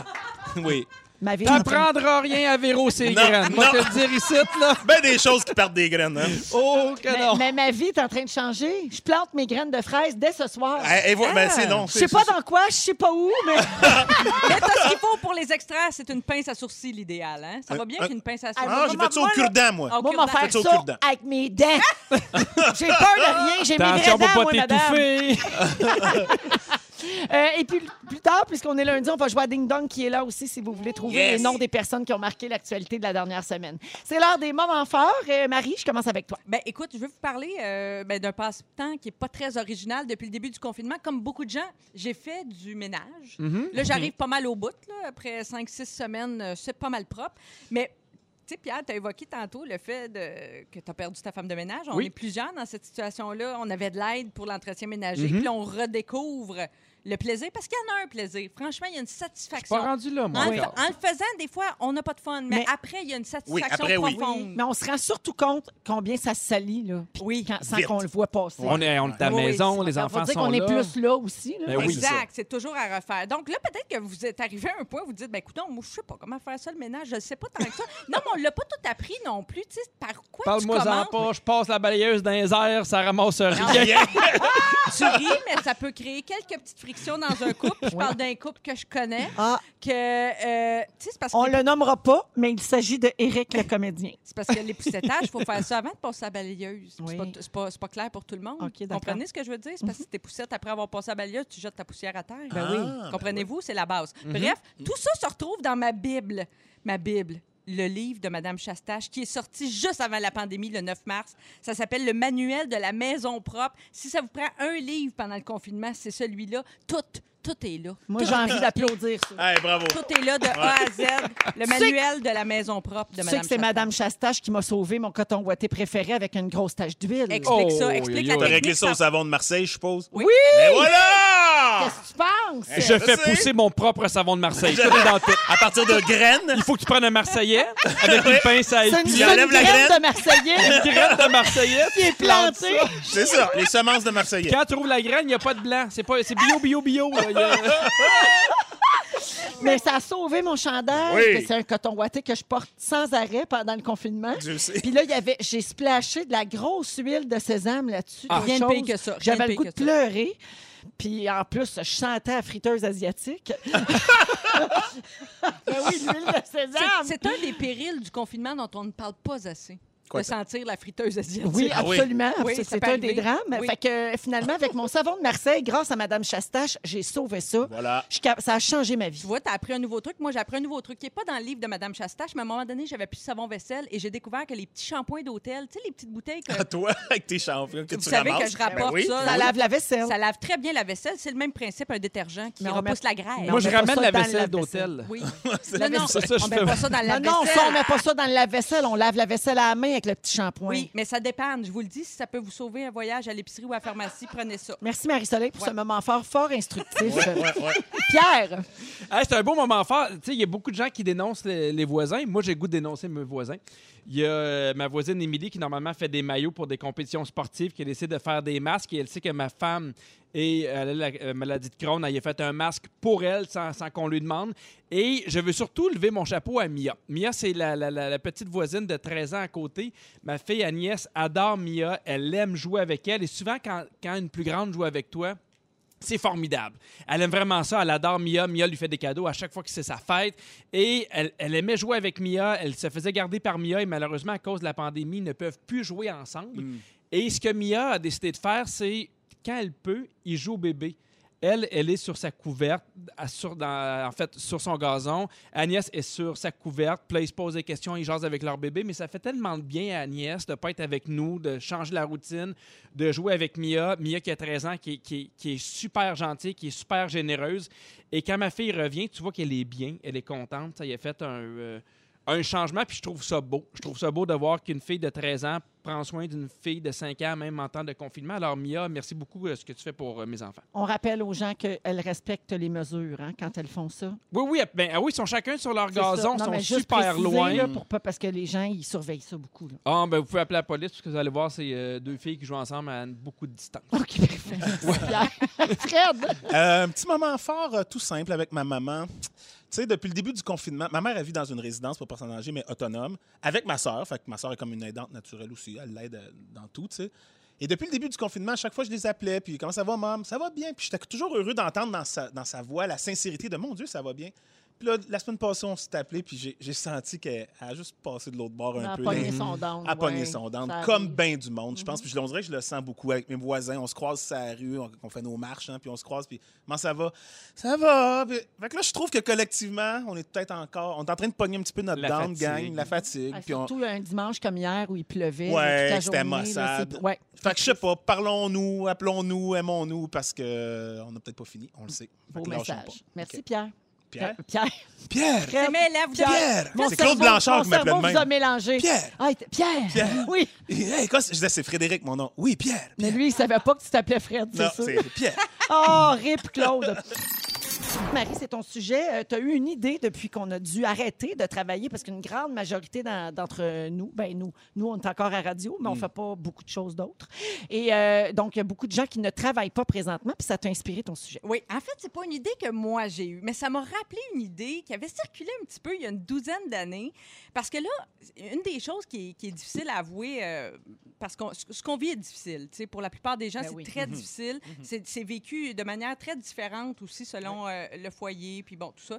[SPEAKER 1] t'en-
[SPEAKER 2] [LAUGHS] oui.
[SPEAKER 1] ma vie t'en-
[SPEAKER 4] T'apprendras rien à Véro, c'est
[SPEAKER 2] Non,
[SPEAKER 4] grand. Moi,
[SPEAKER 2] non.
[SPEAKER 4] te le dire ici, là.
[SPEAKER 2] Ben des choses qui partent des graines.
[SPEAKER 3] [LAUGHS]
[SPEAKER 2] Hein.
[SPEAKER 4] [LAUGHS] Oh, que
[SPEAKER 1] mais,
[SPEAKER 4] non.
[SPEAKER 1] mais ma vie est en train de changer. Je plante mes graines de fraises dès ce soir.
[SPEAKER 2] Eh, eh,
[SPEAKER 3] Ah,
[SPEAKER 2] voilà, ben, c'est non.
[SPEAKER 1] Je sais pas dans quoi, je sais pas où,
[SPEAKER 2] [LAUGHS]
[SPEAKER 1] mais
[SPEAKER 3] Mais t'as ce qu'il faut pour les extraire, c'est une pince à sourcils l'idéal. Hein? Ça va bien
[SPEAKER 2] Euh,
[SPEAKER 3] qu'une pince à
[SPEAKER 1] Ah,
[SPEAKER 3] sourcils.
[SPEAKER 2] Ah, j'ai fait ça au
[SPEAKER 1] Moi, là-
[SPEAKER 2] cure-dent, moi.
[SPEAKER 1] moi,
[SPEAKER 3] Ah, Au
[SPEAKER 1] m'en
[SPEAKER 3] cure-dent.
[SPEAKER 1] faire
[SPEAKER 2] Faites ça au
[SPEAKER 1] ça
[SPEAKER 2] cure-dent.
[SPEAKER 1] avec mes dents. [LAUGHS] J'ai peur de rien, j'ai mes vraies
[SPEAKER 4] Attention, on
[SPEAKER 1] dents,
[SPEAKER 4] va pas
[SPEAKER 1] moi, madame.
[SPEAKER 4] t'étouffer.
[SPEAKER 1] Euh, et puis plus tard, puisqu'on est lundi, on va jouer à Ding Dong qui est là aussi si vous voulez trouver
[SPEAKER 2] Yes.
[SPEAKER 1] les noms des personnes qui ont marqué l'actualité de la dernière semaine. C'est l'heure des moments forts. Euh, Marie, je commence avec toi.
[SPEAKER 3] Ben, écoute, je veux vous parler euh, ben, d'un passe-temps qui n'est pas très original depuis le début du confinement. Comme beaucoup de gens, j'ai fait du
[SPEAKER 4] Mm-hmm.
[SPEAKER 3] ménage. Là, j'arrive pas mal au bout. là. Après 5-6 semaines, euh, c'est pas mal propre. Mais Tu sais, Pierre, tu as évoqué tantôt le fait de- que tu as perdu ta femme de ménage. On
[SPEAKER 4] Oui.
[SPEAKER 3] est plusieurs dans cette situation-là. On avait de l'aide pour l'entretien ménager.
[SPEAKER 4] Mhm.
[SPEAKER 3] Puis là, on redécouvre le plaisir parce qu'il y en a un plaisir. Franchement, il y a une
[SPEAKER 4] Je suis
[SPEAKER 3] satisfaction.
[SPEAKER 4] pas rendu là, moi.
[SPEAKER 1] Hein?
[SPEAKER 3] En, le-
[SPEAKER 4] encore.
[SPEAKER 3] en le faisant, des fois, on n'a pas de fun, mais,
[SPEAKER 1] Mais-
[SPEAKER 3] après, il y a une satisfaction
[SPEAKER 2] après, oui.
[SPEAKER 3] profonde.
[SPEAKER 1] Mais on se rend surtout compte combien ça se salit, là. Puis
[SPEAKER 3] Oui.
[SPEAKER 1] quand- sans
[SPEAKER 2] Vite.
[SPEAKER 1] qu'on le voit passer.
[SPEAKER 4] On est, on est à la
[SPEAKER 3] Oui, oui,
[SPEAKER 4] maison,
[SPEAKER 3] c'est-
[SPEAKER 4] les
[SPEAKER 1] Ça veut
[SPEAKER 4] enfants
[SPEAKER 1] dire
[SPEAKER 4] sont
[SPEAKER 1] qu'on est
[SPEAKER 4] là.
[SPEAKER 1] plus là aussi, là.
[SPEAKER 4] Ben oui.
[SPEAKER 3] exact, c'est toujours à refaire. Donc là, peut-être que vous êtes arrivé à un point où vous dites, ben écoutez, moi, je sais pas comment faire ça, le ménage, je ne sais pas tant que ça. non, mais on l'a pas tout appris non plus, tu sais, par quoi tu
[SPEAKER 4] Parle-moi-en
[SPEAKER 3] commences.
[SPEAKER 4] pas, je passe la balayeuse dans les airs, ça ramasse rien.
[SPEAKER 2] Rien.
[SPEAKER 3] Tu ris, mais ça peut créer quelques petites frictions dans un couple. Je parle d'un couple que je connais,
[SPEAKER 1] Ah,
[SPEAKER 3] que, euh, tu sais, c'est parce que...
[SPEAKER 1] on le nommera pas, mais il s'agit de Eric, le comédien.
[SPEAKER 3] C'est parce que les poussettages, il faut faire ça avant de passer à la balayeuse. Puis
[SPEAKER 1] Oui.
[SPEAKER 3] C'est pas, c'est pas- c'est pas clair pour tout le monde.
[SPEAKER 1] Ok, d'accord. Mhm.
[SPEAKER 3] Comprenez ce que je veux dire? C'est parce que si t'es poussette après avoir passé à la balayeuse, tu jettes ta poussière à terre.
[SPEAKER 2] Ben oui. Mhm. Ah, ben
[SPEAKER 3] Comprenez-vous? C'est la base. Bref, tout ça se retrouve dans ma Bible. Ma Bible. Le livre de Madame Chastache qui est sorti juste avant la pandémie, le 9 mars. Ça s'appelle Le manuel de la maison propre. Si ça vous prend un livre pendant le confinement, c'est celui-là. Tout, tout est là.
[SPEAKER 1] [LAUGHS] Moi,
[SPEAKER 3] Tout-
[SPEAKER 1] j'ai envie d'applaudir ça.
[SPEAKER 2] Hey, bravo.
[SPEAKER 3] Tout est là de A à Z. Le manuel de la maison propre de
[SPEAKER 1] Tu sais
[SPEAKER 3] Madame
[SPEAKER 1] que c'est
[SPEAKER 3] Chastache.
[SPEAKER 1] Madame Chastache qui m'a sauvé mon coton ouaté préféré avec une grosse tache d'huile.
[SPEAKER 3] Explique
[SPEAKER 4] Oh,
[SPEAKER 3] ça, explique
[SPEAKER 4] yo, yo.
[SPEAKER 3] la
[SPEAKER 2] T'as
[SPEAKER 3] technique.
[SPEAKER 2] réglé ça au savon de Marseille, je suppose?
[SPEAKER 3] Oui.
[SPEAKER 2] Mais voilà!
[SPEAKER 1] Qu'est-ce que tu penses?
[SPEAKER 4] Je fais
[SPEAKER 2] Merci.
[SPEAKER 4] pousser mon propre savon de Marseille. Tout est dans tout.
[SPEAKER 2] À partir de graines,
[SPEAKER 4] Il faut que tu prennes un Marseillais avec une pince à
[SPEAKER 1] C'est une,
[SPEAKER 4] épiler.
[SPEAKER 2] il enlève
[SPEAKER 1] une
[SPEAKER 2] la
[SPEAKER 1] graine
[SPEAKER 2] graine.
[SPEAKER 1] de
[SPEAKER 2] [LAUGHS]
[SPEAKER 1] Marseillais
[SPEAKER 4] Une graine de Marseillais.
[SPEAKER 1] qui est plantée.
[SPEAKER 2] c'est ça, les semences de Marseillais.
[SPEAKER 4] Quand tu trouves la graine, il n'y a pas de blanc. C'est pas, c'est bio, bio, bio. là. Il y a-
[SPEAKER 1] Mais ça a sauvé mon chandail.
[SPEAKER 2] Oui.
[SPEAKER 1] que C'est un coton ouaté que je porte sans arrêt pendant le confinement.
[SPEAKER 2] Je le sais.
[SPEAKER 1] Puis là, il y avait, j'ai splashé de la grosse huile de sésame là-dessus.
[SPEAKER 4] Ah,
[SPEAKER 1] des
[SPEAKER 3] rien de
[SPEAKER 1] choses.
[SPEAKER 3] pire que ça, rien de
[SPEAKER 1] J'avais le
[SPEAKER 3] pire
[SPEAKER 1] goût
[SPEAKER 3] que
[SPEAKER 1] de
[SPEAKER 3] ça.
[SPEAKER 1] pleurer. Puis en plus, je chantais à friteuse
[SPEAKER 3] [LAUGHS]
[SPEAKER 1] asiatique. ben oui, l'huile de
[SPEAKER 3] C'est-
[SPEAKER 1] sésame.
[SPEAKER 3] C'est un des périls du confinement dont on ne parle pas assez.
[SPEAKER 2] Quoi
[SPEAKER 3] de sentir la friteuse asiatique.
[SPEAKER 1] Oui,
[SPEAKER 2] Ah oui.
[SPEAKER 1] absolument.
[SPEAKER 3] Oui,
[SPEAKER 1] C'est-
[SPEAKER 3] ça
[SPEAKER 1] c'est
[SPEAKER 3] peut
[SPEAKER 1] un
[SPEAKER 3] arriver.
[SPEAKER 1] des drames.
[SPEAKER 3] Oui.
[SPEAKER 1] Fait que euh, finalement, avec mon savon de Marseille, grâce à Madame Chastache, j'ai sauvé ça.
[SPEAKER 2] Voilà.
[SPEAKER 1] Je suis cap- Ça a changé ma vie.
[SPEAKER 3] Tu vois, tu as appris un nouveau truc. Moi, j'ai appris un nouveau truc qui n'est pas dans le livre de Madame Chastache, mais à un moment donné, j'avais plus de savon vaisselle et j'ai découvert que les petits shampoings d'hôtel, tu sais, les petites bouteilles que
[SPEAKER 2] À toi, avec tes champions que
[SPEAKER 3] vous
[SPEAKER 2] tu
[SPEAKER 3] savez
[SPEAKER 2] ramasses.
[SPEAKER 3] que je rapporte
[SPEAKER 2] Ben oui.
[SPEAKER 3] ça.
[SPEAKER 1] Ça lave la vaisselle.
[SPEAKER 3] ça lave très bien la vaisselle. C'est le même principe, un détergent qui
[SPEAKER 1] Mais on
[SPEAKER 3] repousse
[SPEAKER 1] met-
[SPEAKER 3] la graisse.
[SPEAKER 1] Non,
[SPEAKER 4] Moi, je
[SPEAKER 1] mais pas
[SPEAKER 4] ramène
[SPEAKER 1] ça
[SPEAKER 4] la
[SPEAKER 1] dans la
[SPEAKER 4] vaisselle
[SPEAKER 1] vaisselle.
[SPEAKER 4] d'hôtel.
[SPEAKER 1] [LAUGHS]
[SPEAKER 3] Oui.
[SPEAKER 1] la
[SPEAKER 3] non, non,
[SPEAKER 4] vaisselle. Ça, je
[SPEAKER 3] on met
[SPEAKER 4] fais-
[SPEAKER 3] pas ça dans la
[SPEAKER 1] non, non,
[SPEAKER 3] vaisselle.
[SPEAKER 1] ça, on met pas ça dans la vaisselle. On lave la vaisselle à la main avec le petit shampoing.
[SPEAKER 3] Oui, mais ça dépend. Je vous le dis, si ça peut vous sauver un voyage à l'épicerie ou à la pharmacie, prenez ça.
[SPEAKER 1] Merci Marie-Soleil pour
[SPEAKER 3] Ouais.
[SPEAKER 1] ce moment fort, fort instructif. Euh,
[SPEAKER 2] Ouais, ouais, ouais.
[SPEAKER 1] Pierre,
[SPEAKER 4] Hey, c'est un beau moment fort. Tu sais, Il y a beaucoup de gens qui dénoncent les, les voisins. Moi, j'ai le goût de dénoncer mes voisins. Il y a euh, ma voisine Émilie qui, normalement, fait des maillots pour des compétitions sportives, qui a décidé de faire des masques et elle sait que ma femme et elle a la euh, maladie de Crohn, elle a fait un masque pour elle sans, sans qu'on lui demande. Et je veux surtout lever mon chapeau à Mia. Mia, c'est la, la- la- la petite voisine de 13 ans à côté. Ma fille Agnès adore Mia. Elle aime jouer avec elle. Et souvent, quand, quand une plus grande joue avec toi, c'est formidable. Elle aime vraiment ça. Elle adore Mia. Mia lui fait des cadeaux à chaque fois que c'est sa fête. Et elle, elle aimait jouer avec Mia. Elle se faisait garder par Mia. Et malheureusement, à cause de la pandémie, ils ne peuvent plus jouer ensemble. Et ce que Mia a décidé de faire, c'est quand elle peut, il joue au bébé. Elle, elle est sur sa couverte, à- sur, dans- en fait, sur son gazon. Agnès est sur sa couverte. Puis là, ils se posent des questions, ils jasent avec leur bébé. Mais ça fait tellement de bien à Agnès de ne pas être avec nous, de changer la routine, de jouer avec Mia. Mia qui a 13 ans, qui, est- qui est- qui est super gentille, qui est super généreuse. Et quand ma fille revient, tu vois qu'elle est bien, elle est contente. Ça y a fait un, euh, un changement, puis je trouve ça beau. Je trouve ça beau de voir qu'une fille de 13 ans prend soin d'une fille de 5 ans, même en temps de confinement. Alors, Mia, merci beaucoup de ce que tu fais pour euh, mes enfants.
[SPEAKER 1] on rappelle aux gens qu'elles respectent les mesures hein, quand elles font ça.
[SPEAKER 4] Oui, oui, ben, ah oui, ils sont chacun sur leur
[SPEAKER 1] C'est ça.
[SPEAKER 4] gazon,
[SPEAKER 1] Non, mais
[SPEAKER 4] ils sont
[SPEAKER 1] juste
[SPEAKER 4] super
[SPEAKER 1] préciser,
[SPEAKER 4] loin.
[SPEAKER 1] là, pour pas, parce que les gens, ils surveillent ça beaucoup. là.
[SPEAKER 4] Ah, ben, vous pouvez appeler la police, parce que vous allez voir, c'est euh, deux filles qui jouent ensemble à beaucoup de distance.
[SPEAKER 1] OK, ben, parfait. Pierre. Fred,
[SPEAKER 2] Euh, un petit moment fort, euh, tout simple, avec ma maman. Tu sais, depuis le début du confinement, ma mère, elle vit dans une résidence pour personnes âgées, mais autonome, avec ma soeur. Fait que ma soeur est comme une aidante naturelle aussi. Elle l'aide euh, dans tout, tu sais. Et depuis le début du confinement, à chaque fois, je les appelais. Puis, comment ça va, maman? Ça va bien. Puis, j'étais toujours heureux d'entendre dans sa, dans sa voix la sincérité de mon Dieu, ça va bien. Puis là, la semaine passée, on s'est appelé, puis j'ai- j'ai senti qu'elle elle a juste passé de l'autre bord un
[SPEAKER 1] on a
[SPEAKER 2] peu.
[SPEAKER 1] pogné
[SPEAKER 2] là
[SPEAKER 1] son down.
[SPEAKER 2] à pogner
[SPEAKER 1] ouais.
[SPEAKER 2] son dent,
[SPEAKER 1] Ça
[SPEAKER 2] comme
[SPEAKER 1] arrive. Mm-hmm.
[SPEAKER 2] bien du monde, je pense. Puis je on dirait que je le sens beaucoup avec mes voisins. On se croise sur la rue, on, on fait nos marches, hein, puis on se croise, puis comment ça va? Ça va! Puis- fait que là, je trouve que collectivement, on est peut-être encore... On est en train de pogner un petit peu notre
[SPEAKER 4] La
[SPEAKER 2] down,
[SPEAKER 4] fatigue.
[SPEAKER 2] gang, la fatigue.
[SPEAKER 1] Ah,
[SPEAKER 2] puis on-
[SPEAKER 1] Surtout un dimanche comme hier où il pleuvait. là,
[SPEAKER 2] Ouais,
[SPEAKER 1] toute la
[SPEAKER 2] c'était
[SPEAKER 1] journée, là,
[SPEAKER 2] maussade.
[SPEAKER 1] c'est- Ouais.
[SPEAKER 2] Fait que je sais pas, parlons-nous, appelons-nous, aimons-nous, parce que on n'a euh, peut-être pas fini, on le sait. Fait
[SPEAKER 1] Beau
[SPEAKER 2] que lâchons
[SPEAKER 1] message.
[SPEAKER 2] pas.
[SPEAKER 1] Merci,
[SPEAKER 2] OK.
[SPEAKER 1] Pierre. Euh,
[SPEAKER 2] Pierre?
[SPEAKER 1] Pierre.
[SPEAKER 2] Pierre!
[SPEAKER 1] Pierre.
[SPEAKER 3] Mais là, vous
[SPEAKER 1] Pierre.
[SPEAKER 2] Pierre!
[SPEAKER 1] Mon
[SPEAKER 2] C'est Claude
[SPEAKER 1] cerveau-
[SPEAKER 2] Blanchard
[SPEAKER 1] mon
[SPEAKER 2] qui m'appelait de
[SPEAKER 1] cerveau vous a
[SPEAKER 2] même.
[SPEAKER 1] mélangé.
[SPEAKER 2] Pierre.
[SPEAKER 1] Ah, il était- Pierre.
[SPEAKER 2] Pierre.
[SPEAKER 1] Oui.
[SPEAKER 2] Hey, quoi, je disais, c'est Frédéric, mon nom. Oui, Pierre.
[SPEAKER 1] Mais lui, il savait pas que tu t'appelais Fred,
[SPEAKER 2] Non,
[SPEAKER 1] c'est sûr. [LAUGHS]
[SPEAKER 2] c'est Pierre.
[SPEAKER 1] Oh, rip Claude. Marie, c'est ton sujet. tu as eu une idée depuis qu'on a dû arrêter de travailler parce qu'une grande majorité d'en- d'entre nous, ben nous, nous, on est encore à radio, mais on fait pas beaucoup de choses d'autres. Et euh, donc, il y a beaucoup de gens qui ne travaillent pas présentement, puis ça t'a inspiré ton sujet.
[SPEAKER 3] Oui, en fait, c'est pas une idée que moi j'ai eue, mais ça m'a rappelé une idée qui avait circulé un petit peu il y a une douzaine d'années. Parce que là, une des choses qui est, qui est difficile à avouer, euh, parce que ce qu'on vit est difficile. tu sais, Pour la plupart des gens,
[SPEAKER 1] Ben
[SPEAKER 3] c'est
[SPEAKER 1] oui. Mhm.
[SPEAKER 3] très difficile. C'est- C'est vécu de manière très différente aussi selon euh, le foyer, puis bon, tout ça.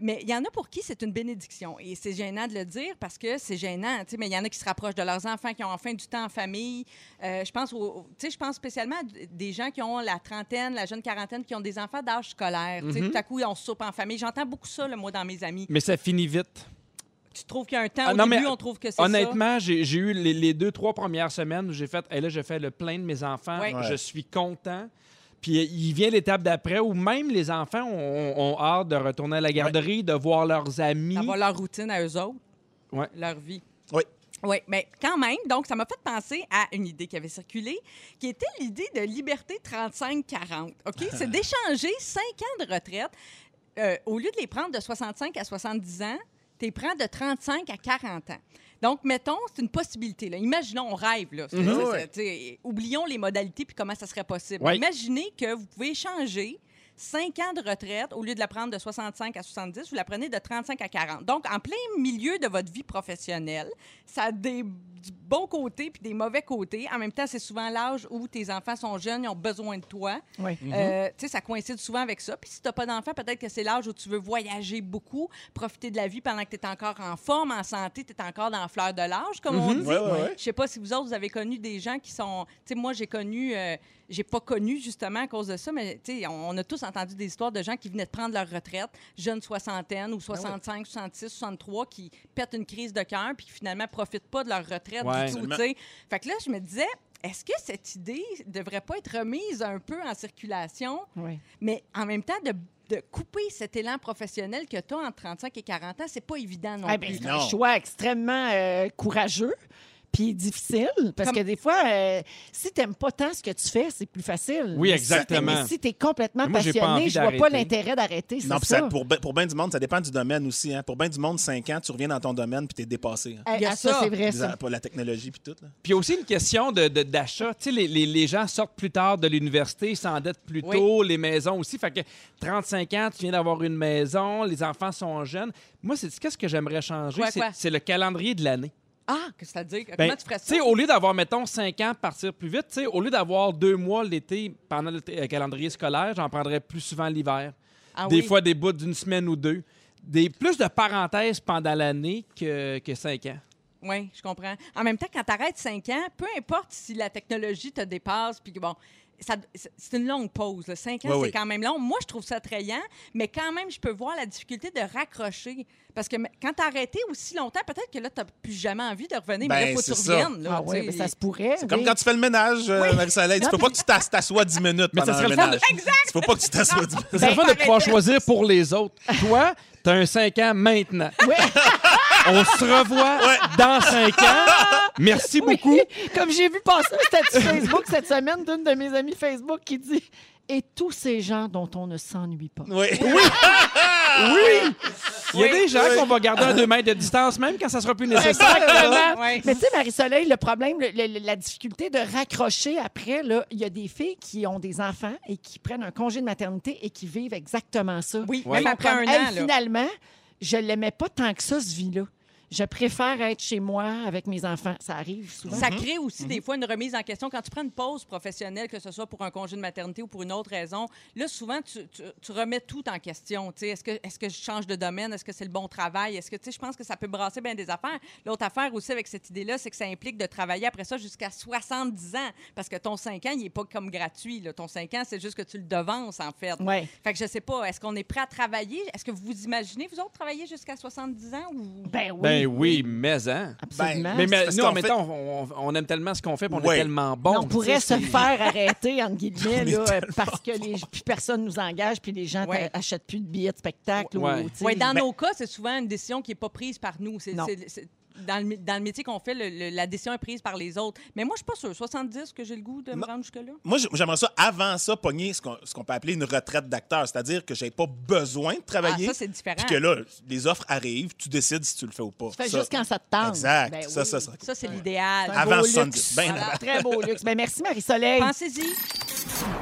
[SPEAKER 3] Mais il y en a pour qui c'est une bénédiction. Et c'est gênant de le dire parce que c'est gênant. tu sais, Mais il y en a qui se rapprochent de leurs enfants, qui ont enfin du temps en famille, euh, je pense, au- au- tu sais, je pense spécialement à d- des gens qui ont la trentaine, la jeune quarantaine, qui ont des enfants d'âge scolaire. Tu sais,
[SPEAKER 4] Mhm.
[SPEAKER 3] Tout à coup, on soupe en famille. J'entends beaucoup ça, le moi, dans mes amis.
[SPEAKER 4] Mais ça finit vite.
[SPEAKER 3] Tu trouves qu'il y a un temps,
[SPEAKER 4] Ah,
[SPEAKER 3] au
[SPEAKER 4] non, mais
[SPEAKER 3] début, on trouve que c'est ça.
[SPEAKER 4] Honnêtement, j'ai j'ai eu les, les deux, trois premières semaines où j'ai fait, et là, j'ai fait le plein de mes enfants,
[SPEAKER 3] Ouais.
[SPEAKER 4] je suis content. Puis euh, il vient l'étape d'après où même les enfants ont, ont hâte de retourner à la garderie, de voir leurs amis.
[SPEAKER 3] D'avoir leur routine à eux autres,
[SPEAKER 4] Ouais.
[SPEAKER 3] leur vie.
[SPEAKER 2] Oui.
[SPEAKER 3] Oui, mais quand même, donc ça m'a fait penser à une idée qui avait circulé, qui était l'idée de liberté 35-40. OK?
[SPEAKER 4] [LAUGHS]
[SPEAKER 3] C'est d'échanger 5 ans de retraite. Euh, au lieu de les prendre de 65 à 70 ans, tu les prends de 35 à 40 ans. Donc, mettons, c'est une possibilité. là. Imaginons, on rêve. Là. C'est-
[SPEAKER 2] Mhm.
[SPEAKER 3] c'est-
[SPEAKER 2] Ouais.
[SPEAKER 3] c'est- tu sais, oublions les modalités puis comment ça serait possible.
[SPEAKER 4] Ouais.
[SPEAKER 3] Imaginez que vous pouvez changer 5 ans de retraite, au lieu de la prendre de 65 à 70, vous la prenez de 35 à 40. Donc, en plein milieu de votre vie professionnelle, ça a des du bon côté puis des mauvais côtés. En même temps, c'est souvent l'âge où tes enfants sont jeunes, ils ont besoin de toi.
[SPEAKER 1] Oui.
[SPEAKER 2] Mhm.
[SPEAKER 3] Euh, tu sais, ça coïncide souvent avec ça. Puis si tu n'as pas d'enfant, peut-être que c'est l'âge où tu veux voyager beaucoup, profiter de la vie pendant que tu es encore en forme, en santé, tu es encore dans la fleur de l'âge, comme on dit.
[SPEAKER 2] Mhm. Ouais, ouais, ouais.
[SPEAKER 3] Je sais pas si vous autres, vous avez connu des gens qui sont... Tu sais, moi, j'ai connu... euh, j'ai pas connu, justement, à cause de ça, mais tu sais, on, on a tous entendu des histoires de gens qui venaient de prendre leur retraite, jeunes
[SPEAKER 2] Ben
[SPEAKER 3] soixantaine ou 65, 66, 63, qui pètent une crise de cœur puis qui, finalement, profitent pas de leur retraite
[SPEAKER 4] Ouais.
[SPEAKER 3] du tout, tu sais. Fait que là, je me disais... Est-ce que cette idée devrait pas être remise un peu en circulation
[SPEAKER 1] Oui.
[SPEAKER 3] mais en même temps, de, de couper cet élan professionnel que tu as entre 35 et 40 ans, c'est pas évident Ah, non
[SPEAKER 1] Eh ben,
[SPEAKER 3] plus.
[SPEAKER 1] c'est un
[SPEAKER 2] Non.
[SPEAKER 1] choix extrêmement euh, courageux puis difficile parce
[SPEAKER 3] Comme-
[SPEAKER 1] que des fois, euh, si tu n'aimes pas tant ce que tu fais, c'est plus facile.
[SPEAKER 4] Oui,
[SPEAKER 1] Mais si t'aimes-
[SPEAKER 4] exactement.
[SPEAKER 1] mais si tu es complètement
[SPEAKER 4] Mais moi, j'ai pas
[SPEAKER 1] passionné,
[SPEAKER 4] envie
[SPEAKER 1] je vois pas
[SPEAKER 4] d'arrêter.
[SPEAKER 1] l'intérêt d'arrêter. c'est
[SPEAKER 2] Non, puis ça,
[SPEAKER 1] ça.
[SPEAKER 2] pour, ben- pour bien du monde, ça dépend du domaine aussi. Hein. Pour bien du monde, 5 ans, tu reviens dans ton domaine puis t'es dépassé. Hein.
[SPEAKER 1] Eh,
[SPEAKER 3] Il y a
[SPEAKER 1] ah, ça,
[SPEAKER 3] ça.
[SPEAKER 1] c'est vrai, ça.
[SPEAKER 2] Bizarre, Pas la technologie puis tout. Là.
[SPEAKER 4] Puis il y a aussi une question d'achat. De, d'achat. tu sais, les, les- les gens sortent plus tard de l'université, ils s'endettent plus
[SPEAKER 3] Oui.
[SPEAKER 4] tôt, les maisons aussi. Fait que 35 ans, tu viens d'avoir une maison, les enfants sont jeunes. Moi, c'est qu'est-ce que j'aimerais changer?
[SPEAKER 3] Quoi,
[SPEAKER 4] C'est-
[SPEAKER 3] quoi?
[SPEAKER 4] C'est le calendrier de l'année.
[SPEAKER 3] Ah, que c'est-à-dire,
[SPEAKER 4] Ben,
[SPEAKER 3] comment tu ferais
[SPEAKER 4] tu
[SPEAKER 3] ça?
[SPEAKER 4] sais, au lieu d'avoir, mettons, 5 ans, partir plus vite, tu sais, au lieu d'avoir deux mois l'été pendant le t- euh, calendrier scolaire, j'en prendrais plus souvent l'hiver.
[SPEAKER 3] Ah
[SPEAKER 4] des
[SPEAKER 3] oui.
[SPEAKER 4] fois, des bouts d'une semaine ou deux. Des, plus de parenthèses pendant l'année que, que 5 ans.
[SPEAKER 3] Oui, je comprends. En même temps, quand tu arrêtes 5 ans, peu importe si la technologie te dépasse, puis que, bon. ça- c'est une longue pause. 5 ans,
[SPEAKER 2] Oui,
[SPEAKER 3] c'est
[SPEAKER 2] oui.
[SPEAKER 3] quand même long. Moi, je trouve ça attrayant, mais quand même, je peux voir la difficulté de raccrocher. Parce que m- quand t'as arrêté aussi longtemps, peut-être que là, t'as plus jamais envie de revenir, mais là,
[SPEAKER 2] Ben,
[SPEAKER 3] faut que tu
[SPEAKER 2] c'est ça.
[SPEAKER 3] reviennes. là,
[SPEAKER 1] Ah
[SPEAKER 3] tu
[SPEAKER 1] oui,
[SPEAKER 3] sais.
[SPEAKER 1] mais ça se pourrait.
[SPEAKER 2] C'est comme
[SPEAKER 1] oui.
[SPEAKER 2] quand tu fais le ménage, euh, Marie-Soleil. Tu peux pas que tu t'as- t'assoies 10 minutes
[SPEAKER 4] Mais ça
[SPEAKER 2] pendant
[SPEAKER 4] serait
[SPEAKER 2] le
[SPEAKER 4] le fun de-
[SPEAKER 2] ménage. Tu peux pas que tu t'assoies 10 minutes.
[SPEAKER 4] Ça serait
[SPEAKER 1] Ben,
[SPEAKER 4] fun de pouvoir choisir pour les autres. Toi, t'as un 5 ans maintenant.
[SPEAKER 1] Oui.
[SPEAKER 4] On se revoit dans 5 ans. Merci beaucoup.
[SPEAKER 1] [LAUGHS] Comme j'ai vu passer un statut Facebook cette semaine d'une de mes amies Facebook qui dit Et tous ces gens dont on ne s'ennuie pas.
[SPEAKER 2] Oui.
[SPEAKER 4] Oui! Il y a
[SPEAKER 3] Oui.
[SPEAKER 4] des gens qu'on va garder à 2 mètres de distance, même quand ça sera plus
[SPEAKER 3] [LAUGHS]
[SPEAKER 4] nécessaire.
[SPEAKER 1] Exactement.
[SPEAKER 3] Ouais.
[SPEAKER 1] Mais tu sais, Marie-Soleil, le problème, le- le- la difficulté de raccrocher après, là, il y a des filles qui ont des enfants et qui prennent un congé de maternité et qui vivent exactement ça.
[SPEAKER 3] Oui,
[SPEAKER 4] Ouais.
[SPEAKER 3] même après
[SPEAKER 1] Comme,
[SPEAKER 3] un
[SPEAKER 1] Hey,
[SPEAKER 3] an. là.
[SPEAKER 1] Finalement, je l'aimais pas tant que ça, ce vie-là. Je préfère être chez moi avec mes enfants. Ça arrive souvent.
[SPEAKER 3] Ça crée aussi des fois une remise en question. Quand tu prends une pause professionnelle, que ce soit pour un congé de maternité ou pour une autre raison, là, souvent, tu, tu- tu remets tout en question. Tu sais, Est-ce que, est que je change de domaine? Est-ce que c'est le bon travail? Est-ce que, tu sais, je pense que ça peut brasser bien des affaires. L'autre affaire aussi avec cette idée-là, c'est que ça implique de travailler après ça jusqu'à 70 ans. Parce que ton 5 ans, il n'est pas comme gratuit. là. Ton 5 ans, c'est juste que tu le devances, en fait.
[SPEAKER 1] Ouais.
[SPEAKER 3] Fait que je sais pas, est-ce qu'on est prêt à travailler? Est-ce que vous imaginez, vous autres, travailler jusqu'à 70 ans? Ou...
[SPEAKER 1] Ben oui.
[SPEAKER 4] [LAUGHS] Ben, Ben oui, mais hein.
[SPEAKER 1] Absolument.
[SPEAKER 4] Mais, mais
[SPEAKER 6] parce
[SPEAKER 4] nous,
[SPEAKER 6] qu'en
[SPEAKER 4] en même temps, on, on- on aime tellement ce qu'on fait, puis on
[SPEAKER 6] Ouais.
[SPEAKER 4] est tellement
[SPEAKER 1] Mais
[SPEAKER 4] bon.
[SPEAKER 1] on pourrait se faire arrêter,
[SPEAKER 6] [LAUGHS]
[SPEAKER 1] entre guillemets,
[SPEAKER 6] On est
[SPEAKER 1] là, euh,
[SPEAKER 6] tellement
[SPEAKER 1] parce que les, plus personne nous engage, puis les gens
[SPEAKER 3] Ouais.
[SPEAKER 1] t'a- achètent plus de billets de spectacle. ou-
[SPEAKER 4] Ouais.
[SPEAKER 1] tu sais,
[SPEAKER 3] Oui, dans
[SPEAKER 6] Mais-
[SPEAKER 3] nos cas, c'est souvent une décision qui n'est pas prise par nous. C'est-
[SPEAKER 1] Non.
[SPEAKER 3] c'est- c'est- dans, le, mi- dans le métier qu'on fait, le- le- la décision est prise par les autres. Mais moi, je suis pas sûre. 70, que j'ai le goût de me
[SPEAKER 6] Non.
[SPEAKER 3] rendre jusque-là?
[SPEAKER 6] Moi, j- j'aimerais ça, avant ça, pogner ce qu'on ce qu'on peut appeler une retraite d'acteur. C'est-à-dire que j'ai pas besoin de
[SPEAKER 3] Ah,
[SPEAKER 6] travailler.
[SPEAKER 3] ça, c'est différent.
[SPEAKER 6] Puis que là, les offres arrivent, tu décides si tu le fais ou pas.
[SPEAKER 1] Tu fais
[SPEAKER 6] Ben, Ça-
[SPEAKER 1] juste quand ça te tente.
[SPEAKER 6] Exact.
[SPEAKER 1] Ben
[SPEAKER 6] ça,
[SPEAKER 1] oui.
[SPEAKER 6] ça, serait cool.
[SPEAKER 3] Ça, c'est l'idéal.
[SPEAKER 1] Un
[SPEAKER 6] Ah,
[SPEAKER 1] beau
[SPEAKER 6] Avant
[SPEAKER 1] luxe.
[SPEAKER 6] 70, ben
[SPEAKER 1] Voilà,
[SPEAKER 6] avant.
[SPEAKER 1] [LAUGHS] Très beau luxe. Ben, merci, Marie-Soleil.
[SPEAKER 3] Pensez-y.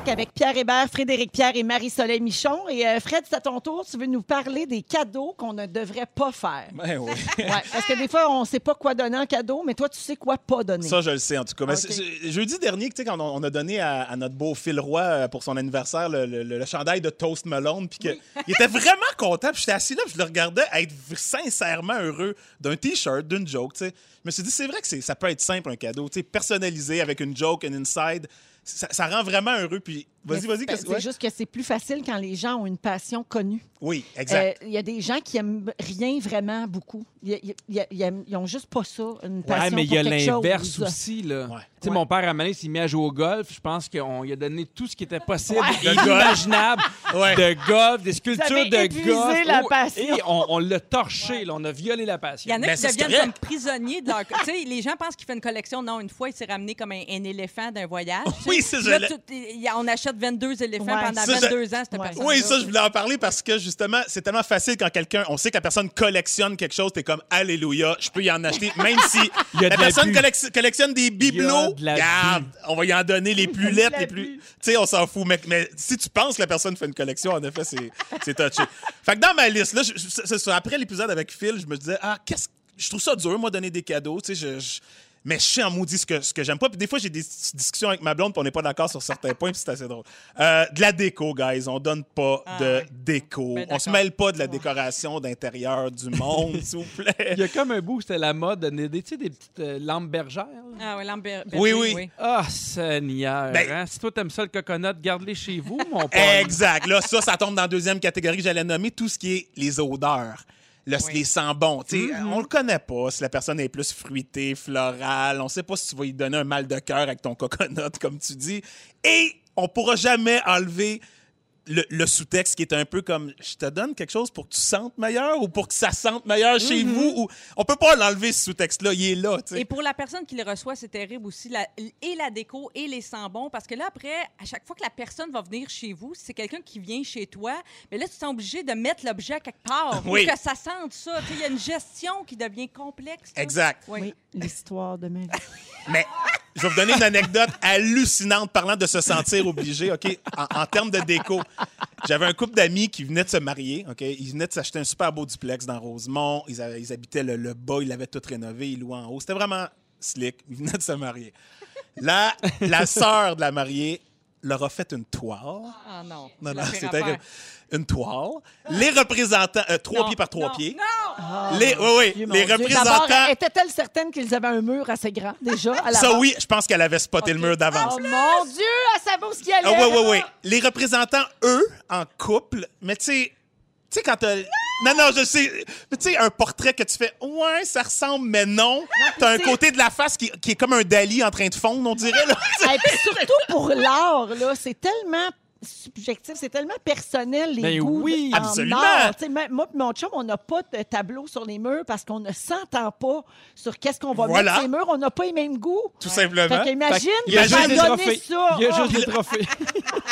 [SPEAKER 1] avec Pierre Hébert, Frédéric Pierre et Marie-Soleil Michon. Et euh, Fred, c'est à ton tour. Tu veux nous parler des cadeaux qu'on ne devrait pas faire.
[SPEAKER 6] Ben oui.
[SPEAKER 1] Ouais, parce que des fois, on ne sait pas quoi donner en cadeau, mais toi, tu sais quoi pas donner.
[SPEAKER 6] Ça, je le sais, en tout cas. Mais
[SPEAKER 1] Ah, Ok.
[SPEAKER 6] c'est- c'est- Jeudi dernier, tu sais, quand on, on a donné à, à notre beau Phil Roy euh, pour son anniversaire le, le- le chandail de Toast Melon, puis que- il était vraiment content, puis j'étais assis là, puis je le regardais être sincèrement heureux d'un T-shirt, d'une joke, tu sais. Je me suis dit, c'est vrai que c'est- ça peut être simple, un cadeau, tu sais, personnalisé avec une joke, un inside. Ça, ça rend vraiment heureux, puis vas-y,
[SPEAKER 1] Mais
[SPEAKER 6] vas-y.
[SPEAKER 1] c'est-
[SPEAKER 6] qu'est-ce-
[SPEAKER 1] Ben, C'est
[SPEAKER 6] ouais.
[SPEAKER 1] juste que c'est plus facile quand les gens ont une passion connue.
[SPEAKER 6] Oui,
[SPEAKER 1] Euh,
[SPEAKER 6] exact.
[SPEAKER 1] Il y a des gens qui aiment rien vraiment beaucoup. Il y a- il y a- il y a- Ils n'ont juste pas ça, une
[SPEAKER 4] Ouais,
[SPEAKER 1] passion
[SPEAKER 4] mais il
[SPEAKER 1] pour
[SPEAKER 4] y a
[SPEAKER 1] quelque
[SPEAKER 4] l'inverse
[SPEAKER 1] chose.
[SPEAKER 4] aussi. Là.
[SPEAKER 6] Ouais.
[SPEAKER 4] Tu sais,
[SPEAKER 1] Ouais.
[SPEAKER 4] Mon père, à Mané, s'est mis à jouer au golf. Je pense qu'on lui a donné tout ce qui était possible et
[SPEAKER 6] De golf.
[SPEAKER 4] imaginable [LAUGHS]
[SPEAKER 6] Ouais.
[SPEAKER 4] de golf, des
[SPEAKER 1] Vous
[SPEAKER 4] sculptures
[SPEAKER 1] avez
[SPEAKER 4] de
[SPEAKER 1] épuisé
[SPEAKER 4] golf.
[SPEAKER 1] la
[SPEAKER 4] Oh,
[SPEAKER 1] passion.
[SPEAKER 4] Et on, on l'a torché. là. on a violé la
[SPEAKER 3] Il y
[SPEAKER 4] passion.
[SPEAKER 3] en a
[SPEAKER 6] Ben,
[SPEAKER 3] qui
[SPEAKER 6] ça, c'est
[SPEAKER 3] deviennent
[SPEAKER 6] correct.
[SPEAKER 3] comme prisonniers de leur. tu sais, les gens pensent qu'il fait une collection. Non, une fois, il s'est ramené comme un, un éléphant d'un voyage.
[SPEAKER 6] Oui, ça, je
[SPEAKER 3] Là,
[SPEAKER 6] l'ai-
[SPEAKER 3] tout- il y a- on achète 22 éléphants
[SPEAKER 1] Ouais.
[SPEAKER 3] pendant
[SPEAKER 6] Ça, je-
[SPEAKER 3] 22 ans, cette
[SPEAKER 1] Ouais.
[SPEAKER 3] personne.
[SPEAKER 6] Oui, ça, je voulais en parler parce que justement, c'est tellement facile quand quelqu'un, on sait que la personne collectionne quelque chose, t'es comme Alléluia, je peux y en
[SPEAKER 4] [LAUGHS]
[SPEAKER 6] acheter, même si
[SPEAKER 4] Il y a
[SPEAKER 6] la,
[SPEAKER 4] de la
[SPEAKER 6] personne
[SPEAKER 4] bu.
[SPEAKER 6] collecti- collectionne des bibelots.
[SPEAKER 4] de la
[SPEAKER 6] Regarde, on va y en donner les plus lettres, les
[SPEAKER 1] bu.
[SPEAKER 6] plus. Tu sais, on s'en fout, mais, mais si tu penses que la personne fait une collection, en effet, c'est c'est touché. Fait que dans ma liste, là, je- je- c'est- c'est- après l'épisode avec Phil, je me disais, ah, qu'est-ce Je trouve ça dur, moi, donner des cadeaux, tu sais, je. je- mais je sais en maudit ce que, ce que j'aime pas. Puis des fois, j'ai des dis- discussions avec ma blonde, puis on n'est pas d'accord sur certains points, puis c'est assez drôle. Euh, de la déco, guys. On donne pas de
[SPEAKER 3] ouais.
[SPEAKER 6] déco.
[SPEAKER 3] Ben,
[SPEAKER 6] on se
[SPEAKER 3] d'accord.
[SPEAKER 6] mêle pas de la décoration d'intérieur du monde, s'il vous plaît.
[SPEAKER 4] Il y a comme un bout où c'était la mode de donner des, tu sais, des petites euh, lampes bergères. là.
[SPEAKER 3] Ah, ouais, Lambert-
[SPEAKER 6] Oui,
[SPEAKER 3] Berger,
[SPEAKER 6] oui.
[SPEAKER 4] Ah, Seigneur!
[SPEAKER 6] Ben-
[SPEAKER 4] hein. Si toi, t'aimes ça, le coconut, garde-les chez vous, [LAUGHS] mon père.
[SPEAKER 6] Exact. Là, ça, ça tombe dans la deuxième catégorie que j'allais nommer, tout ce qui est les odeurs. Le,
[SPEAKER 3] Oui. Mm-hmm.
[SPEAKER 6] Les sents bons. Tu sais, On le connaît pas si la personne est plus fruitée, florale. On sait pas si tu vas lui donner un mal de cœur avec ton coconut, comme tu dis. Et on pourra jamais enlever le, le sous-texte qui est un peu comme je te donne quelque chose pour que tu sentes meilleur ou pour que ça sente meilleur chez vous. Ou, on peut pas l'enlever, ce sous-texte-là. Il est là. tu sais.
[SPEAKER 3] Mm-hmm. Et pour la personne qui les reçoit, c'est terrible aussi, la- et la déco et les sambons, parce que là, après, à chaque fois que la personne va venir chez vous, si c'est quelqu'un qui vient chez toi, mais là, tu es obligé de mettre l'objet à quelque part
[SPEAKER 6] Oui.
[SPEAKER 3] pour que ça sente ça. Tu sais, Il y a une gestion qui devient complexe. là.
[SPEAKER 6] Exact.
[SPEAKER 3] Oui.
[SPEAKER 1] Oui, l'histoire de ma vie.
[SPEAKER 6] Mais je vais vous donner une anecdote hallucinante parlant de se sentir obligé, OK, en, en termes de déco. J'avais un couple d'amis qui venaient de se marier, OK? Ils venaient de s'acheter un super beau duplex dans Rosemont. Ils, avaient- ils habitaient le, le bas, ils l'avaient tout rénové, ils louaient en haut. C'était vraiment slick. Ils venaient de se marier. Là, la sœur de la mariée leur a fait une toile.
[SPEAKER 3] Ah non.
[SPEAKER 6] Non,
[SPEAKER 3] c'est
[SPEAKER 6] non,
[SPEAKER 3] la pire
[SPEAKER 6] c'est
[SPEAKER 3] affaire.
[SPEAKER 6] terrible. Une toile. Les représentants, euh, trois
[SPEAKER 3] Non,
[SPEAKER 6] pieds par trois
[SPEAKER 3] non,
[SPEAKER 6] pieds. Ah,
[SPEAKER 3] Non!
[SPEAKER 6] Les, oui, oui,
[SPEAKER 1] Dieu, mon
[SPEAKER 6] les
[SPEAKER 1] Dieu. D'abord,
[SPEAKER 6] représentants.
[SPEAKER 1] était-elle certaine qu'ils avaient un mur assez grand, déjà, à la
[SPEAKER 6] Ça,
[SPEAKER 1] base?
[SPEAKER 6] oui, je pense qu'elle avait spoté le
[SPEAKER 3] OK. Ah,
[SPEAKER 6] mur d'avance.
[SPEAKER 1] Oh mon Dieu, elle savait où ce qu'il allait.
[SPEAKER 6] Ah, ouais,
[SPEAKER 1] [LAUGHS]
[SPEAKER 6] ouais, ouais. Les représentants, eux, en couple, mais tu sais, tu sais, quand t'as. Non, non, je sais. Mais tu sais, un portrait que tu fais, ouais, ça ressemble, mais non. T'as un
[SPEAKER 1] c'est-
[SPEAKER 6] côté de la face qui, qui est comme un Dali en train de fondre, on dirait. Là.
[SPEAKER 1] Et puis surtout pour l'art, là, c'est tellement subjectif, c'est tellement personnel, les
[SPEAKER 4] Ben
[SPEAKER 1] goûts
[SPEAKER 4] oui.
[SPEAKER 1] en
[SPEAKER 6] Absolument.
[SPEAKER 1] art. Tu sais, même Moi et mon chum, on n'a pas de tableau sur les murs parce qu'on ne s'entend pas sur qu'est-ce qu'on va
[SPEAKER 6] Voilà.
[SPEAKER 1] mettre sur les murs. On n'a pas les mêmes goûts.
[SPEAKER 6] [LAUGHS] Tout
[SPEAKER 1] Fait
[SPEAKER 6] simplement.
[SPEAKER 1] qu'imagine,
[SPEAKER 4] Il y a
[SPEAKER 6] Imagine
[SPEAKER 4] juste des
[SPEAKER 1] t'as donné
[SPEAKER 4] trophées.
[SPEAKER 1] ça.
[SPEAKER 4] Il y a
[SPEAKER 1] Ah.
[SPEAKER 4] juste
[SPEAKER 1] [LAUGHS]
[SPEAKER 4] des trophées.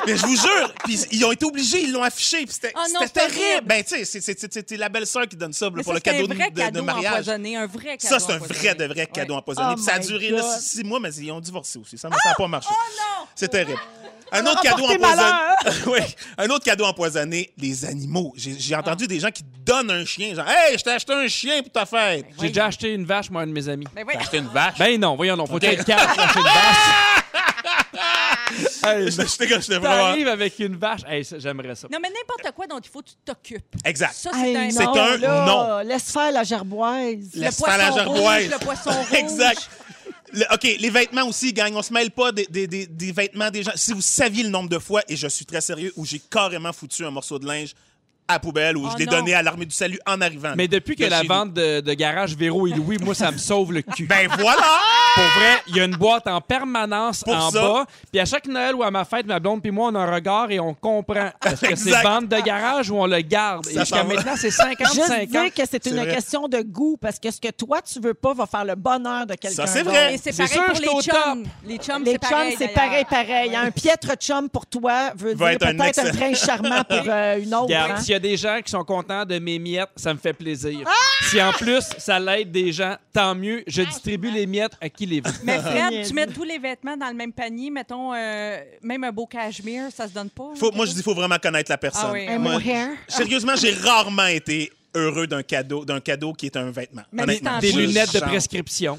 [SPEAKER 6] Mais je vous jure, puis ils ont été obligés, ils l'ont affiché, puis c'était
[SPEAKER 3] Ah non,
[SPEAKER 6] c'était
[SPEAKER 3] c'est
[SPEAKER 6] terrible.
[SPEAKER 3] horrible.
[SPEAKER 6] Ben, tu sais, c'est- c'est- c'est c'est la belle-sœur qui donne ça là,
[SPEAKER 3] Mais ça,
[SPEAKER 6] pour le
[SPEAKER 3] c'est
[SPEAKER 6] cadeau de,
[SPEAKER 3] un vrai
[SPEAKER 6] de- de
[SPEAKER 3] cadeau
[SPEAKER 6] mariage.
[SPEAKER 3] empoisonné, un vrai
[SPEAKER 6] Ça,
[SPEAKER 3] cadeau
[SPEAKER 6] c'est un vrai, de vrai
[SPEAKER 3] empoisonné.
[SPEAKER 6] cadeau
[SPEAKER 3] Ouais.
[SPEAKER 6] empoisonné.
[SPEAKER 1] Oh
[SPEAKER 6] Puis ça a
[SPEAKER 1] my
[SPEAKER 6] duré là,
[SPEAKER 1] God.
[SPEAKER 6] six mois, mais ils ont divorcé aussi. Ça n'a ça a pas marché.
[SPEAKER 3] Oh non!
[SPEAKER 6] C'est terrible. Un autre,
[SPEAKER 1] leur a
[SPEAKER 6] cadeau
[SPEAKER 1] porté
[SPEAKER 6] empoisonné.
[SPEAKER 3] hein?
[SPEAKER 6] [LAUGHS] Oui. Un autre cadeau empoisonné, les animaux. J'ai
[SPEAKER 3] Ah.
[SPEAKER 6] j'ai entendu des gens qui donnent un chien, genre Hey, je t'ai acheté un chien pour ta fête.
[SPEAKER 4] J'ai déjà acheté une vache, moi, à un de mes amis.
[SPEAKER 3] Mais oui.
[SPEAKER 6] J'ai acheté une vache.
[SPEAKER 4] Ben non, voyons, non, faut être capable d'acheter une vache. Hey,
[SPEAKER 6] [LAUGHS] Je j'étais comme- j'étais vraiment.
[SPEAKER 4] T'arrives avec une vache. Hey, ça, j'aimerais ça.
[SPEAKER 3] Non, mais n'importe quoi dont il faut que tu t'occupes.
[SPEAKER 6] Exact.
[SPEAKER 3] Ça, c'est
[SPEAKER 1] Hey,
[SPEAKER 3] un
[SPEAKER 1] non,
[SPEAKER 6] C'est un
[SPEAKER 1] là,
[SPEAKER 6] non.
[SPEAKER 1] Laisse faire la gerboise.
[SPEAKER 6] Laisse
[SPEAKER 3] poisson
[SPEAKER 6] faire la gerboise.
[SPEAKER 3] rouge, le
[SPEAKER 6] [LAUGHS]
[SPEAKER 3] poisson rouge.
[SPEAKER 6] exact. Le- OK, les vêtements aussi, gang, on se mêle pas des, des- des- des vêtements des gens. Si vous saviez le nombre de fois, et je suis très sérieux, où j'ai carrément foutu un morceau de linge
[SPEAKER 2] à la poubelle ou je
[SPEAKER 3] Oh
[SPEAKER 2] l'ai
[SPEAKER 3] non.
[SPEAKER 2] donné à l'armée du salut en arrivant.
[SPEAKER 4] Mais depuis que
[SPEAKER 2] De
[SPEAKER 4] la
[SPEAKER 2] chez
[SPEAKER 4] vente de, de garage Véro et Louis, moi, ça me sauve le cul.
[SPEAKER 2] Ben voilà!
[SPEAKER 4] Pour vrai, il y a une boîte en permanence
[SPEAKER 2] Pour
[SPEAKER 4] en
[SPEAKER 2] ça.
[SPEAKER 4] bas. Puis à chaque Noël ou à ma fête, ma blonde puis moi, on a un regard et on comprend. Est-ce que c'est
[SPEAKER 2] Exact.
[SPEAKER 4] vente de garage ou on le garde? Et
[SPEAKER 2] Ça
[SPEAKER 4] jusqu'à
[SPEAKER 2] s'en va.
[SPEAKER 4] maintenant, c'est
[SPEAKER 1] Juste
[SPEAKER 4] 50-50.
[SPEAKER 1] dire que c'est
[SPEAKER 2] C'est
[SPEAKER 1] une
[SPEAKER 2] vrai.
[SPEAKER 1] question de goût, parce que ce que toi, tu veux pas va faire le bonheur de quelqu'un.
[SPEAKER 2] Ça, c'est
[SPEAKER 1] d'autre.
[SPEAKER 2] vrai.
[SPEAKER 3] Et c'est
[SPEAKER 4] C'est
[SPEAKER 3] pareil
[SPEAKER 4] sûr,
[SPEAKER 3] pour
[SPEAKER 4] je
[SPEAKER 3] les
[SPEAKER 4] suis au
[SPEAKER 3] chums. Les chums,
[SPEAKER 1] Les
[SPEAKER 3] c'est
[SPEAKER 1] chums,
[SPEAKER 3] pareil.
[SPEAKER 1] c'est pareil,
[SPEAKER 3] d'ailleurs.
[SPEAKER 1] pareil. Un piètre chum pour toi veut
[SPEAKER 2] Va
[SPEAKER 1] dire
[SPEAKER 2] être un
[SPEAKER 1] peut-être un
[SPEAKER 2] excellent-
[SPEAKER 1] prince charmant pour
[SPEAKER 3] [LAUGHS]
[SPEAKER 1] euh, une autre.
[SPEAKER 4] Regarde,
[SPEAKER 1] hein.
[SPEAKER 4] s'il y a des gens qui sont contents de mes miettes, ça me fait plaisir.
[SPEAKER 1] Ah!
[SPEAKER 4] Si en plus, ça l'aide des gens, tant mieux. Je distribue les miettes à qui les veut.
[SPEAKER 3] Mais Fred,
[SPEAKER 1] Niaiseux.
[SPEAKER 3] tu mets tous les vêtements dans le même panier, mettons, euh, même un beau cachemire, ça se donne pas.
[SPEAKER 2] Faut- moi, je dis, faut vraiment connaître la personne.
[SPEAKER 3] Ah oui.
[SPEAKER 1] Un
[SPEAKER 2] Moi,
[SPEAKER 1] mohair.
[SPEAKER 2] Sérieusement, j'ai rarement été heureux d'un cadeau, d'un cadeau qui est un vêtement.
[SPEAKER 3] Même
[SPEAKER 2] honnêtement.
[SPEAKER 3] si
[SPEAKER 4] Des
[SPEAKER 3] Je-
[SPEAKER 4] lunettes de
[SPEAKER 2] Genre,
[SPEAKER 4] prescription,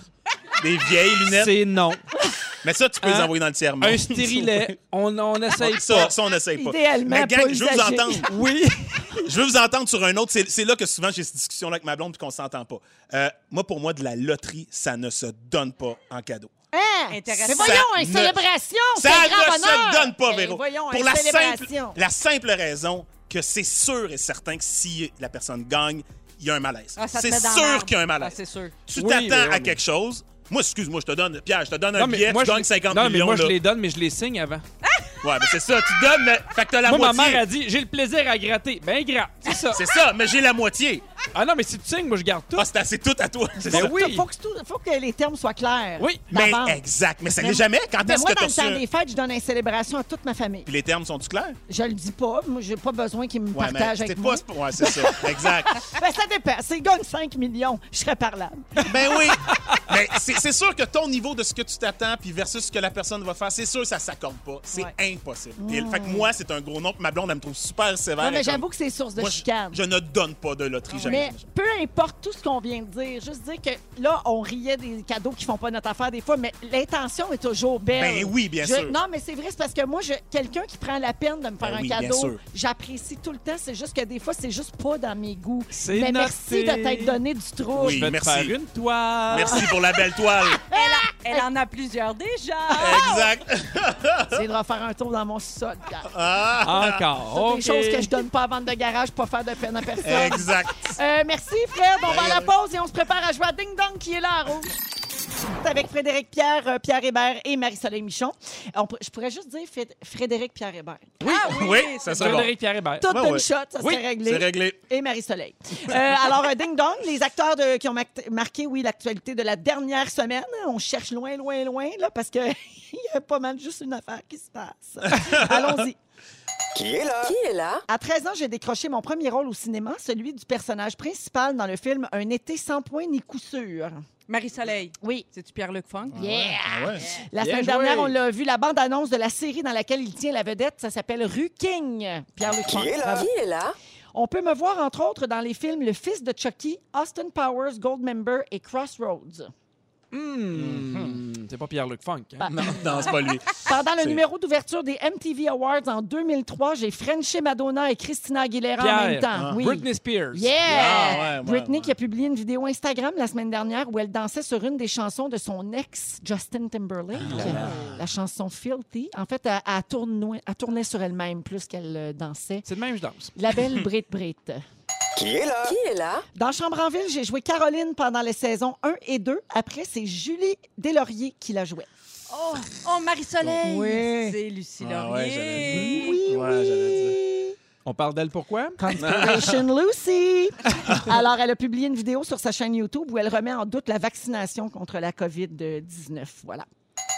[SPEAKER 2] Des vieilles lunettes. [LAUGHS]
[SPEAKER 4] c'est non.
[SPEAKER 2] Mais ça, tu peux les
[SPEAKER 4] Hein?
[SPEAKER 2] envoyer dans le tiers-monde.
[SPEAKER 4] Un stérilet, on
[SPEAKER 2] [LAUGHS]
[SPEAKER 4] n'essaye pas.
[SPEAKER 2] Ça, ça, on n'essaye pas.
[SPEAKER 1] Idéalement,
[SPEAKER 2] Mais gang,
[SPEAKER 1] pas
[SPEAKER 2] je veux vous
[SPEAKER 1] usagé.
[SPEAKER 2] entendre. [LAUGHS]
[SPEAKER 4] Oui.
[SPEAKER 2] Je veux vous entendre sur un autre. C'est c'est là que souvent j'ai cette discussion-là avec ma blonde puis qu'on s'entend pas. Euh, moi, pour moi, de la loterie, ça ne se donne pas en cadeau.
[SPEAKER 1] Hein?
[SPEAKER 3] Intéressant.
[SPEAKER 1] Mais voyons,
[SPEAKER 2] Ça
[SPEAKER 1] une
[SPEAKER 2] ne-
[SPEAKER 1] célébration, c'est
[SPEAKER 2] Ça
[SPEAKER 1] un
[SPEAKER 2] ne
[SPEAKER 1] grand bonheur.
[SPEAKER 2] se donne pas,
[SPEAKER 3] Eh,
[SPEAKER 1] Mais
[SPEAKER 2] Véro.
[SPEAKER 1] voyons,
[SPEAKER 2] Pour
[SPEAKER 1] une
[SPEAKER 2] la simple, [LAUGHS]
[SPEAKER 1] célébration.
[SPEAKER 2] la simple raison que c'est sûr et certain que si la personne gagne, il y a un malaise.
[SPEAKER 3] Ah, ça te
[SPEAKER 2] c'est
[SPEAKER 3] met dans
[SPEAKER 2] sûr
[SPEAKER 3] l'arbre.
[SPEAKER 2] qu'il y a un
[SPEAKER 3] Ah,
[SPEAKER 2] malaise.
[SPEAKER 3] c'est sûr.
[SPEAKER 2] tu
[SPEAKER 4] Oui, mais
[SPEAKER 2] t'attends
[SPEAKER 4] on-
[SPEAKER 2] à quelque chose. Moi, excuse-moi, je te donne, Pierre, je te donne un
[SPEAKER 4] Non,
[SPEAKER 2] billet,
[SPEAKER 4] mais moi,
[SPEAKER 2] tu
[SPEAKER 4] je,
[SPEAKER 2] gagnes 50
[SPEAKER 4] non, mais
[SPEAKER 2] millions.
[SPEAKER 4] moi, je
[SPEAKER 2] là.
[SPEAKER 4] les donne, mais je les signe avant.
[SPEAKER 2] Ouais, mais c'est ça, tu donnes, mais... fait que t'as la
[SPEAKER 4] Moi,
[SPEAKER 2] moitié.
[SPEAKER 4] ma mère a dit j'ai le plaisir à gratter. Ben, gratte. C'est ça.
[SPEAKER 2] C'est ça, mais j'ai la moitié.
[SPEAKER 4] Ah non, mais si tu signes, moi, je garde tout.
[SPEAKER 2] Ah, c'est assez tout à toi. c'est
[SPEAKER 4] Ben
[SPEAKER 2] ça.
[SPEAKER 4] oui.
[SPEAKER 1] Faut que, tout- faut que les termes soient clairs.
[SPEAKER 4] Oui,
[SPEAKER 2] Mais
[SPEAKER 1] d'avance.
[SPEAKER 2] exact, mais
[SPEAKER 1] Ah.
[SPEAKER 2] ça
[SPEAKER 1] Mais
[SPEAKER 2] n'est
[SPEAKER 1] moi-
[SPEAKER 2] jamais. Quand
[SPEAKER 1] Mais
[SPEAKER 2] est-ce
[SPEAKER 1] moi,
[SPEAKER 2] que
[SPEAKER 1] dans
[SPEAKER 2] t'as
[SPEAKER 1] le temps
[SPEAKER 2] reçu...
[SPEAKER 1] des fêtes, je donne une célébration à toute ma famille.
[SPEAKER 2] Puis les termes sont-tu clairs?
[SPEAKER 1] Je le dis pas. Moi, j'ai pas besoin qu'ils me partagent
[SPEAKER 2] c'est
[SPEAKER 1] avec moi.
[SPEAKER 2] pas... Ouais, c'est ça, exact.
[SPEAKER 1] Ben, ça dépend. S'ils gagnent 5 millions, je serais parlable.
[SPEAKER 2] Ben oui. [LAUGHS] Mais c'est c'est sûr que ton niveau de ce que tu t'attends puis versus ce que la personne va faire, c'est sûr que ça s'accorde pas. C'est
[SPEAKER 1] Ouais.
[SPEAKER 2] impossible. Et, fait que moi, c'est un gros nom. puis Ma blonde, elle me trouve super sévère.
[SPEAKER 1] Non, mais
[SPEAKER 2] Elle est
[SPEAKER 1] j'avoue
[SPEAKER 2] comme,
[SPEAKER 1] que c'est source de
[SPEAKER 2] moi, je-
[SPEAKER 1] chicane.
[SPEAKER 2] Je, ne donne pas de loterie. jamais.
[SPEAKER 1] Mais peu importe tout ce qu'on vient de dire, juste dire que là, on riait des cadeaux qui font pas notre affaire des fois, mais l'intention est toujours belle.
[SPEAKER 2] Ben oui, bien
[SPEAKER 1] Je-
[SPEAKER 2] sûr.
[SPEAKER 1] Non, mais c'est vrai, c'est parce que moi, je- quelqu'un qui prend la peine de me faire
[SPEAKER 2] Ben
[SPEAKER 1] un
[SPEAKER 2] oui, bien
[SPEAKER 1] cadeau,
[SPEAKER 2] sûr.
[SPEAKER 1] j'apprécie tout le temps. C'est juste que des fois, c'est juste pas dans mes goûts.
[SPEAKER 4] C'est
[SPEAKER 1] Mais
[SPEAKER 4] noté.
[SPEAKER 1] merci de t'être donné du trou.
[SPEAKER 2] Oui.
[SPEAKER 4] Je vais te
[SPEAKER 2] merci.
[SPEAKER 4] faire une toile.
[SPEAKER 2] Merci pour la belle toile.
[SPEAKER 3] Elle en a plusieurs déjà.
[SPEAKER 1] oh,
[SPEAKER 2] exact.
[SPEAKER 1] C'est de refaire un tour dans mon sol.
[SPEAKER 2] Ah,
[SPEAKER 4] Encore.
[SPEAKER 1] Des
[SPEAKER 4] OK.
[SPEAKER 1] choses que je donne pas à vente de garage pour faire de peine à personne.
[SPEAKER 2] exact.
[SPEAKER 1] Euh, merci, Fred. On va à la pause et on se prépare à jouer à Ding Dong qui est là à rouge. C'est Avec Frédéric Pierre, euh, Pierre Hébert et Marie-Soleil Michon. On pour- je pourrais juste dire Fé- Frédéric Pierre Hébert.
[SPEAKER 3] Oui, ah, [LAUGHS] oui,
[SPEAKER 2] Oui,
[SPEAKER 3] c'est
[SPEAKER 2] ça
[SPEAKER 3] ça.
[SPEAKER 2] serait bon.
[SPEAKER 4] Frédéric Pierre Hébert.
[SPEAKER 1] Toute
[SPEAKER 2] Ouais,
[SPEAKER 1] une
[SPEAKER 2] ouais.
[SPEAKER 1] shot, ça
[SPEAKER 4] Oui,
[SPEAKER 1] serait réglé.
[SPEAKER 2] C'est réglé.
[SPEAKER 1] Et Marie-Soleil. Euh, alors, euh, Ding Dong, les acteurs de- qui ont mac- marqué, oui, l'actualité de la dernière semaine. On cherche loin, loin, loin, là, [LAUGHS] parce qu'il y a pas mal juste une affaire qui se passe. Allons-y.
[SPEAKER 6] Qui est là?
[SPEAKER 1] À 13 ans, j'ai décroché mon premier rôle au cinéma, celui du personnage principal dans le film Un été sans point ni coup sûr.
[SPEAKER 3] Marie-Soleil.
[SPEAKER 1] Oui.
[SPEAKER 3] C'est-tu Pierre-Luc Funk?
[SPEAKER 2] Ah ouais.
[SPEAKER 1] La
[SPEAKER 4] Bien
[SPEAKER 1] semaine
[SPEAKER 4] joué.
[SPEAKER 1] dernière, on l'a vu, la bande-annonce de la série dans laquelle il tient la vedette, ça s'appelle Rue King. Pierre-Luc Funk. Bravo.
[SPEAKER 6] Qui est là?
[SPEAKER 1] On peut me voir, entre autres, dans les films Le fils de Chucky, Austin Powers, Goldmember et Crossroads.
[SPEAKER 4] Hmm, C'est pas Pierre-Luc Funk. hein?
[SPEAKER 1] Bah,
[SPEAKER 2] Non, non, c'est pas lui.
[SPEAKER 1] Pendant le
[SPEAKER 2] C'est-
[SPEAKER 1] numéro d'ouverture des MTV Awards en 2003, j'ai Frenché Madonna et Christina Aguilera en
[SPEAKER 4] Pierre.
[SPEAKER 1] même temps.
[SPEAKER 4] Ah.
[SPEAKER 1] Oui.
[SPEAKER 4] Britney Spears.
[SPEAKER 1] Yeah!
[SPEAKER 2] Ah, ouais, ouais,
[SPEAKER 1] Britney
[SPEAKER 2] ouais.
[SPEAKER 1] qui a publié une vidéo Instagram la semaine dernière où elle dansait sur une des chansons de son ex Justin Timberlake,
[SPEAKER 2] Ah,
[SPEAKER 1] la chanson Filthy. En fait, elle, elle tournoi- elle tournait sur elle-même plus qu'elle euh, dansait.
[SPEAKER 4] C'est le même, je danse.
[SPEAKER 1] La belle Brit Brit.
[SPEAKER 6] Qui est là? Qui est là?
[SPEAKER 1] Dans Chambre en ville, j'ai joué Caroline pendant les saisons 1 et 2. Après, c'est Julie Deslauriers qui la jouait.
[SPEAKER 3] Oh, oh Marie-Soleil.
[SPEAKER 1] Oui.
[SPEAKER 3] C'est Lucie
[SPEAKER 2] Ah, ouais, j'avais
[SPEAKER 3] Laurier.
[SPEAKER 2] Ouais, j'allais dire.
[SPEAKER 4] On parle d'elle pourquoi?
[SPEAKER 1] Conspiration Lucy. Alors, elle a publié une vidéo sur sa chaîne YouTube où elle remet en doute la vaccination contre la COVID-19. Voilà.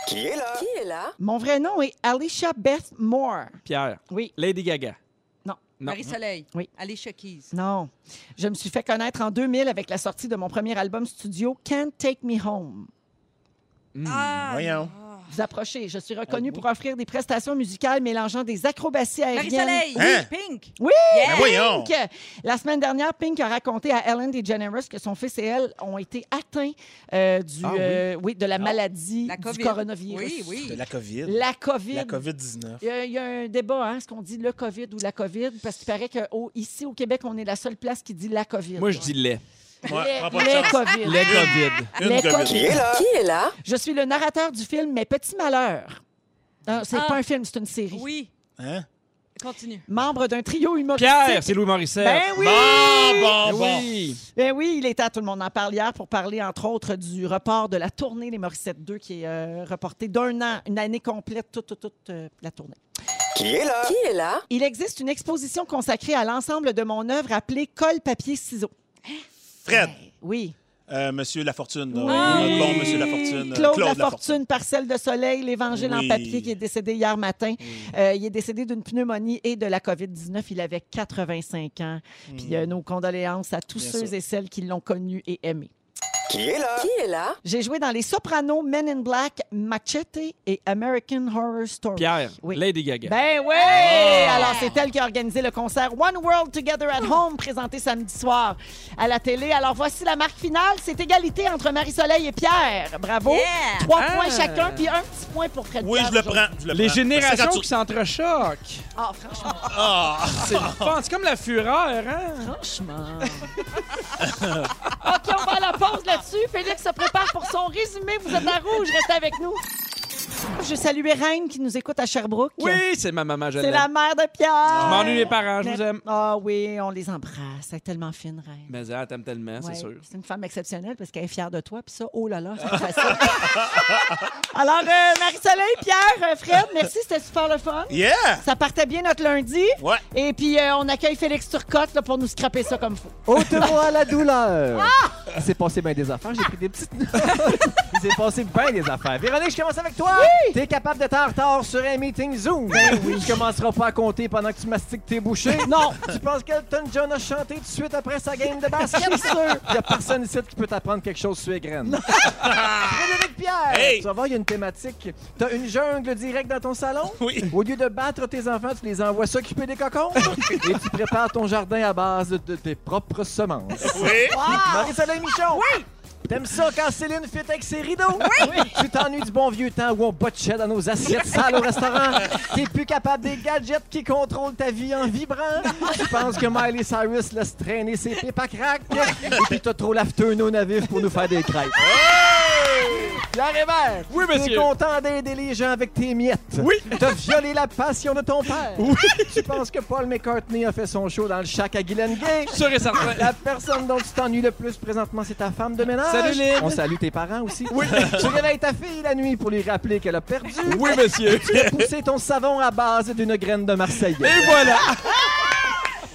[SPEAKER 6] Qui est là? Qui est là?
[SPEAKER 1] Mon vrai nom est Alicia Beth Moore.
[SPEAKER 4] Pierre.
[SPEAKER 1] Oui.
[SPEAKER 4] Lady Gaga.
[SPEAKER 1] Non.
[SPEAKER 4] Non.
[SPEAKER 3] Marie-Soleil.
[SPEAKER 1] Oui.
[SPEAKER 3] Allez, Chuckies.
[SPEAKER 1] Non. Je me suis fait connaître en 2000 avec la sortie de mon premier album studio Can't Take Me Home.
[SPEAKER 3] Ah,
[SPEAKER 2] Voyons.
[SPEAKER 3] ah.
[SPEAKER 1] Vous approchez. Je suis reconnue pour offrir des prestations musicales mélangeant des acrobaties aériennes.
[SPEAKER 3] Marie-Soleil.
[SPEAKER 2] Hein?
[SPEAKER 3] Pink.
[SPEAKER 1] Oui!
[SPEAKER 2] Ben
[SPEAKER 3] Yeah.
[SPEAKER 2] voyons.
[SPEAKER 1] Pink! La semaine dernière, Pink a raconté à Ellen DeGeneres que son fils et elle ont été atteints euh, du,
[SPEAKER 4] Ah oui.
[SPEAKER 1] euh, oui, de la maladie
[SPEAKER 3] La
[SPEAKER 1] du
[SPEAKER 3] COVID.
[SPEAKER 1] coronavirus.
[SPEAKER 3] Oui, oui.
[SPEAKER 2] De la COVID.
[SPEAKER 1] La COVID.
[SPEAKER 2] La COVID-19.
[SPEAKER 1] Il y, a, il y a un débat, hein, est-ce qu'on dit le COVID ou la COVID? Parce qu'il paraît qu'ici, ici, au Québec, on est la seule place qui dit la COVID.
[SPEAKER 4] Moi, je dis lait.
[SPEAKER 2] Ouais, prends pas de
[SPEAKER 1] le
[SPEAKER 2] chance.
[SPEAKER 1] COVID. Ben,
[SPEAKER 4] Lait COVID.
[SPEAKER 1] les
[SPEAKER 2] Une
[SPEAKER 1] COVID.
[SPEAKER 6] Qui
[SPEAKER 2] COVID.
[SPEAKER 6] est là? Qui est là?
[SPEAKER 1] Je suis le narrateur du film Mes petits malheurs. Non, c'est
[SPEAKER 3] Ah.
[SPEAKER 1] pas un film, c'est une série.
[SPEAKER 3] Oui.
[SPEAKER 2] Hein?
[SPEAKER 3] Continue.
[SPEAKER 1] membre d'un trio humoristique.
[SPEAKER 4] Pierre, c'est Ah Louis Morissette.
[SPEAKER 1] Ben oui!
[SPEAKER 2] Bon, bon, bon.
[SPEAKER 4] oui.
[SPEAKER 1] Ben oui, il était à Tout le monde en parle hier pour parler, entre autres, du report de la tournée Les Morissettes 2 qui est euh, reportée d'un an, une année complète, toute, toute, toute euh, la tournée.
[SPEAKER 6] Qui est là? Qui est là?
[SPEAKER 1] Il existe une exposition consacrée à l'ensemble de mon œuvre appelée Colle, papier, ciseaux.
[SPEAKER 2] Fred,
[SPEAKER 1] Ben Oui. Ah
[SPEAKER 2] euh, Monsieur Lafortune. euh,
[SPEAKER 1] Oui.
[SPEAKER 2] notre Bon, Monsieur Lafortune. euh,
[SPEAKER 1] Claude, Lafortune, Parcelle de Soleil, l'Évangile
[SPEAKER 2] Oui.
[SPEAKER 1] en papier, qui est décédé hier matin. Euh, il est décédé d'une pneumonie et de la COVID-19. Il avait 85 ans. Puis euh, nos condoléances à tous
[SPEAKER 2] Mm. Bien
[SPEAKER 1] ceux
[SPEAKER 2] sûr.
[SPEAKER 1] et celles qui l'ont connu et aimé.
[SPEAKER 6] Qui est là? Qui est là?
[SPEAKER 1] J'ai joué dans Les Sopranos, Men in Black, Machete et American Horror Story.
[SPEAKER 4] Pierre,
[SPEAKER 1] Oui.
[SPEAKER 4] Lady Gaga.
[SPEAKER 1] Ben oui!
[SPEAKER 4] Oh!
[SPEAKER 1] Alors, c'est elle qui a organisé le concert One World Together at Home, présenté samedi soir à la télé. Alors, voici la marque finale. C'est égalité entre Marie-Soleil et Pierre. Bravo!
[SPEAKER 3] Yeah!
[SPEAKER 1] Trois
[SPEAKER 4] Ah!
[SPEAKER 1] points chacun, puis un petit point pour Fred
[SPEAKER 2] Oui,
[SPEAKER 1] Pierre
[SPEAKER 2] je le
[SPEAKER 1] aujourd'hui.
[SPEAKER 2] prends. je le
[SPEAKER 4] les
[SPEAKER 2] prends.
[SPEAKER 4] générations
[SPEAKER 2] Parce que
[SPEAKER 4] qui
[SPEAKER 2] quand
[SPEAKER 4] s'entrechoquent.
[SPEAKER 1] ben, Ah, franchement,
[SPEAKER 2] Ah!
[SPEAKER 4] C'est le fun. C'est comme la fureur, hein?
[SPEAKER 1] franchement. OK, on va à la pause là-dessus. Félix se prépare pour son résumé. Vous êtes à rouge, restez avec nous. Je saluais Reine qui nous écoute à Sherbrooke.
[SPEAKER 4] Oui, c'est ma maman, je
[SPEAKER 1] C'est
[SPEAKER 4] l'aime.
[SPEAKER 1] la mère de Pierre.
[SPEAKER 4] Je m'ennuie les parents, je vous aime.
[SPEAKER 1] Ah oui, on les embrasse. Elle est tellement fine, Reine.
[SPEAKER 4] Mais elle t'aime tellement,
[SPEAKER 1] Ouais,
[SPEAKER 4] Ah, c'est sûr.
[SPEAKER 1] C'est une femme exceptionnelle parce qu'elle est fière de toi. Puis ça, oh là là, c'est pas facile. [LAUGHS] Alors, euh, Marie-Soleil, Pierre, euh, Fred, merci, c'était super le fun.
[SPEAKER 2] Yeah!
[SPEAKER 1] Ça partait bien notre lundi.
[SPEAKER 2] Ouais.
[SPEAKER 1] Et puis, euh, on accueille Félix Turcotte là, pour nous scraper ça comme faut.
[SPEAKER 5] Ôte-moi la douleur. C'est passé bien des affaires. J'ai pris des petites notes. Il s'est passé bien des affaires. Véronique, je commence avec toi. T'es capable d'être en retard sur un meeting Zoom. Ben oui. Tu commenceras pas à compter pendant que tu mastiques tes bouchées.
[SPEAKER 1] Non.
[SPEAKER 5] Tu penses qu'Elton John a chanté tout de suite après sa game de basket?
[SPEAKER 1] C'est sûr.
[SPEAKER 5] Il a personne ici qui peut t'apprendre quelque chose sur les graines. [LAUGHS] Frédéric Pierre!
[SPEAKER 2] Hey.
[SPEAKER 5] Tu vas voir, il y a une thématique. T'as une jungle directe dans ton salon?
[SPEAKER 2] Oui.
[SPEAKER 5] [LAUGHS] Au lieu de battre tes enfants, tu les envoies s'occuper des cocons [LAUGHS] et tu prépares ton jardin à base de, de tes propres semences.
[SPEAKER 2] Oui!
[SPEAKER 5] Marie-Soleil Michon! Oui! T'aimes ça quand Céline fit avec ses rideaux? Oui! Tu t'ennuies du bon vieux temps où on botchait dans nos assiettes sales au restaurant? T'es plus capable des gadgets qui contrôlent ta vie en vibrant? Tu penses que Miley Cyrus laisse traîner ses pipes à crack? Et puis t'as trop l'after nos navires pour nous faire des crêpes. Pierre Hébert!
[SPEAKER 4] Oui,
[SPEAKER 5] T'es
[SPEAKER 4] monsieur.
[SPEAKER 5] content d'aider les gens avec tes miettes. Oui. T'as violé la passion de ton père. Oui. Tu penses que Paul McCartney a fait son show dans le shack à Guylaine Gay?
[SPEAKER 4] Sûr et certain.
[SPEAKER 5] La personne dont tu t'ennuies le plus présentement, c'est ta femme de ménage.
[SPEAKER 4] Salut, Lynn.
[SPEAKER 5] On salue tes parents aussi. Oui. [LAUGHS] Tu réveilles ta fille la nuit pour lui rappeler qu'elle a perdu.
[SPEAKER 4] Oui,
[SPEAKER 1] [LAUGHS]
[SPEAKER 4] monsieur.
[SPEAKER 5] Tu as poussé ton savon à base d'une graine de Marseillaise.
[SPEAKER 4] Et voilà.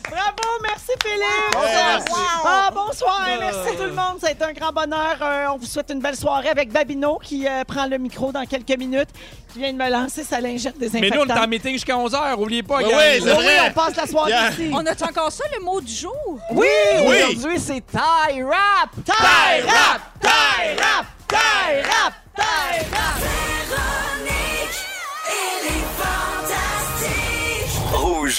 [SPEAKER 1] Bravo, merci Félix.
[SPEAKER 2] merci.
[SPEAKER 1] Ah, bonsoir, merci tout le
[SPEAKER 4] Ah.
[SPEAKER 1] monde. Ça a été un grand bonheur. Euh, on vous souhaite une belle soirée avec Babino qui euh, prend le micro dans quelques minutes, qui vient de me lancer sa lingette
[SPEAKER 4] Mais
[SPEAKER 1] désinfectante.
[SPEAKER 4] nous, on est en meeting jusqu'à 11h. Oubliez pas,
[SPEAKER 2] Ben
[SPEAKER 4] gang.
[SPEAKER 2] oui, c'est
[SPEAKER 1] Oui,
[SPEAKER 2] vrai.
[SPEAKER 1] on passe la soirée
[SPEAKER 2] Yeah.
[SPEAKER 1] ici.
[SPEAKER 3] On a-tu encore ça, le mot du jour?
[SPEAKER 5] Oui!
[SPEAKER 2] Oui.
[SPEAKER 5] Aujourd'hui, c'est tie rap!
[SPEAKER 1] Tie rap, tie rap, tie rap, tie rap.
[SPEAKER 7] Véronique, elle est fantastique.
[SPEAKER 6] Rouge.